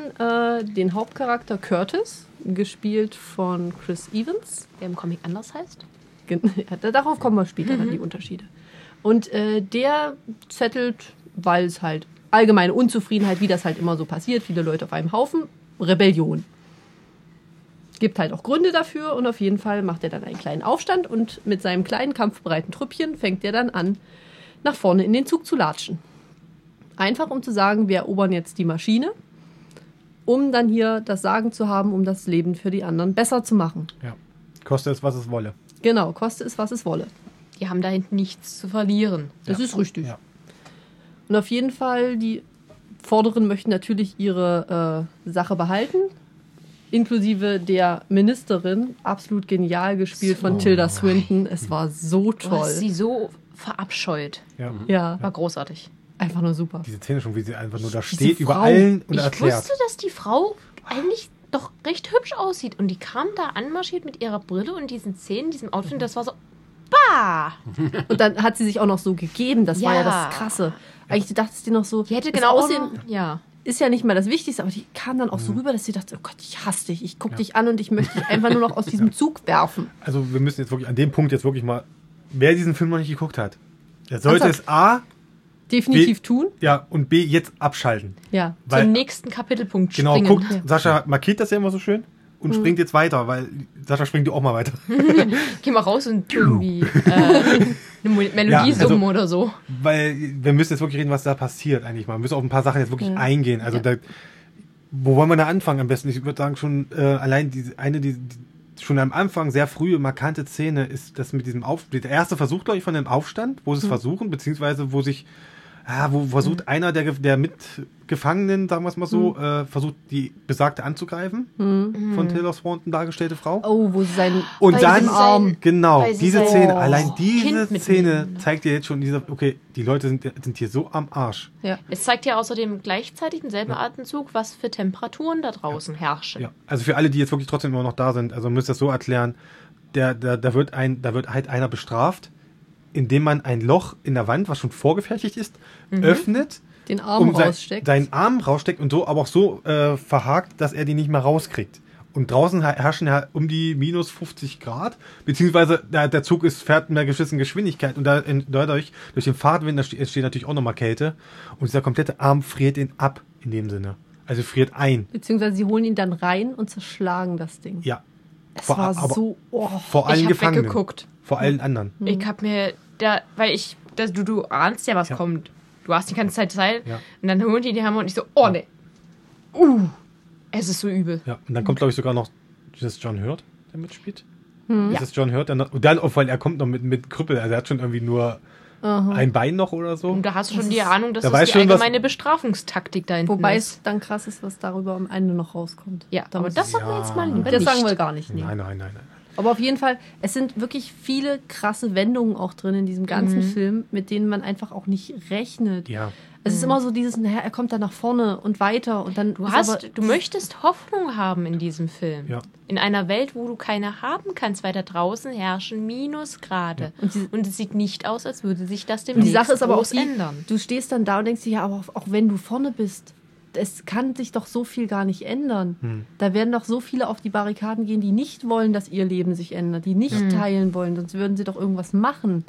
äh, den Hauptcharakter Curtis, gespielt von Chris Evans.
Der im Comic anders heißt.
Gen- ja, da- Darauf kommen wir später dann die Unterschiede. Und äh, der zettelt, weil es halt allgemeine Unzufriedenheit, wie das halt immer so passiert, viele Leute auf einem Haufen, Rebellion. Gibt halt auch Gründe dafür und auf jeden Fall macht er dann einen kleinen Aufstand und mit seinem kleinen kampfbereiten Trüppchen fängt er dann an, nach vorne in den Zug zu latschen. Einfach um zu sagen, wir erobern jetzt die Maschine, um dann hier das Sagen zu haben, um das Leben für die anderen besser zu machen.
Ja. Koste es, was es wolle.
Genau, koste es, was es wolle.
Die haben da hinten nichts zu verlieren.
Das ist richtig.
Ja.
Und auf jeden Fall, die Vorderen möchten natürlich ihre äh, Sache behalten, inklusive der Ministerin, absolut genial gespielt von Tilda Swinton. Es war so
Du hast
toll.
Oh, sie so verabscheut.
Ja.
Ja,
War großartig.
einfach nur super.
Mhm. Diese Szene schon, wie sie einfach nur da
Diese
steht, über
Frau.
allen und
ich
erklärt.
wusste, dass die Frau eigentlich doch recht hübsch aussieht. Und die kam da anmarschiert mit ihrer Brille und diesen Zähnen, diesem Outfit. Und das war so. Bah!
Und dann hat sie sich auch noch so gegeben, das war ja
Ja.
das Krasse. Eigentlich du dachtest dir noch so,
Die hätte
das
genau
Aussehen
Ja.
ist ja nicht mal das Wichtigste, aber die kam dann auch so rüber, dass sie dachte, oh Gott, ich hasse dich, ich guck dich an und ich möchte dich einfach nur noch aus diesem Zug werfen.
Also wir müssen jetzt wirklich an dem Punkt jetzt wirklich mal, wer diesen Film noch nicht geguckt hat, der sollte
Ernsthaft?
es A
Definitiv tun,
ja, und B jetzt abschalten.
ja.
Weil,
Zum nächsten Kapitelpunkt
genau,
springen.
guckt, Sascha markiert das ja immer so schön und springt jetzt weiter, weil Sascha springt du auch mal weiter.
Geh mal raus und irgendwie äh, eine Mo- Melodie
Genau. Ja, also-
summen oder so.
Weil wir müssen jetzt wirklich reden, was da passiert eigentlich mal. Wir müssen auf ein paar Sachen jetzt wirklich eingehen. Also da, wo wollen wir da anfangen am besten? Ich würde sagen, schon äh, allein diese eine, die, die schon am Anfang sehr frühe, markante Szene ist das mit diesem Aufstand. Der erste Versuch, glaube ich, von dem Aufstand, wo sie es versuchen, beziehungsweise wo sich ja, wo versucht einer der, Ge- der Mitgefangenen, sagen wir es mal so, äh, versucht die Besagte anzugreifen, von Taylor Swanton dargestellte Frau.
Oh, wo sie sein
Und
bei
dann,
diesem Arm.
genau,
weil sie
diese
sein
Szene, allein diese
Kind mitnehmen,
Szene
ne?
zeigt dir jetzt schon, diese, okay, die Leute sind, sind hier so am Arsch.
Ja.
Es zeigt ja außerdem gleichzeitig im selben Atemzug, was für Temperaturen da draußen herrschen.
Ja, also für alle, die jetzt wirklich trotzdem immer noch da sind, also müsst ihr das so erklären, der, der, da, wird ein, da wird halt einer bestraft, indem man ein Loch in der Wand, was schon vorgefertigt ist,
Mhm.
öffnet,
Den Arm
Um sein,
raussteckt.
seinen Arm raussteckt und so, aber auch so äh, verhakt, dass er die nicht mehr rauskriegt. Und draußen her- herrschen ja um die minus 50 Grad, beziehungsweise der, der Zug ist, fährt mit einer geschissen Geschwindigkeit und da, in, dadurch, durch den Fahrtwind da ste- entsteht natürlich auch nochmal Kälte und dieser komplette Arm friert ihn ab in dem Sinne. Also friert ein.
Beziehungsweise sie holen ihn dann rein und zerschlagen das Ding.
Ja,
Es
vor-
war
aber-
so. Oh.
vor allen
Ich habe
Gefangenen.
weggeguckt.
Vor allen anderen.
Mhm.
Ich hab mir da, weil ich, das, du, du ahnst ja, was
Ja.
kommt. Du hast die ganze Zeit Zeit.
Ja.
Und dann holen die die Hammer und ich so, oh ne. Uh, es ist so übel.
Ja, und dann kommt, glaube ich, sogar noch dieses John Hurt, der mitspielt. Ist
Ja.
das John Hurt? Der noch, und dann, weil er kommt noch mit, mit Krüppel, also er hat schon irgendwie nur ein Bein noch oder so.
Und da hast du schon die Ahnung, dass
Da
das
weiß
die
schon, was-
allgemeine Bestrafungstaktik da hinten
Wobei
ist.
es dann krass ist, was darüber am Ende noch rauskommt.
Ja,
Da
aber
muss-
das sagen wir jetzt mal lieber
das
nicht.
sagen wir gar nicht. Nee.
Nein, nein, nein, nein.
Aber auf jeden Fall, es sind wirklich viele krasse Wendungen auch drin in diesem
Mhm.
ganzen Film, mit denen man einfach auch nicht rechnet.
Ja.
Es ist immer so dieses, naja, er kommt dann nach vorne und weiter und dann.
Mhm. Du
ist aber-
hast, du möchtest Hoffnung haben in diesem Film.
Ja.
In einer Welt, wo du keine haben kannst, weil da draußen herrschen Minusgrade.
Und die-
Und, es sieht nicht aus, als würde sich das
Und die
demnächst
Sache ist aber auch
groß
die,
ändern.
du stehst dann da und denkst dir, ja, aber auch, auch wenn du vorne bist, es kann sich doch so viel gar nicht ändern.
Hm.
Da werden doch so viele auf die Barrikaden gehen, die nicht wollen, dass ihr Leben sich ändert, die nicht
Hm.
teilen wollen, sonst würden sie doch irgendwas machen.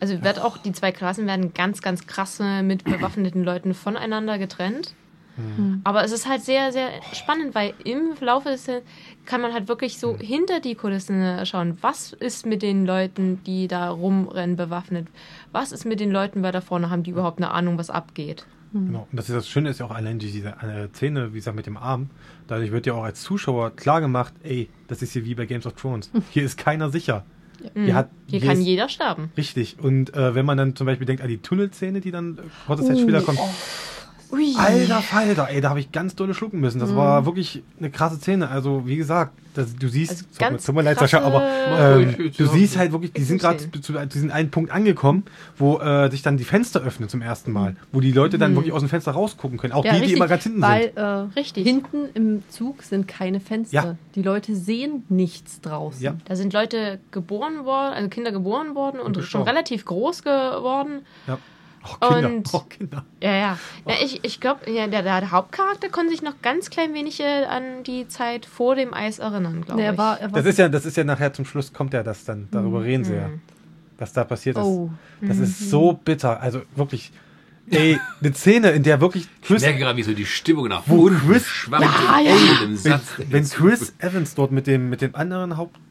Also wird auch die zwei Klassen werden ganz, ganz krasse mit bewaffneten Leuten voneinander getrennt. Aber es ist halt sehr, sehr spannend, weil im Laufe des Films kann man halt wirklich so hinter die Kulissen äh, schauen. Was ist mit den Leuten, die da rumrennen, bewaffnet? Was ist mit den Leuten, weil da vorne haben die überhaupt eine Ahnung, was abgeht?
Genau. Und das ist das Schöne ist ja auch allein diese äh, Szene, wie gesagt, mit dem Arm. Dadurch wird ja auch als Zuschauer klar gemacht, ey, das ist hier wie bei Games of Thrones. Hier ist keiner sicher. Hier, hat,
Hm. Hier kann
ist-
jeder sterben.
Richtig. Und äh, wenn man dann zum Beispiel denkt an die Tunnelszene, die dann äh, kurze Zeit
Uh.
später kommt.
Ui.
Alter Falter, ey, da habe ich ganz dolle schlucken müssen. Das war wirklich eine krasse Szene. Also, wie gesagt, das, du siehst,
Mhm. Also
tut mir-
ganz
tut mir leid,
krasse-
Sascha, aber
Mach ruhig,
ähm,
ich-
du
ich-
siehst halt wirklich, die
Ist
sind gerade
okay.
zu, zu diesem einen Punkt angekommen, wo äh, sich dann die Fenster öffnen zum ersten
Mhm.
Mal, wo die Leute dann wirklich aus dem Fenster rausgucken können. Auch die, die immer ganz hinten
weil,
sind.
Äh,
Richtig.
Hinten im Zug sind keine Fenster.
Ja.
Die Leute sehen nichts draußen.
Ja.
Da sind Leute geboren worden, also Kinder geboren worden und, schon
gestorben.
relativ groß geworden.
Ja. Oh, Kinder.
und-
oh, Kinder.
Ja, ja. Na, ich ich glaube, ja, der, der Hauptcharakter konnte sich noch ganz klein wenig äh, an die Zeit vor dem Eis erinnern, glaube
Nee,
ich.
er war, er war
Das ist ja, das ist ja nachher zum Schluss kommt ja das dann. Darüber reden sie ja.
Mhm.
Was da passiert ist.
Oh.
Das ist so bitter. Also wirklich, ey, eine Szene, in der wirklich
Ich
Chris
merke gerade, wie so die Stimmung nach
Wo
unten
Chris-
schwankt
Ja,
in
ja.
jedem
wenn,
Satz.
wenn Chris Evans dort mit dem, mit dem anderen Hauptdarsteller,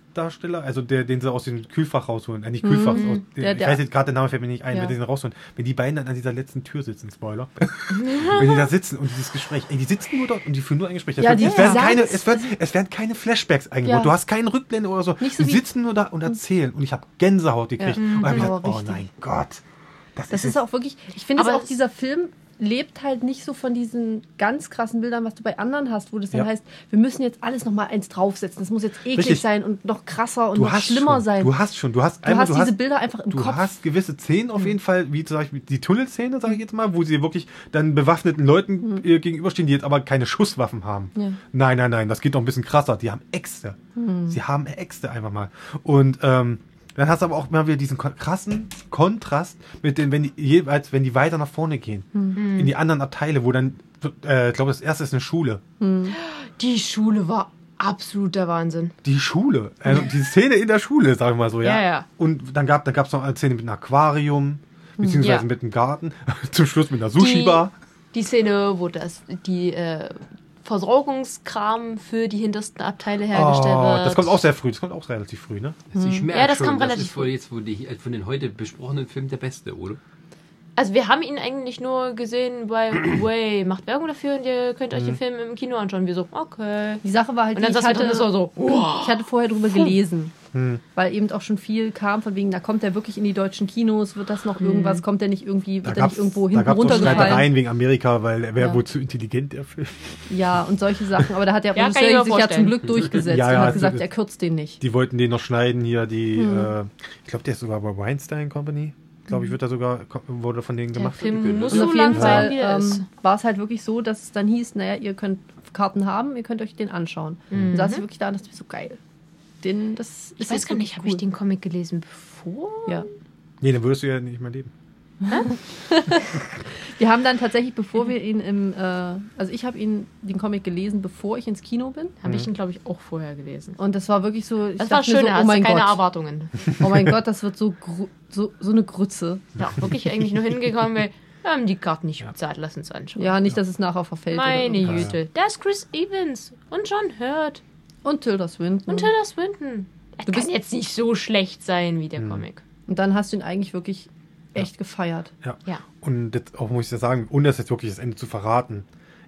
also der, den sie aus dem Kühlfach rausholen, äh, nicht Kühlfach, aus,
Mhm. Der-
ich
der-
weiß jetzt gerade den Namen fällt mir nicht ein,
Ja.
wenn sie den rausholen, wenn die beiden dann an dieser letzten Tür sitzen, Spoiler, wenn die da sitzen und dieses Gespräch, ey, die sitzen nur dort und die führen nur ein Gespräch. Es,
Ja,
wird,
die
es, werden
sagen-
keine, es, werden, es werden keine Flashbacks eingebaut,
Ja.
du hast keinen Rückblende oder so,
Nicht so
die
wie- Mhm.
sitzen nur da und erzählen und ich habe Gänsehaut gekriegt und habe
aber
gedacht, oh
richtig.
mein Gott, das,
Das
ist
ist auch wirklich, ich finde es
Aber
auch,
es-
dieser Film lebt halt nicht so von diesen ganz krassen Bildern, was du bei anderen hast, wo das dann
Ja.
heißt, wir müssen jetzt alles nochmal eins draufsetzen. Das muss jetzt eklig
Richtig.
sein und noch krasser und
Du
noch
hast
schlimmer
schon,
sein.
Du hast schon, du hast
Du hast diese Bilder einfach im
du
Kopf. Mhm.
hast gewisse Szenen auf jeden Fall, wie zum Beispiel die Tunnelszene, sage ich jetzt mal, wo sie wirklich dann bewaffneten Leuten äh, gegenüberstehen, die jetzt aber keine Schusswaffen haben.
Mhm. Ja. Mhm.
Nein, nein, nein, das geht noch ein bisschen krasser. Die haben Äxte. Sie haben Äxte einfach mal. Und ähm, dann hast du aber auch mal wieder diesen kon- krassen Kontrast mit den, wenn die jeweils, wenn die weiter nach vorne gehen,
Mhm.
in die anderen Abteile, wo dann, äh, ich glaube, das erste ist eine Schule.
die Schule war absoluter Wahnsinn.
Die Schule. Also die Szene in der Schule, sagen wir mal so, ja.
Ja, ja.
Und dann gab es dann gab's noch eine Szene mit einem Aquarium, beziehungsweise
Ja.
mit einem Garten, zum Schluss mit einer Sushi-Bar.
Die, die Szene, wo das die äh, Versorgungskram für die hintersten Abteile hergestellt
Oh,
wird.
das kommt auch sehr früh, das kommt auch relativ früh, ne?
Also ich merke
Ja, das
schon,
kam
das
relativ
ist wohl jetzt wohl die, äh, von den heute besprochenen Filmen der beste, oder?
Also wir haben ihn eigentlich nur gesehen bei Way, macht Werbung dafür und ihr könnt
Mhm.
euch den Film im Kino anschauen. Wir so, okay.
Die Sache war halt,
Und dann
die, ich,
saß wir
hatte,
drin so, so, wow.
ich hatte vorher drüber gelesen.
Hm.
Weil eben auch schon viel kam von wegen, da kommt er wirklich in die deutschen Kinos, wird das noch irgendwas, kommt er nicht irgendwie,
Hm. Da
wird er
gab's,
nicht irgendwo
da
hinten
gab's so
runtergefallen.
Streitereien wegen Amerika, weil er wäre
Ja.
wohl zu intelligent, der Film.
Ja, und solche Sachen. Aber da hat der
Ja, kann ich
Regisseur
mir
sich ja zum
vorstellen.
Glück durchgesetzt
Ja,
und
ja,
hat
das-
gesagt,
das-
er kürzt den nicht.
Die wollten den noch schneiden, hier die, äh, ich glaube, der ist sogar bei Weinstein Company. Glaube ich, wird da sogar, wurde von denen
Der
gemacht.
Film muss
Und
so
auf jeden
lang sein,
Fall
wie er ist.
ähm, war es halt wirklich so, dass es dann hieß, naja, ihr könnt Karten haben, ihr könnt euch den anschauen. Und saß ich wirklich da und dachte mir so, geil. Den, das
Mhm. Ich
ist
weiß
jetzt
gar nicht, habe
wirklich
ich den Comic gelesen bevor?
cool. Ja.
Nee, dann würdest du ja nicht mehr leben.
Wir haben dann tatsächlich, bevor wir ihn im, äh, also ich habe ihn, den Comic gelesen, bevor ich ins Kino bin.
Mhm.
Habe ich den, glaube ich, auch vorher gelesen.
Und das war wirklich so, ich
Das war
dachte mir
schön, da
so, oh
hast du
mein
keine
Gott,
Erwartungen.
oh mein Gott, das wird so, gru- so, so eine Grütze.
Ja, wirklich eigentlich nur hingekommen, weil wir haben die Karten nicht bezahlt, lass uns anschauen.
Ja, genau. nicht, dass es nachher verfällt. oder
Meine
irgendwas.
Güte. Da ist Chris Evans und John Hurt
Und Tilda Swinton.
und Tilda Swinton.
Du
Er du
bist-
kann jetzt nicht so schlecht sein wie der
Hm.
Comic.
Und dann hast du ihn eigentlich wirklich echt gefeiert.
Ja.
Ja.
Und jetzt auch muss ich das sagen, ohne das jetzt wirklich das Ende zu verraten.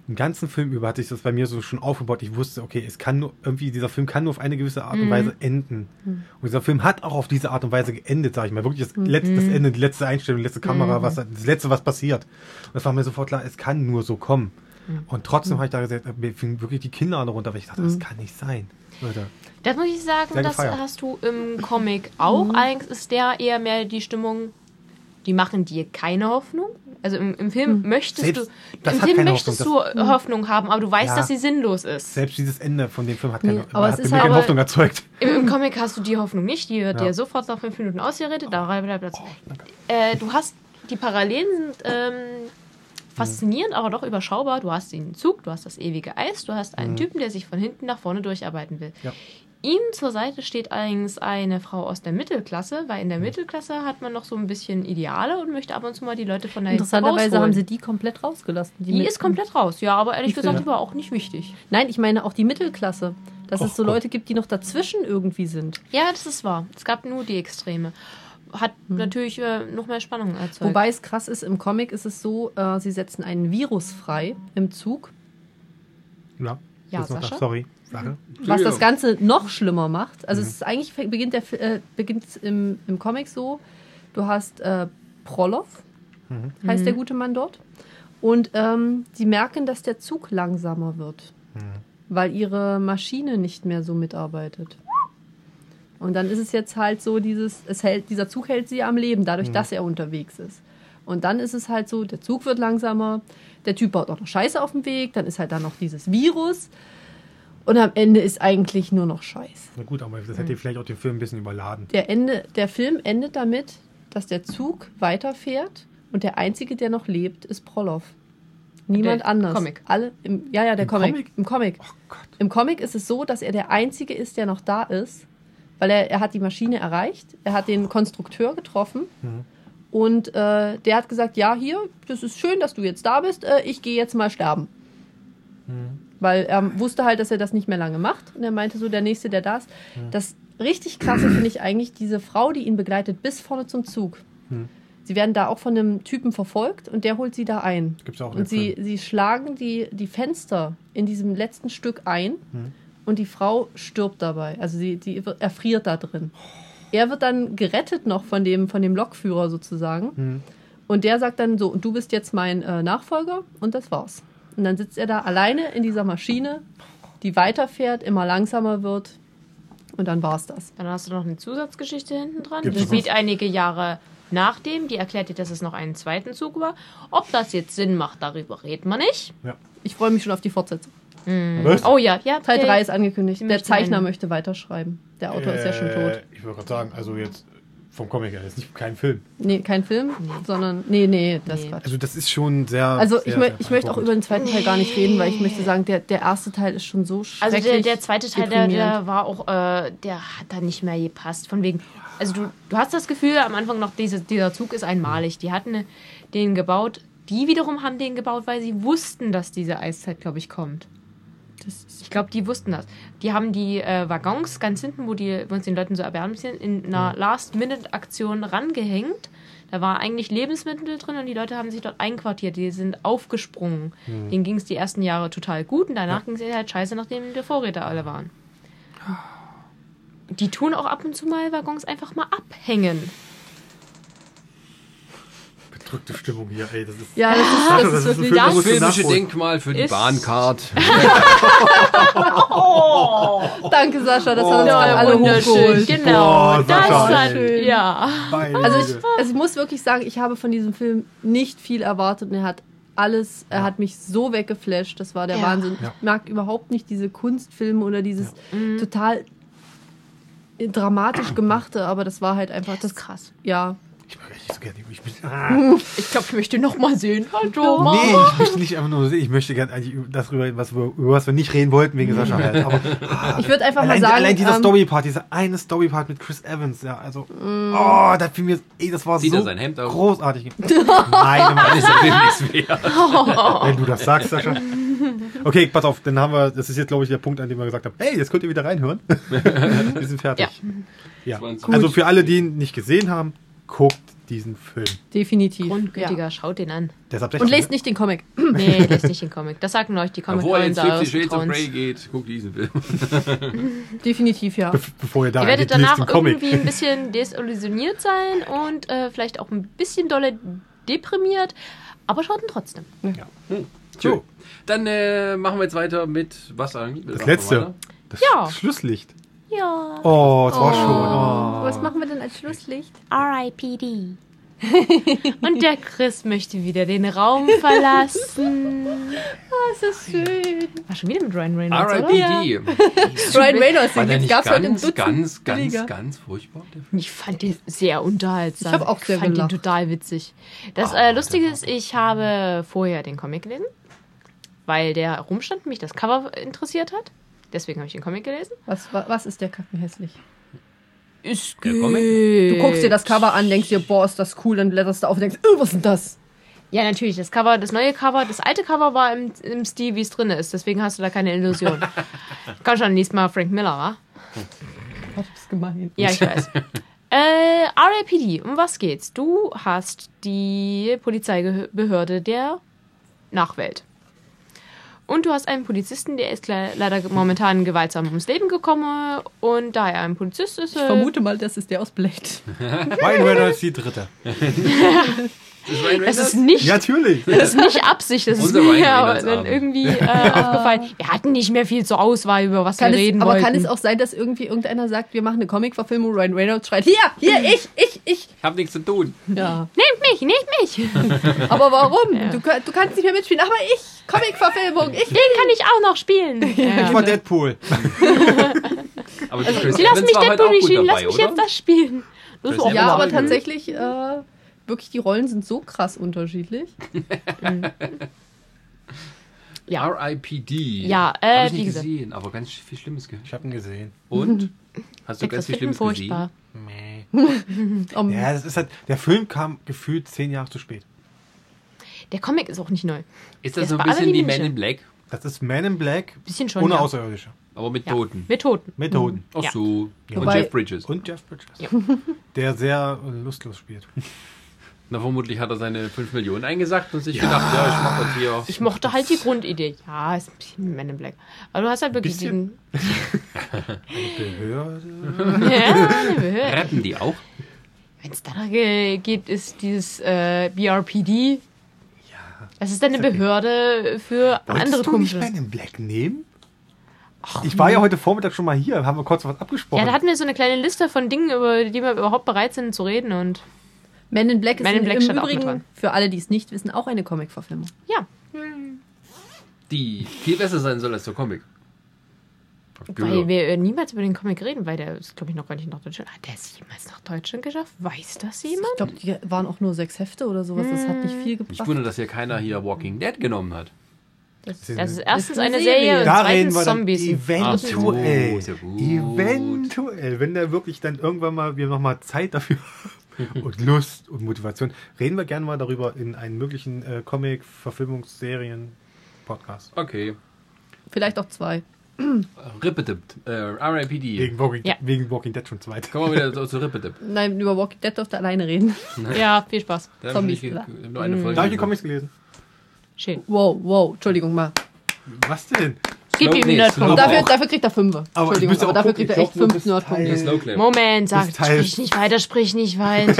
Den ganzen Film über hatte ich das bei mir so schon aufgebaut. Ich wusste, okay, es kann nur, irgendwie, dieser Film kann nur auf eine gewisse
Mhm.
Art und Weise enden. Und dieser Film hat auch auf diese Art und Weise geendet, sag ich mal. Wirklich das,
Mhm.
letzte, das Ende, die letzte Einstellung, die letzte Kamera, was, das letzte, was passiert. Und das war mir sofort klar, es kann nur so kommen.
Mhm.
Und trotzdem habe ich da gesagt, mir fingen wirklich die Kinnlade runter, weil ich dachte, das kann nicht sein. Leute.
Das muss ich sagen,
Sehr
das
gefeiert.
hast du im Comic auch.
Mhm.
Allerdings ist der eher mehr die Stimmung, die machen dir keine Hoffnung. Also im, im Film
Hm.
möchtest
Selbst-
du,
das
im
hat
Film
keine
möchtest
Hoffnung, Hm.
du Hoffnung haben, aber du weißt,
Ja.
dass sie sinnlos ist.
Selbst dieses Ende von dem Film hat, keine,
Nee, aber
hat
es
bei
ist
mir
halt-
keine
aber-
Hoffnung erzeugt.
Im, Im Comic hast du die Hoffnung nicht, die wird
Ja. Oh,
dir sofort nach fünf Minuten ausgeredet, da bleibt der Platz. äh, du hast die Parallelen sind ähm, faszinierend, aber doch überschaubar. Du hast den Zug, du hast das ewige Eis, du hast einen Typen, der sich von hinten nach vorne durcharbeiten will.
Mhm. Ja.
Ihm zur Seite steht allerdings eine Frau aus der Mittelklasse, weil in
Mhm.
der Mittelklasse hat man noch so ein bisschen Ideale und möchte ab und zu mal die Leute von der
Interessanterweise
rausholen.
haben sie die komplett rausgelassen.
die
mit-
ist komplett raus, ja, aber ehrlich
Die
gesagt,
Filme.
die war auch nicht wichtig.
Nein, ich meine auch die Mittelklasse. Dass
Och
es so
Gott.
Leute gibt, die noch dazwischen irgendwie sind.
Ja, das ist wahr. Es gab nur die Extreme. Hat natürlich äh, noch mehr Spannung erzeugt.
Mhm. Wobei es krass ist, im Comic ist es so, äh, sie setzen einen Virus frei im Zug,
Ja,
Ja,
Jetzt noch
Sascha?
das, sorry. Sache.
was das
Entschuldigung.
Ganze noch schlimmer macht. Also es ist eigentlich fängt- beginnt der Fi- äh, beginnt's im, im Comic so. Du hast äh, Prolov, heißt der gute Mann dort. Und ähm, sie merken, dass der Zug langsamer wird, weil ihre Maschine nicht mehr so mitarbeitet. Und dann ist es jetzt halt so, dieses, es hält, dieser Zug hält sie am Leben, dadurch, dass er unterwegs ist. Und dann ist es halt so, der Zug wird langsamer, der Typ baut auch noch Scheiße auf dem Weg, dann ist halt da noch dieses Virus. Und am Ende ist eigentlich nur noch Scheiß.
Na gut, aber das
Mhm.
hätte vielleicht auch den Film ein bisschen überladen.
Der, Ende, der Film endet damit, dass der Zug weiterfährt und der Einzige, der noch lebt, ist Prolov. Niemand
Der
anders.
Comic.
Alle im, ja, ja, der
Im
Comic.
Comic?
Im Comic.
Oh Gott.
Im Comic ist es so, dass er der Einzige ist, der noch da ist, weil er, er hat die Maschine erreicht, er hat den Konstrukteur getroffen und äh, der hat gesagt, ja, hier, das ist schön, dass du jetzt da bist, äh, ich gehe jetzt mal sterben. Weil er wusste halt, dass er das nicht mehr lange macht und er meinte so, der Nächste, der da ist. Das richtig krasse finde ich eigentlich diese Frau, die ihn begleitet bis vorne zum Zug. Sie werden da auch von einem Typen verfolgt und der holt sie da ein.
Gibt's auch in
und
dem
sie,
Film.
sie schlagen die, die Fenster in diesem letzten Stück ein
Hm.
und die Frau stirbt dabei. Also sie die wird- erfriert da drin. Er wird dann gerettet noch von dem, von dem Lokführer sozusagen.
Hm.
Und der sagt dann so, und du bist jetzt mein äh, Nachfolger und das war's. Und dann sitzt er da alleine in dieser Maschine, die weiterfährt, immer langsamer wird und dann war's das.
Dann hast du noch eine Zusatzgeschichte hinten dran.
Gibt's
Die
noch was?
spielt einige Jahre nach dem. Die erklärt dir, dass es noch einen zweiten Zug war. Ob das jetzt Sinn macht, darüber reden wir nicht.
Ja.
Ich freue mich schon auf die Fortsetzung. Mhm.
Was?
Oh ja, ja.
Teil
der-
3 ist angekündigt.
Sie
Der
möchten
Zeichner
einen-
möchte weiterschreiben. Der Autor ist ja schon tot.
Ich würde gerade sagen, also jetzt vom Comic her, das ist nicht kein Film.
Nee, kein Film, sondern. Nee, nee, das
Nee.
Quatsch.
Also das ist schon sehr.
Also
sehr,
ich, mö
sehr
ich möchte auch über
beeindruckend.
den zweiten Teil gar nicht reden, weil ich möchte sagen, der, der erste Teil ist schon so schrecklich.
Also der, der zweite Teil, der,
deprimierend.
der war auch, äh, der hat da nicht mehr gepasst. Von wegen, also du, du hast das Gefühl, am Anfang noch, diese, dieser Zug ist einmalig. Die hatten den gebaut. Die wiederum haben den gebaut, weil sie wussten, dass diese Eiszeit, glaube ich, kommt.
Das ist
Ich glaube, die wussten das. Die haben die äh, Waggons ganz hinten, wo, die, wo uns den Leuten so erwärmt sind, in einer Last-Minute-Aktion rangehängt. Da war eigentlich Lebensmittel drin und die Leute haben sich dort einquartiert. Die sind aufgesprungen. Denen ging es die ersten Jahre total gut und danach ging es ihnen halt scheiße, nachdem die Vorräte alle waren. Die tun auch ab und zu mal Waggons einfach mal abhängen.
Bedrückte Stimmung hier, ey. Das ist,
Ja, das ist, das ist
das ist
wirklich.
ein
Das
Film, der muss-
Filmische
nachholen.
Denkmal für die
Ist-
Bahncard.
danke, Sascha,
Oh,
das hat uns gerade alle
wunderschön.
hochgeholt.
Genau.
Boah,
das
Sascha,
hat,
ey.
ja.
Also ich, also ich muss wirklich sagen, ich habe von diesem Film nicht viel erwartet und er hat alles, er hat mich so weggeflasht, das war der
Ja.
Wahnsinn.
Ja. Mhm.
Ich mag überhaupt nicht diese Kunstfilme oder dieses total äh, dramatisch gemachte, aber das war halt einfach das,
krass.
ja.
ich mag echt so gerne. Ich, bin- ah.
Ich glaube, ich möchte noch mal sehen. Hallo, Mama.
Nee, ich möchte nicht einfach nur sehen. Ich möchte gerne eigentlich über- das rüber, reden, was wir, über was wir nicht reden wollten wegen Sascha halt. Aber
Ich würde einfach mal
allein,
sagen,
allein dieser
ähm,
Storypart, dieser eine Storypart mit Chris Evans, ja, also.
Mm.
Oh, das fiel mir. Ey, das war
Zieht
so
er sein Hemd auf?
großartig. Nein,
Dann ist der Film nichts wert.
Wenn du das sagst, Sascha. Okay, pass auf, dann haben wir, das ist jetzt, glaube ich, der Punkt, an dem wir gesagt haben, hey, jetzt könnt ihr wieder reinhören. wir sind fertig. Ja.
Gut.
Also für alle, die ihn nicht gesehen haben, guckt diesen Film.
definitiv.
Grundgültiger,
Ja.
schaut den an.
Der ist ab 16,
Und lest
ne?
nicht den Comic.
Nee, das ist nicht den Comic. Das sagten euch die comic
Bevor er ins
Cons
50 Shades of
Patrons.
Grey geht, guck diesen Film.
Definitiv, ja.
Bef- bevor ihr da
Ah,
Ihr
reingeht,
werdet danach
lest den Comic.
irgendwie ein bisschen desillusioniert sein und äh, vielleicht auch ein bisschen dolle deprimiert, aber schaut ihn trotzdem.
Schön. Dann äh, machen wir jetzt weiter mit was eigentlich?
Das letzte. Das
Ja.
Sch- Schlusslicht.
Ja.
Oh, das war schon. Oh.
Was machen wir denn als Schlusslicht?
R.I.P.D. und der Chris möchte wieder den Raum verlassen.
Das ist schön.
War schon wieder mit Ryan Reynolds, oder?
R.I.P.D.
Ryan Reynolds, den
War der
gibt's-
nicht
gab's heute im
ganz,
Dutzend.
ganz,
billiger.
ganz, ganz furchtbar? Der Film?
Ich fand den sehr unterhaltsam.
Ich hab auch sehr
Ich fand
gelacht.
den total witzig. Das äh, Lustige ist, ich habe vorher den Comic gelesen, weil der rumstand, und mich das Cover interessiert hat. Deswegen habe ich den Comic gelesen.
Was, wa- was ist der Kacken hässlich?
Ist
Der Comic?
Du guckst dir das Cover an, denkst dir, boah, ist das cool, dann blätterst du auf und denkst, öh, was ist denn das?
Ja, natürlich. Das Cover, das neue Cover, das alte Cover war im, im Stil, wie es drin ist. Deswegen hast du da keine Illusion. Komm schon, nächstes Mal Frank Miller, wa?
Gott, das ist gemein.
Ja, ich weiß. äh, RAPD, um was geht's? Du hast die Polizeibehörde der Nachwelt. Und du hast einen Polizisten, der ist le- leider momentan gewaltsam ums Leben gekommen. Und da er ein Polizist ist.
Ich
äh,
vermute mal, das ist der aus Blade.
Oh. Ryan Reynolds die dritte.
Ist Ryan
Das
Reynolds?
äh, ist nicht,
Ja, natürlich.
das ist nicht Absicht, das ist
Unser
mir
Ryan
aber
Reynolds
dann
Abend.
irgendwie äh, aufgefallen. Wir hatten nicht mehr viel zur Auswahl, über was
Kann
wir
es,
reden
aber
wollten.
kann es auch sein, dass irgendwie irgendeiner sagt, wir machen eine Comic-Verfilmung, Ryan Reynolds schreit, hier, hier, ich, ich, ich.
Ich hab nichts zu tun.
Ja.
Nehmt mich, nehmt mich!
Aber warum? Du, kann- du kannst nicht mehr mitspielen, aber ich, Comic-Verfilmung, ich
Den kann ich auch noch spielen! Ja.
Ich war Deadpool.
Aber Chris
Sie Also, lassen
Evans
mich
war heute
Deadpool
auch
nicht
gut
spielen, lass
dabei,
mich
oder?
jetzt das spielen. Das ist
Das
auch
ist
Ja,
Ja,
aber
nö.
tatsächlich, äh, wirklich, die Rollen sind so krass unterschiedlich.
Ja.
R.I.P.D.
Ja,
hab
äh,
ich
wie
nicht
gesagt.
gesehen, aber ganz viel Schlimmes gehört.
Ich hab ihn gesehen.
Und? Hast du
Der
ganz
Chris
viel
findet ihn
Schlimmes
furchtbar.
gesehen?
Meh.
Um,
Ja, das ist halt, der Film kam gefühlt zehn Jahre zu spät.
Der Comic ist auch nicht neu.
Ist
Der
das so
ist
ein
bei
bisschen
allen
wie
Menschen.
Men in Black,
Das ist Man in Black
Bisschen schon.
ohne
ja.
Außerirdische.
aber mit
ja.
Toten?
Mit Toten.
Mit Toten.
Ach
Ja.
so. Und
Wobei-
Jeff Bridges.
Und Jeff Bridges.
Ja.
Der sehr äh, lustlos spielt.
Na, vermutlich hat er seine 5 Millionen eingesackt und sich gedacht, ja, ich mach das hier.
Ich mochte halt die Grundidee. Ja, ist ein bisschen Men in Black. Aber du hast halt wirklich
Bisschen?
diesen.
Behörde.
Ja, eine Behörde.
Rappen die auch?
Wenn es danach ge- geht, ist dieses äh, BRPD. Das ist eine Behörde für andere
Wolltest du nicht
komische.
Man in Black nehmen? ich war ja heute Vormittag schon mal hier, haben wir kurz was abgesprochen.
Ja, da hatten wir so eine kleine Liste von Dingen, über die wir überhaupt bereit sind zu reden. Und
Men in Black ist
Men in Black
im
stand auch mit
Übrigen,
dran.
für alle, die es nicht wissen, auch eine Comic-Verfilmung.
ja,
Die viel besser sein soll als der Comic.
Genau.
Weil wir äh, niemals über den Comic reden, weil der ist, glaube ich, noch gar nicht nach Deutschland. Hat der es jemals nach Deutschland geschafft? Weiß das jemand?
Ich glaube, die waren auch nur sechs Hefte oder sowas, das hat nicht viel gebracht.
Ich wundere, dass hier keiner hier Walking Dead genommen hat.
Das ist erstens
ist eine
eine
Serie.
Serie und
da reden
zweitens
wir dann
also Zombies.
Ach so,
eventuell.
sehr gut.
Eventuell, wenn da wirklich dann irgendwann mal wir nochmal Zeit dafür und Lust und Motivation, reden wir gerne mal darüber in einen möglichen äh, Comic-Verfilmungsserien-Podcast.
Okay.
Vielleicht auch zwei.
Rippetip. Äh, RIPD.
Wegen, Walking,
Ja.
wegen Walking Dead schon zweit.
Kommen wir wieder so zu Rippetip.
Nein, über Walking Dead dürft ihr alleine reden.
Ja, viel Spaß.
Da hab
Zombies,
ich nicht-
oder?
nur eine Folge.
Da habe
gesehen.
ich die Comics gelesen.
Schön.
Wow, wow, Entschuldigung mal.
Was denn?
Gib
Slow-
ihm
nee,
100
Slow-
Punkte.
dafür, dafür kriegt er Fünfe.
Aber ich
Entschuldigung,
müsste
aber
auch
dafür
gucken,
kriegt er
ich
echt
glaub, halt- nur
fünf
bis
Nerdpunkte.
Teil-
Slowclap.
Moment, sag,
Das Teil-
sprich nicht weiter, sprich nicht weiter.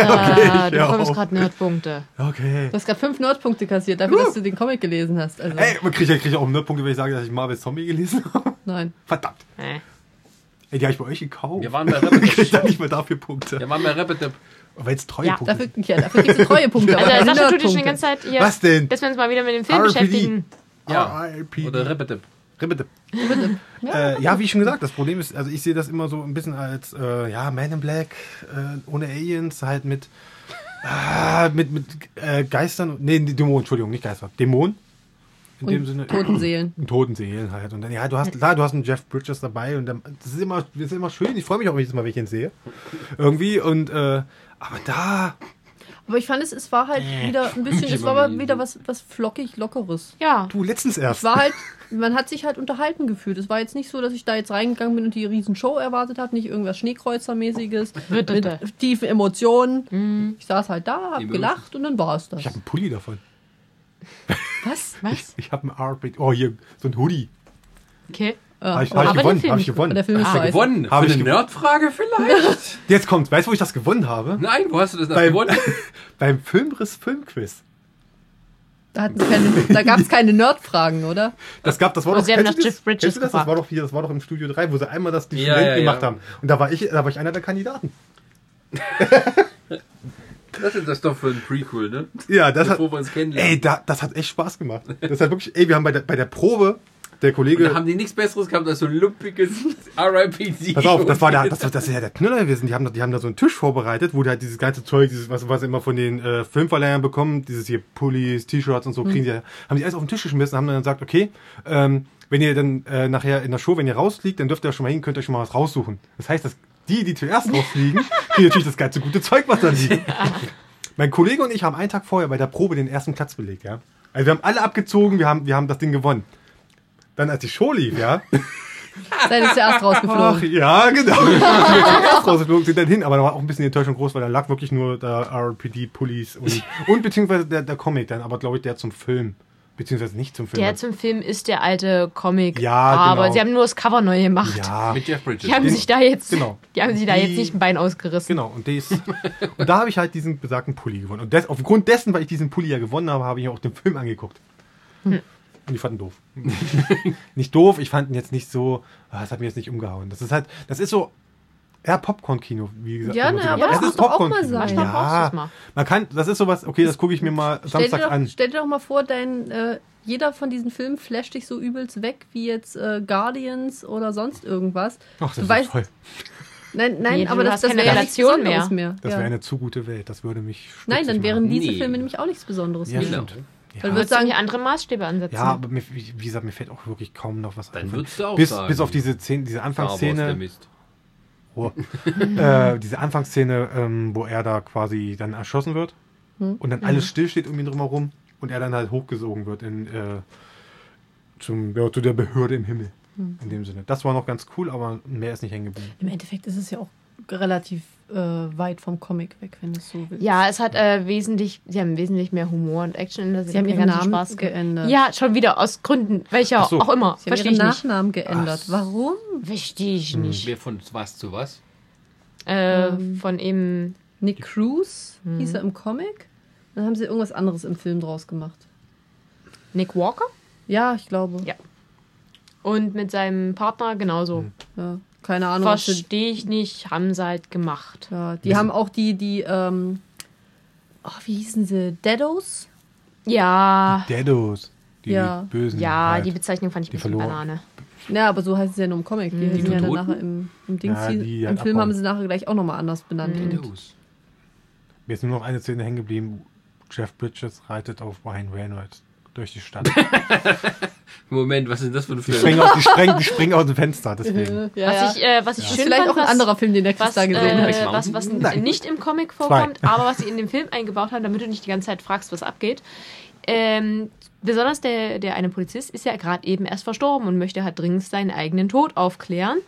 ich
du
hör
bekommst
auf.
gerade Nerdpunkte.
Okay.
Du hast gerade fünf Nerdpunkte kassiert, dafür, dass du den Comic gelesen hast. Also,
Ey, man kriegt ja krieg ich auch Nerdpunkte, wenn ich sage, dass ich Marvel Zombie gelesen habe.
nein.
Verdammt.
Äh.
Ey, die habe ich bei euch gekauft.
Wir waren bei
Ich krieg da
Reppetip.
nicht mal dafür Punkte.
Wir waren bei Reppetip.
Aber jetzt treue
Ja,
Punkte.
Dafür, ja, dafür kriegst du Treuepunkte. aber
Also,
keine
Sascha tut dich schon die
Nerdpunkte.
ganze Zeit hier.
Was denn?
Dass wir uns mal wieder mit dem Film
RPD.
beschäftigen.
Ja.
R.I.P.
Oder Reppetip.
Ribbete. Äh, ja, wie schon gesagt, das Problem ist, also ich sehe das immer so ein bisschen als äh, ja, Man in Black, äh, ohne Aliens, halt mit, ah, mit, mit äh, Geistern, und- nee, Dämonen, Entschuldigung, nicht Geister, Dämonen. In dem Sinne.
Und toten Seelen.
Und toten Seelen halt. Und dann, ja, du hast, klar, du hast einen Jeff Bridges dabei und dann, das, ist immer, das ist immer schön. Ich freue mich auch jedes Mal, wenn ich ihn sehe. Irgendwie und, äh, aber da,
Aber ich fand es, es war halt
Äh,
wieder ein bisschen, es war aber wieder was, was flockig, lockeres.
Ja.
du, letztens
Es
erst.
war halt, man hat sich halt unterhalten gefühlt. Es war jetzt nicht so, dass ich da jetzt reingegangen bin und die riesen Show erwartet habe, nicht irgendwas Schneekreuzermäßiges
Bitte.
mit tiefen Emotionen. Ich saß halt da, hab
Emotion.
gelacht und dann war es das.
Ich habe einen Pulli davon.
Was? Was?
Ich habe einen Arbeit. Oh, hier, so ein Hoodie.
Okay.
Ja,
Habe Ah, ich,
aber
hab ich
aber
gewonnen, habe Ah,
den Film-
ich
der
gewonnen.
Film ist
Hast du
scheiße.
gewonnen?
Habe
Für
ich
eine
ge-
Nerdfrage vielleicht?
Jetzt kommt, weißt du, wo ich das gewonnen habe?
Nein, wo hast du das denn
Beim-
gewonnen?
Beim Filmriss Filmquiz.
Da, hatten sie keine- da gab es keine Nerdfragen, oder?
Das gab, das war
Oh,
Und
doch.
sie haben
kennst
nach
du das?
Jeff Bridges
Kennst du das? Das war
gefragt.
doch hier, das war doch im Studio 3, wo sie einmal das die
Ja,
Studenten
ja, ja.
gemacht haben. Und da war ich, da war ich einer der Kandidaten.
Das ist das doch für ein Prequel, ne?
Ja, das
Bevor
hat,
wir uns kennenlernen.
ey, da, das hat echt Spaß gemacht. Das hat wirklich, ey, wir haben bei der, bei der Probe der
Und da
Kollege.
haben die nichts Besseres gehabt als so ein lumpiges RIPD.
Pass auf, das war der, das, das ist ja der Knüller gewesen. Die haben, da- die haben da so einen Tisch vorbereitet, wo die halt dieses ganze Zeug, dieses, was, was sie immer von den äh, Filmverleihern bekommen, dieses hier Pullis, T-Shirts und so, kriegen die, ja- haben die alles auf den Tisch geschmissen, haben dann gesagt, okay, ähm, wenn ihr dann äh, nachher in der Show, wenn ihr rausfliegt, dann dürft ihr schon mal hin, könnt euch schon mal was raussuchen. Das heißt, dass die, die zuerst rausfliegen, kriegen natürlich das ganze gute Zeug, was da liegt. Mein Kollege und ich haben einen Tag vorher bei der Probe den ersten Platz belegt, ja. Also wir haben alle abgezogen, wir haben, wir haben das Ding gewonnen. Dann als die Show lief, ja,
Dann ist er erst
Ach,
rausgeflogen.
ja, genau. Rausgeflogen sind dann hin, aber da war auch ein bisschen die Enttäuschung groß, weil da lag wirklich nur der RPD-Pullis und, und beziehungsweise der, der Comic dann, aber glaube ich der zum Film. Beziehungsweise nicht zum Film.
Der zum Film ist der alte Comic.
Ja,
Aber
genau.
sie haben nur das Cover neu gemacht.
ja,
Ah. Mit Jeff Bridges.
Die haben sich da jetzt,
Genau.
die haben sich da
Die-
jetzt nicht ein Bein ausgerissen.
genau. Und, des, und da habe ich halt diesen besagten Pulli gewonnen. Und des, aufgrund dessen, weil ich diesen Pulli ja gewonnen habe, habe ich auch den Film angeguckt.
Hm.
Und ich fand ihn doof. nicht doof, ich fand ihn jetzt nicht so, ah, das hat mir jetzt nicht umgehauen. Das ist halt, das ist so eher Popcorn-Kino, wie gesagt. Also
Ja, ne,
wie man so
aber
sagt.
das muss doch auch mal
Popcorn-Kino.
sein.
Manchmal brauchst
Ja,
du's mal.
man kann, das ist sowas, okay, das gucke ich mir mal
Stell dir,
samstags
doch,
an.
stell dir doch mal vor, dein, äh, jeder von diesen Filmen flasht dich so übelst weg, wie jetzt äh, Guardians oder sonst irgendwas.
Ach, das
du
ist
weißt,
toll.
Nein, nein,
Nee, du
aber das,
hast
das
keine
wäre ja nichts
Relation
Besonderes mehr.
Das
ja.
wäre eine zu gute Welt, das würde mich. stutzig
nein, dann wären
machen.
diese
Nee.
Filme nämlich auch nichts Besonderes.
Ja,
mehr.
Genau.
Dann
machen. Ja.
würdest
Würdest
du
du
sagen,
nicht andere Maßstäbe ansetzen?
Ja, aber mir, wie wie gesagt, mir fällt auch wirklich kaum noch was
Dann
ein.
würdest du auch
bis,
sagen,
bis auf diese Szene, diese
Star Wars, der
Anfangsszene,
Mist.
oh, äh, diese Anfangsszene, ähm, wo er da quasi dann erschossen wird
Hm.
und
Mhm.
dann alles still steht um ihn drumherum und er dann halt hochgesogen wird in, äh, zum, ja, zu der Behörde im Himmel.
Hm.
In dem Sinne. Das war noch ganz cool, aber mehr ist nicht hängen geblieben.
im Endeffekt ist es ja auch relativ äh, weit vom Comic weg, wenn es so will.
Ja, es hat äh, wesentlich, sie haben wesentlich mehr Humor und Action in der
Sie haben
mir
ihren
ganz viel
Namen
Spaß ge-
geändert.
Ja, schon wieder, aus Gründen, welcher
Ach so.
auch immer.
Sie haben
Verstehe
ihren
ich nicht.
Nachnamen geändert. Warum?
Verstehe
Hm.
ich nicht.
Wer von was zu was?
Äh, von eben,
Nick Cruz hieß er im Comic. Dann haben sie irgendwas anderes im Film draus gemacht.
Nick Walker?
Ja, ich glaube.
Ja. Und mit seinem Partner genauso.
Hm.
Ja. Keine Ahnung. was sie-
Verstehe ich nicht, haben sie halt gemacht.
Ja, die haben auch die, die, ähm, oh, wie hießen sie? Deados?
Ja,
Deados. Die
Ja.
Bösen.
ja,
halt.
die Bezeichnung fand ich ein
Die
bisschen
verloren.
Banane.
Ja, aber so heißen sie ja nur im Comic. Die, heißen ja dann
Toten?
nachher im, im Dings.
Ja,
hier-
die
Im
halt
Film haben
abbauen.
sie nachher gleich auch nochmal anders benannt. Und
Windows.
Mir ist nur noch eine Szene hängen geblieben. Jeff Bridges reitet auf Ryan Reynolds durch die Stadt.
Moment, was ist denn das für ein
Die
Film?
springen, aus, die, springen, die springen aus dem Fenster, deswegen.
ja, ja.
Was ich, äh, was ich
das ist
schön
vielleicht
fand,
auch ein
was-
anderer Film, den der Chris
was,
da gesehen hat.
äh, was, was
Nein.
nicht im Comic vorkommt, aber was sie in dem Film eingebaut haben, damit du nicht die ganze Zeit fragst, was abgeht. Ähm, besonders der, der eine Polizist ist ja gerade eben erst verstorben und möchte halt dringend seinen eigenen Tod aufklären,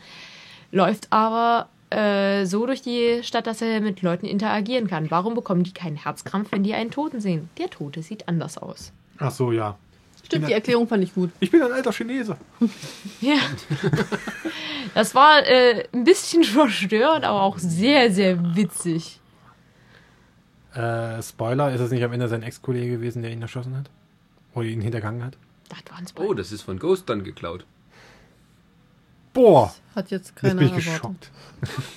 läuft aber äh, so durch die Stadt, dass er mit Leuten interagieren kann. Warum bekommen die keinen Herzkrampf, wenn die einen Toten sehen? Der Tote sieht anders aus.
Ach so, ja.
Stimmt, die Erklärung fand ich gut.
Ich bin ein alter Chinese.
Ja. Das war äh, ein bisschen verstörend, aber auch sehr, sehr witzig.
Äh, Spoiler, ist es nicht am Ende sein Ex-Kollege gewesen, der ihn erschossen hat? Oder ihn hintergangen hat?
Das war ein Spoiler.
Oh, das ist von Ghost dann geklaut.
Boah,
Hat jetzt
jetzt
keiner
bin ich
erwartet.
geschockt.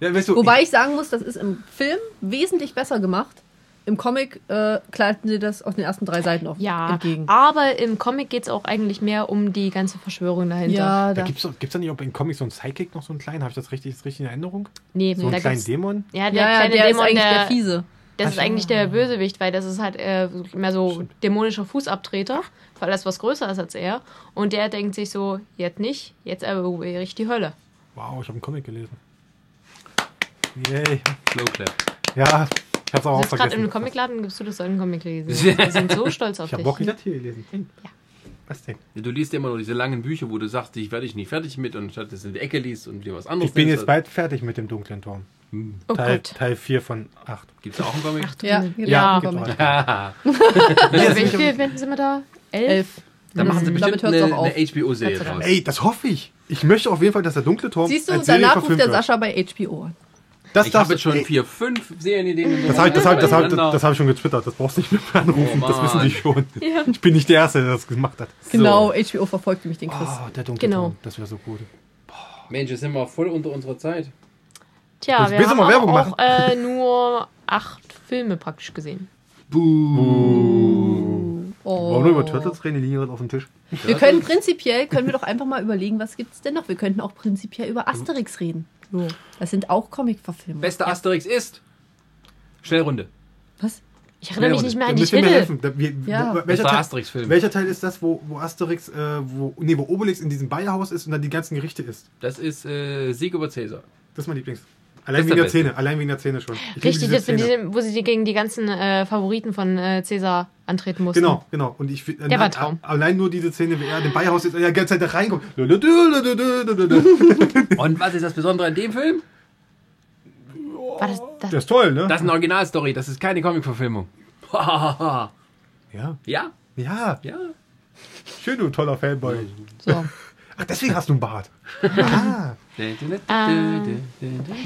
ja, weißt du,
Wobei ich sagen muss, das ist im Film wesentlich besser gemacht. Im Comic äh, kleiden sie das auf den ersten drei Seiten auf,
Ja,
entgegen.
aber im Comic geht es auch eigentlich mehr um die ganze Verschwörung dahinter.
ja,
Da
da,
gibt's, doch- gibt's da nicht auch in Comics so einen Sidekick noch so einen kleinen? Habe ich das richtig, das richtig in Erinnerung?
nee,
So einen
da
kleinen
gibt's,
Dämon?
ja, der
ja, ja,
kleine
der ist
Dämon,
eigentlich der,
der,
Fiese.
das
Ach
ist
so.
eigentlich der Bösewicht, weil das ist halt äh, mehr so dämonischer Fußabtreter, weil das was größer ist als er. Und der denkt sich so, jetzt nicht, jetzt erobere ich die Hölle.
Wow, ich habe einen Comic gelesen. Yay.
Slow clap.
Ja, ich hab's aber
Du
auch
sitzt gerade
vergessen.
im Comicladen, gibst du das sollen Comic lesen. Wir sind so stolz auf
ich habe
dich.
Walking Dead hier gelesen. Hey.
Ja.
Was denn?
Du liest ja immer noch diese langen Bücher, wo du sagst, ich werde ich nicht fertig mit und stattdessen in die Ecke liest und dir was anderes
Ich bin
denkst.
jetzt bald fertig mit dem dunklen Turm.
oh
Teil,
Gott.
Teil 4 von 8.
Gibt's da auch einen Comic?
Ja,
Ja.
genau.
Gibt auch.
Haha.
Also, wie viele Wände sind wir da? Elf?
Elf.
da machen sie
Mhm. Damit
bestimmt
hört's
eine,
auch
eine HBO-Serie
Gott sei
draus.
Dank.
Ey, das hoffe ich. Ich möchte auf jeden Fall, dass der dunkle Turm.
Siehst du,
als Serie
danach ruft
verfilmt
der
wird.
Sascha bei HBO an.
Das
Ich
darfst
habe
du-
jetzt schon
ey,
vier, fünf Serienideen.
Das habe ich, das hab, das hab, das,
hintereinander.
das hab ich schon getwittert. Das brauchst du nicht mehr anrufen.
Oh,
das wissen
Mann.
die schon. Ich bin nicht der Erste, der das gemacht hat.
Genau, HBO verfolgt nämlich den Chris.
Oh, der dunkle
Genau.
Turm. Das wäre so gut.
Mensch, jetzt sind wir voll unter unserer Zeit.
Tja,
Jetzt
wir
willst du
haben
mal Werbung
auch äh, nur acht Filme praktisch gesehen.
Oh.
Warum nur über Turtles reden? Die liegen gerade auf dem Tisch.
Wir können prinzipiell, können wir doch einfach mal überlegen, was gibt's denn noch? Wir könnten auch prinzipiell über Asterix reden. Das sind auch Comic-Verfilmungen.
Bester Asterix ist. Schnellrunde.
Was?
Ich erinnere
Ja,
mich nicht mehr
Da
an die
müsst ihr mir
Titel.
helfen. Da, wir,
Ja.
welcher,
Bester
Teil,
Asterix-Film.
welcher Teil ist das, wo, wo Asterix, äh, wo, nee, wo Obelix in diesem Bayerhaus ist und dann die ganzen Gerichte isst?
Das ist äh, Sieg über Cäsar.
Das ist mein Lieblings. Allein
Das ist
wegen
der
der
Beste.
Zähne. Allein wegen der Zähne schon. Ich liebe
Richtig,
diese
das mit
Szene.
diesem, wo sie die gegen die ganzen äh, Favoriten von äh, Cäsar antreten mussten.
Genau, genau. Und ich Der
war ein Traum.
Allein nur diese Szene, wie er in dem Beihaus ist und er die ganze Zeit da reinkommt. Der
Und was ist das Besondere an dem Film?
War das, das,
ist toll, ne?
Das ist eine Originalstory, das ist keine Comic-Verfilmung. ja,
Ja.
ja.
Ja, schön, du toller Fanboy.
So.
Ach, deswegen hast du einen Bart. Ah,
Ähm.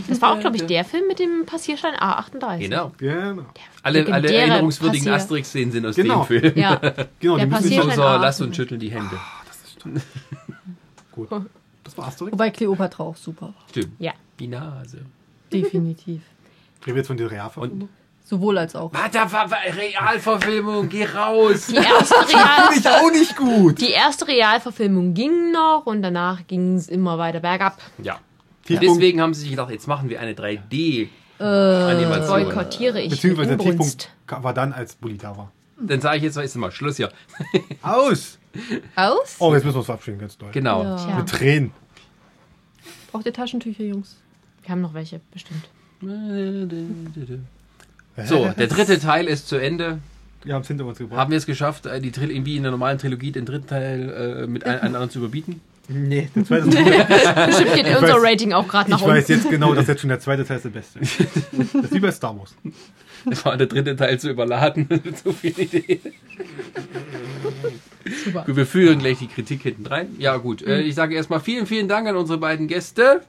das war auch, glaube ich, der Film mit dem Ah, Passierschein A38.
Genau.
genau.
Alle, alle
Legendäre
erinnerungswürdigen
Passier-
Asterix-Szenen sind aus
Genau.
dem Film.
Ja,
Genau,
Der
die müssen
passiert-
nicht
So,
Passier-
so,
Ah.
lass uns schütteln die Hände.
gut. Das war Asterix.
Wobei Cleopatra auch super war.
Stimmt.
ja.
Die Nase.
Definitiv.
Reden wir jetzt von der Reha
Mhm.
Und
Sowohl als auch.
Warte, wa- wa- Realverfilmung, geh raus.
Die erste, Real,
ich auch nicht gut.
die erste Realverfilmung ging noch und danach ging es immer weiter bergab.
Ja.
Tiefpunkt,
Deswegen haben sie sich gedacht, jetzt machen wir eine
Äh,
3D-Animation.
Boykottiere ich mit
beziehungsweise der
Inbrunst.
Tiefpunkt war dann, als Bulli da war.
Dann sage ich jetzt, jetzt mal Schluss hier.
Aus!
Aus?
Oh, jetzt müssen wir uns verabschieden, ganz doll.
Genau.
Ja.
Tja,
Mit Tränen.
Braucht ihr Taschentücher, Jungs?
wir haben noch welche, bestimmt.
So, der dritte Teil ist zu Ende.
Wir haben es hinter uns gebracht.
Haben wir es geschafft, äh, die Tril irgendwie in der normalen Trilogie den dritten Teil äh, mit einem anderen zu überbieten?
Nee, der zweite Teil.
Bestimmt geht unser
weiß-
Rating auch gerade nach
Ich
oben.
weiß jetzt genau, dass jetzt schon der zweite Teil ist der beste. Das ist wie bei Star Wars.
Das war der dritte Teil zu überladen. zu viele Ideen.
Super. Mhm.
Gut, Wir führen gleich die Kritik hinten rein. Ja, gut. Äh, ich sage erstmal vielen, vielen Dank an unsere beiden Gäste.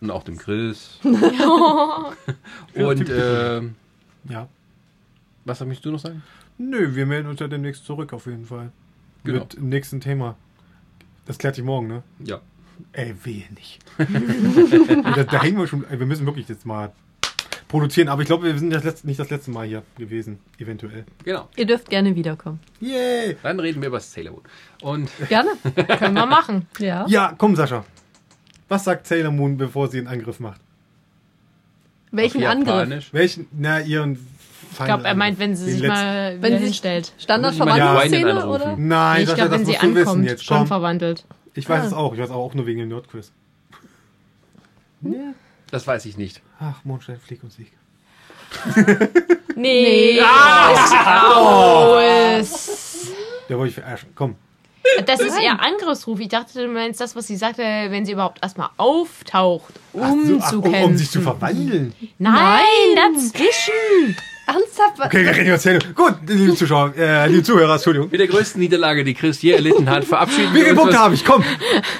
Und auch dem Chris. Und äh,
Ja.
was möchtest du noch sagen?
Nö, wir melden uns ja demnächst zurück, auf jeden Fall.
Genau.
Mit dem nächsten Thema. Das klärt sich morgen, ne?
Ja.
Ey, wehe nicht. da, da hängen wir schon. Ey, wir müssen wirklich jetzt mal produzieren. Aber ich glaube, wir sind das letzte, nicht das letzte Mal hier gewesen. Eventuell.
Genau.
Ihr dürft gerne wiederkommen.
Yay!
Dann reden wir über das Sailor Moon. Und
Gerne?
Können wir machen.
Ja.
Ja, komm, Sascha. Was sagt Sailor Moon, bevor sie einen Angriff macht?
Welchen
auf
Angriff?
Japanisch.
Welchen? Na, ihren.
Ich glaube, er meint, wenn sie sich mal wieder
Wenn sie-
hinstellt.
Muss ich
Standardverwandlungsszene
mal die Weinchen
oder?
anrufen.
Nein,
Nee, ich
Sascha,
glaube,
das
wenn sie
musst du wissen
ankommt,
jetzt.
schon
Komm.
verwandelt.
Ich weiß
Ah.
es auch. Ich weiß aber auch nur wegen dem Nordquiz.
Hm?
das weiß ich nicht.
Ach, Mondstein, Flieg und Sieg.
Nee. Ah. Raus.
Der wollte ich verarschen. Komm.
Das ist ihr Angriffsruf. Ich dachte, du meinst das, was sie sagte, wenn sie überhaupt erstmal auftaucht, um
Ach so,
zu
ach, um, um
kämpfen.
sich zu verwandeln.
Nein, dazwischen.
Ernsthaft?
Okay, wir reden jetzt hier. Gut, liebe Zuschauer, äh, liebe Zuhörer, Entschuldigung.
Mit der größten Niederlage, die Chris je erlitten hat, verabschieden
Wie viele
uns.
Punkte habe ich? Komm,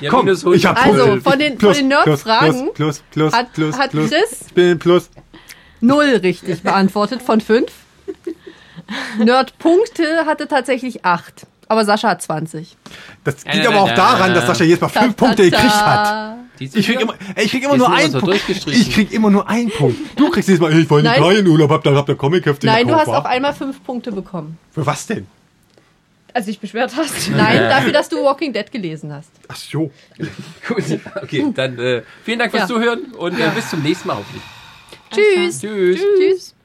Ja,
komm.
minus 100.
Ich habe
Also, von den- von den Nerd-Fragen
Plus, plus, plus,
hat-
plus,
hat
plus.
Chris-
Ich bin plus.
Null richtig beantwortet von fünf. Nerd-Punkte hatte tatsächlich acht. Aber Sascha hat 20.
Das
Ja,
liegt
ja,
aber auch
ja,
daran,
ja,
dass
ja.
Sascha jedes Mal fünf
Ta-ta-ta.
Punkte gekriegt hat.
Die sind
Ich krieg
hier.
immer, ey, ich krieg immer
Die
nur
sind immer
einen
so
Punkt.
durchgestrichen.
Ich krieg immer nur einen Punkt. Du kriegst jedes Mal, ich war in
Nein.
Italien Urlaub, hab da, hab da Comichefte
Nein, du
gekauft,
hast
wa?
auch einmal fünf Punkte bekommen.
Für was denn?
Als dich beschwert hast.
Nein, dafür, dass du Walking Dead gelesen hast.
Ach so.
Gut, okay, dann äh, vielen Dank fürs
Ja.
Zuhören und äh, bis zum nächsten Mal hoffentlich.
Tschüss.
Tschüss.
Tschüss.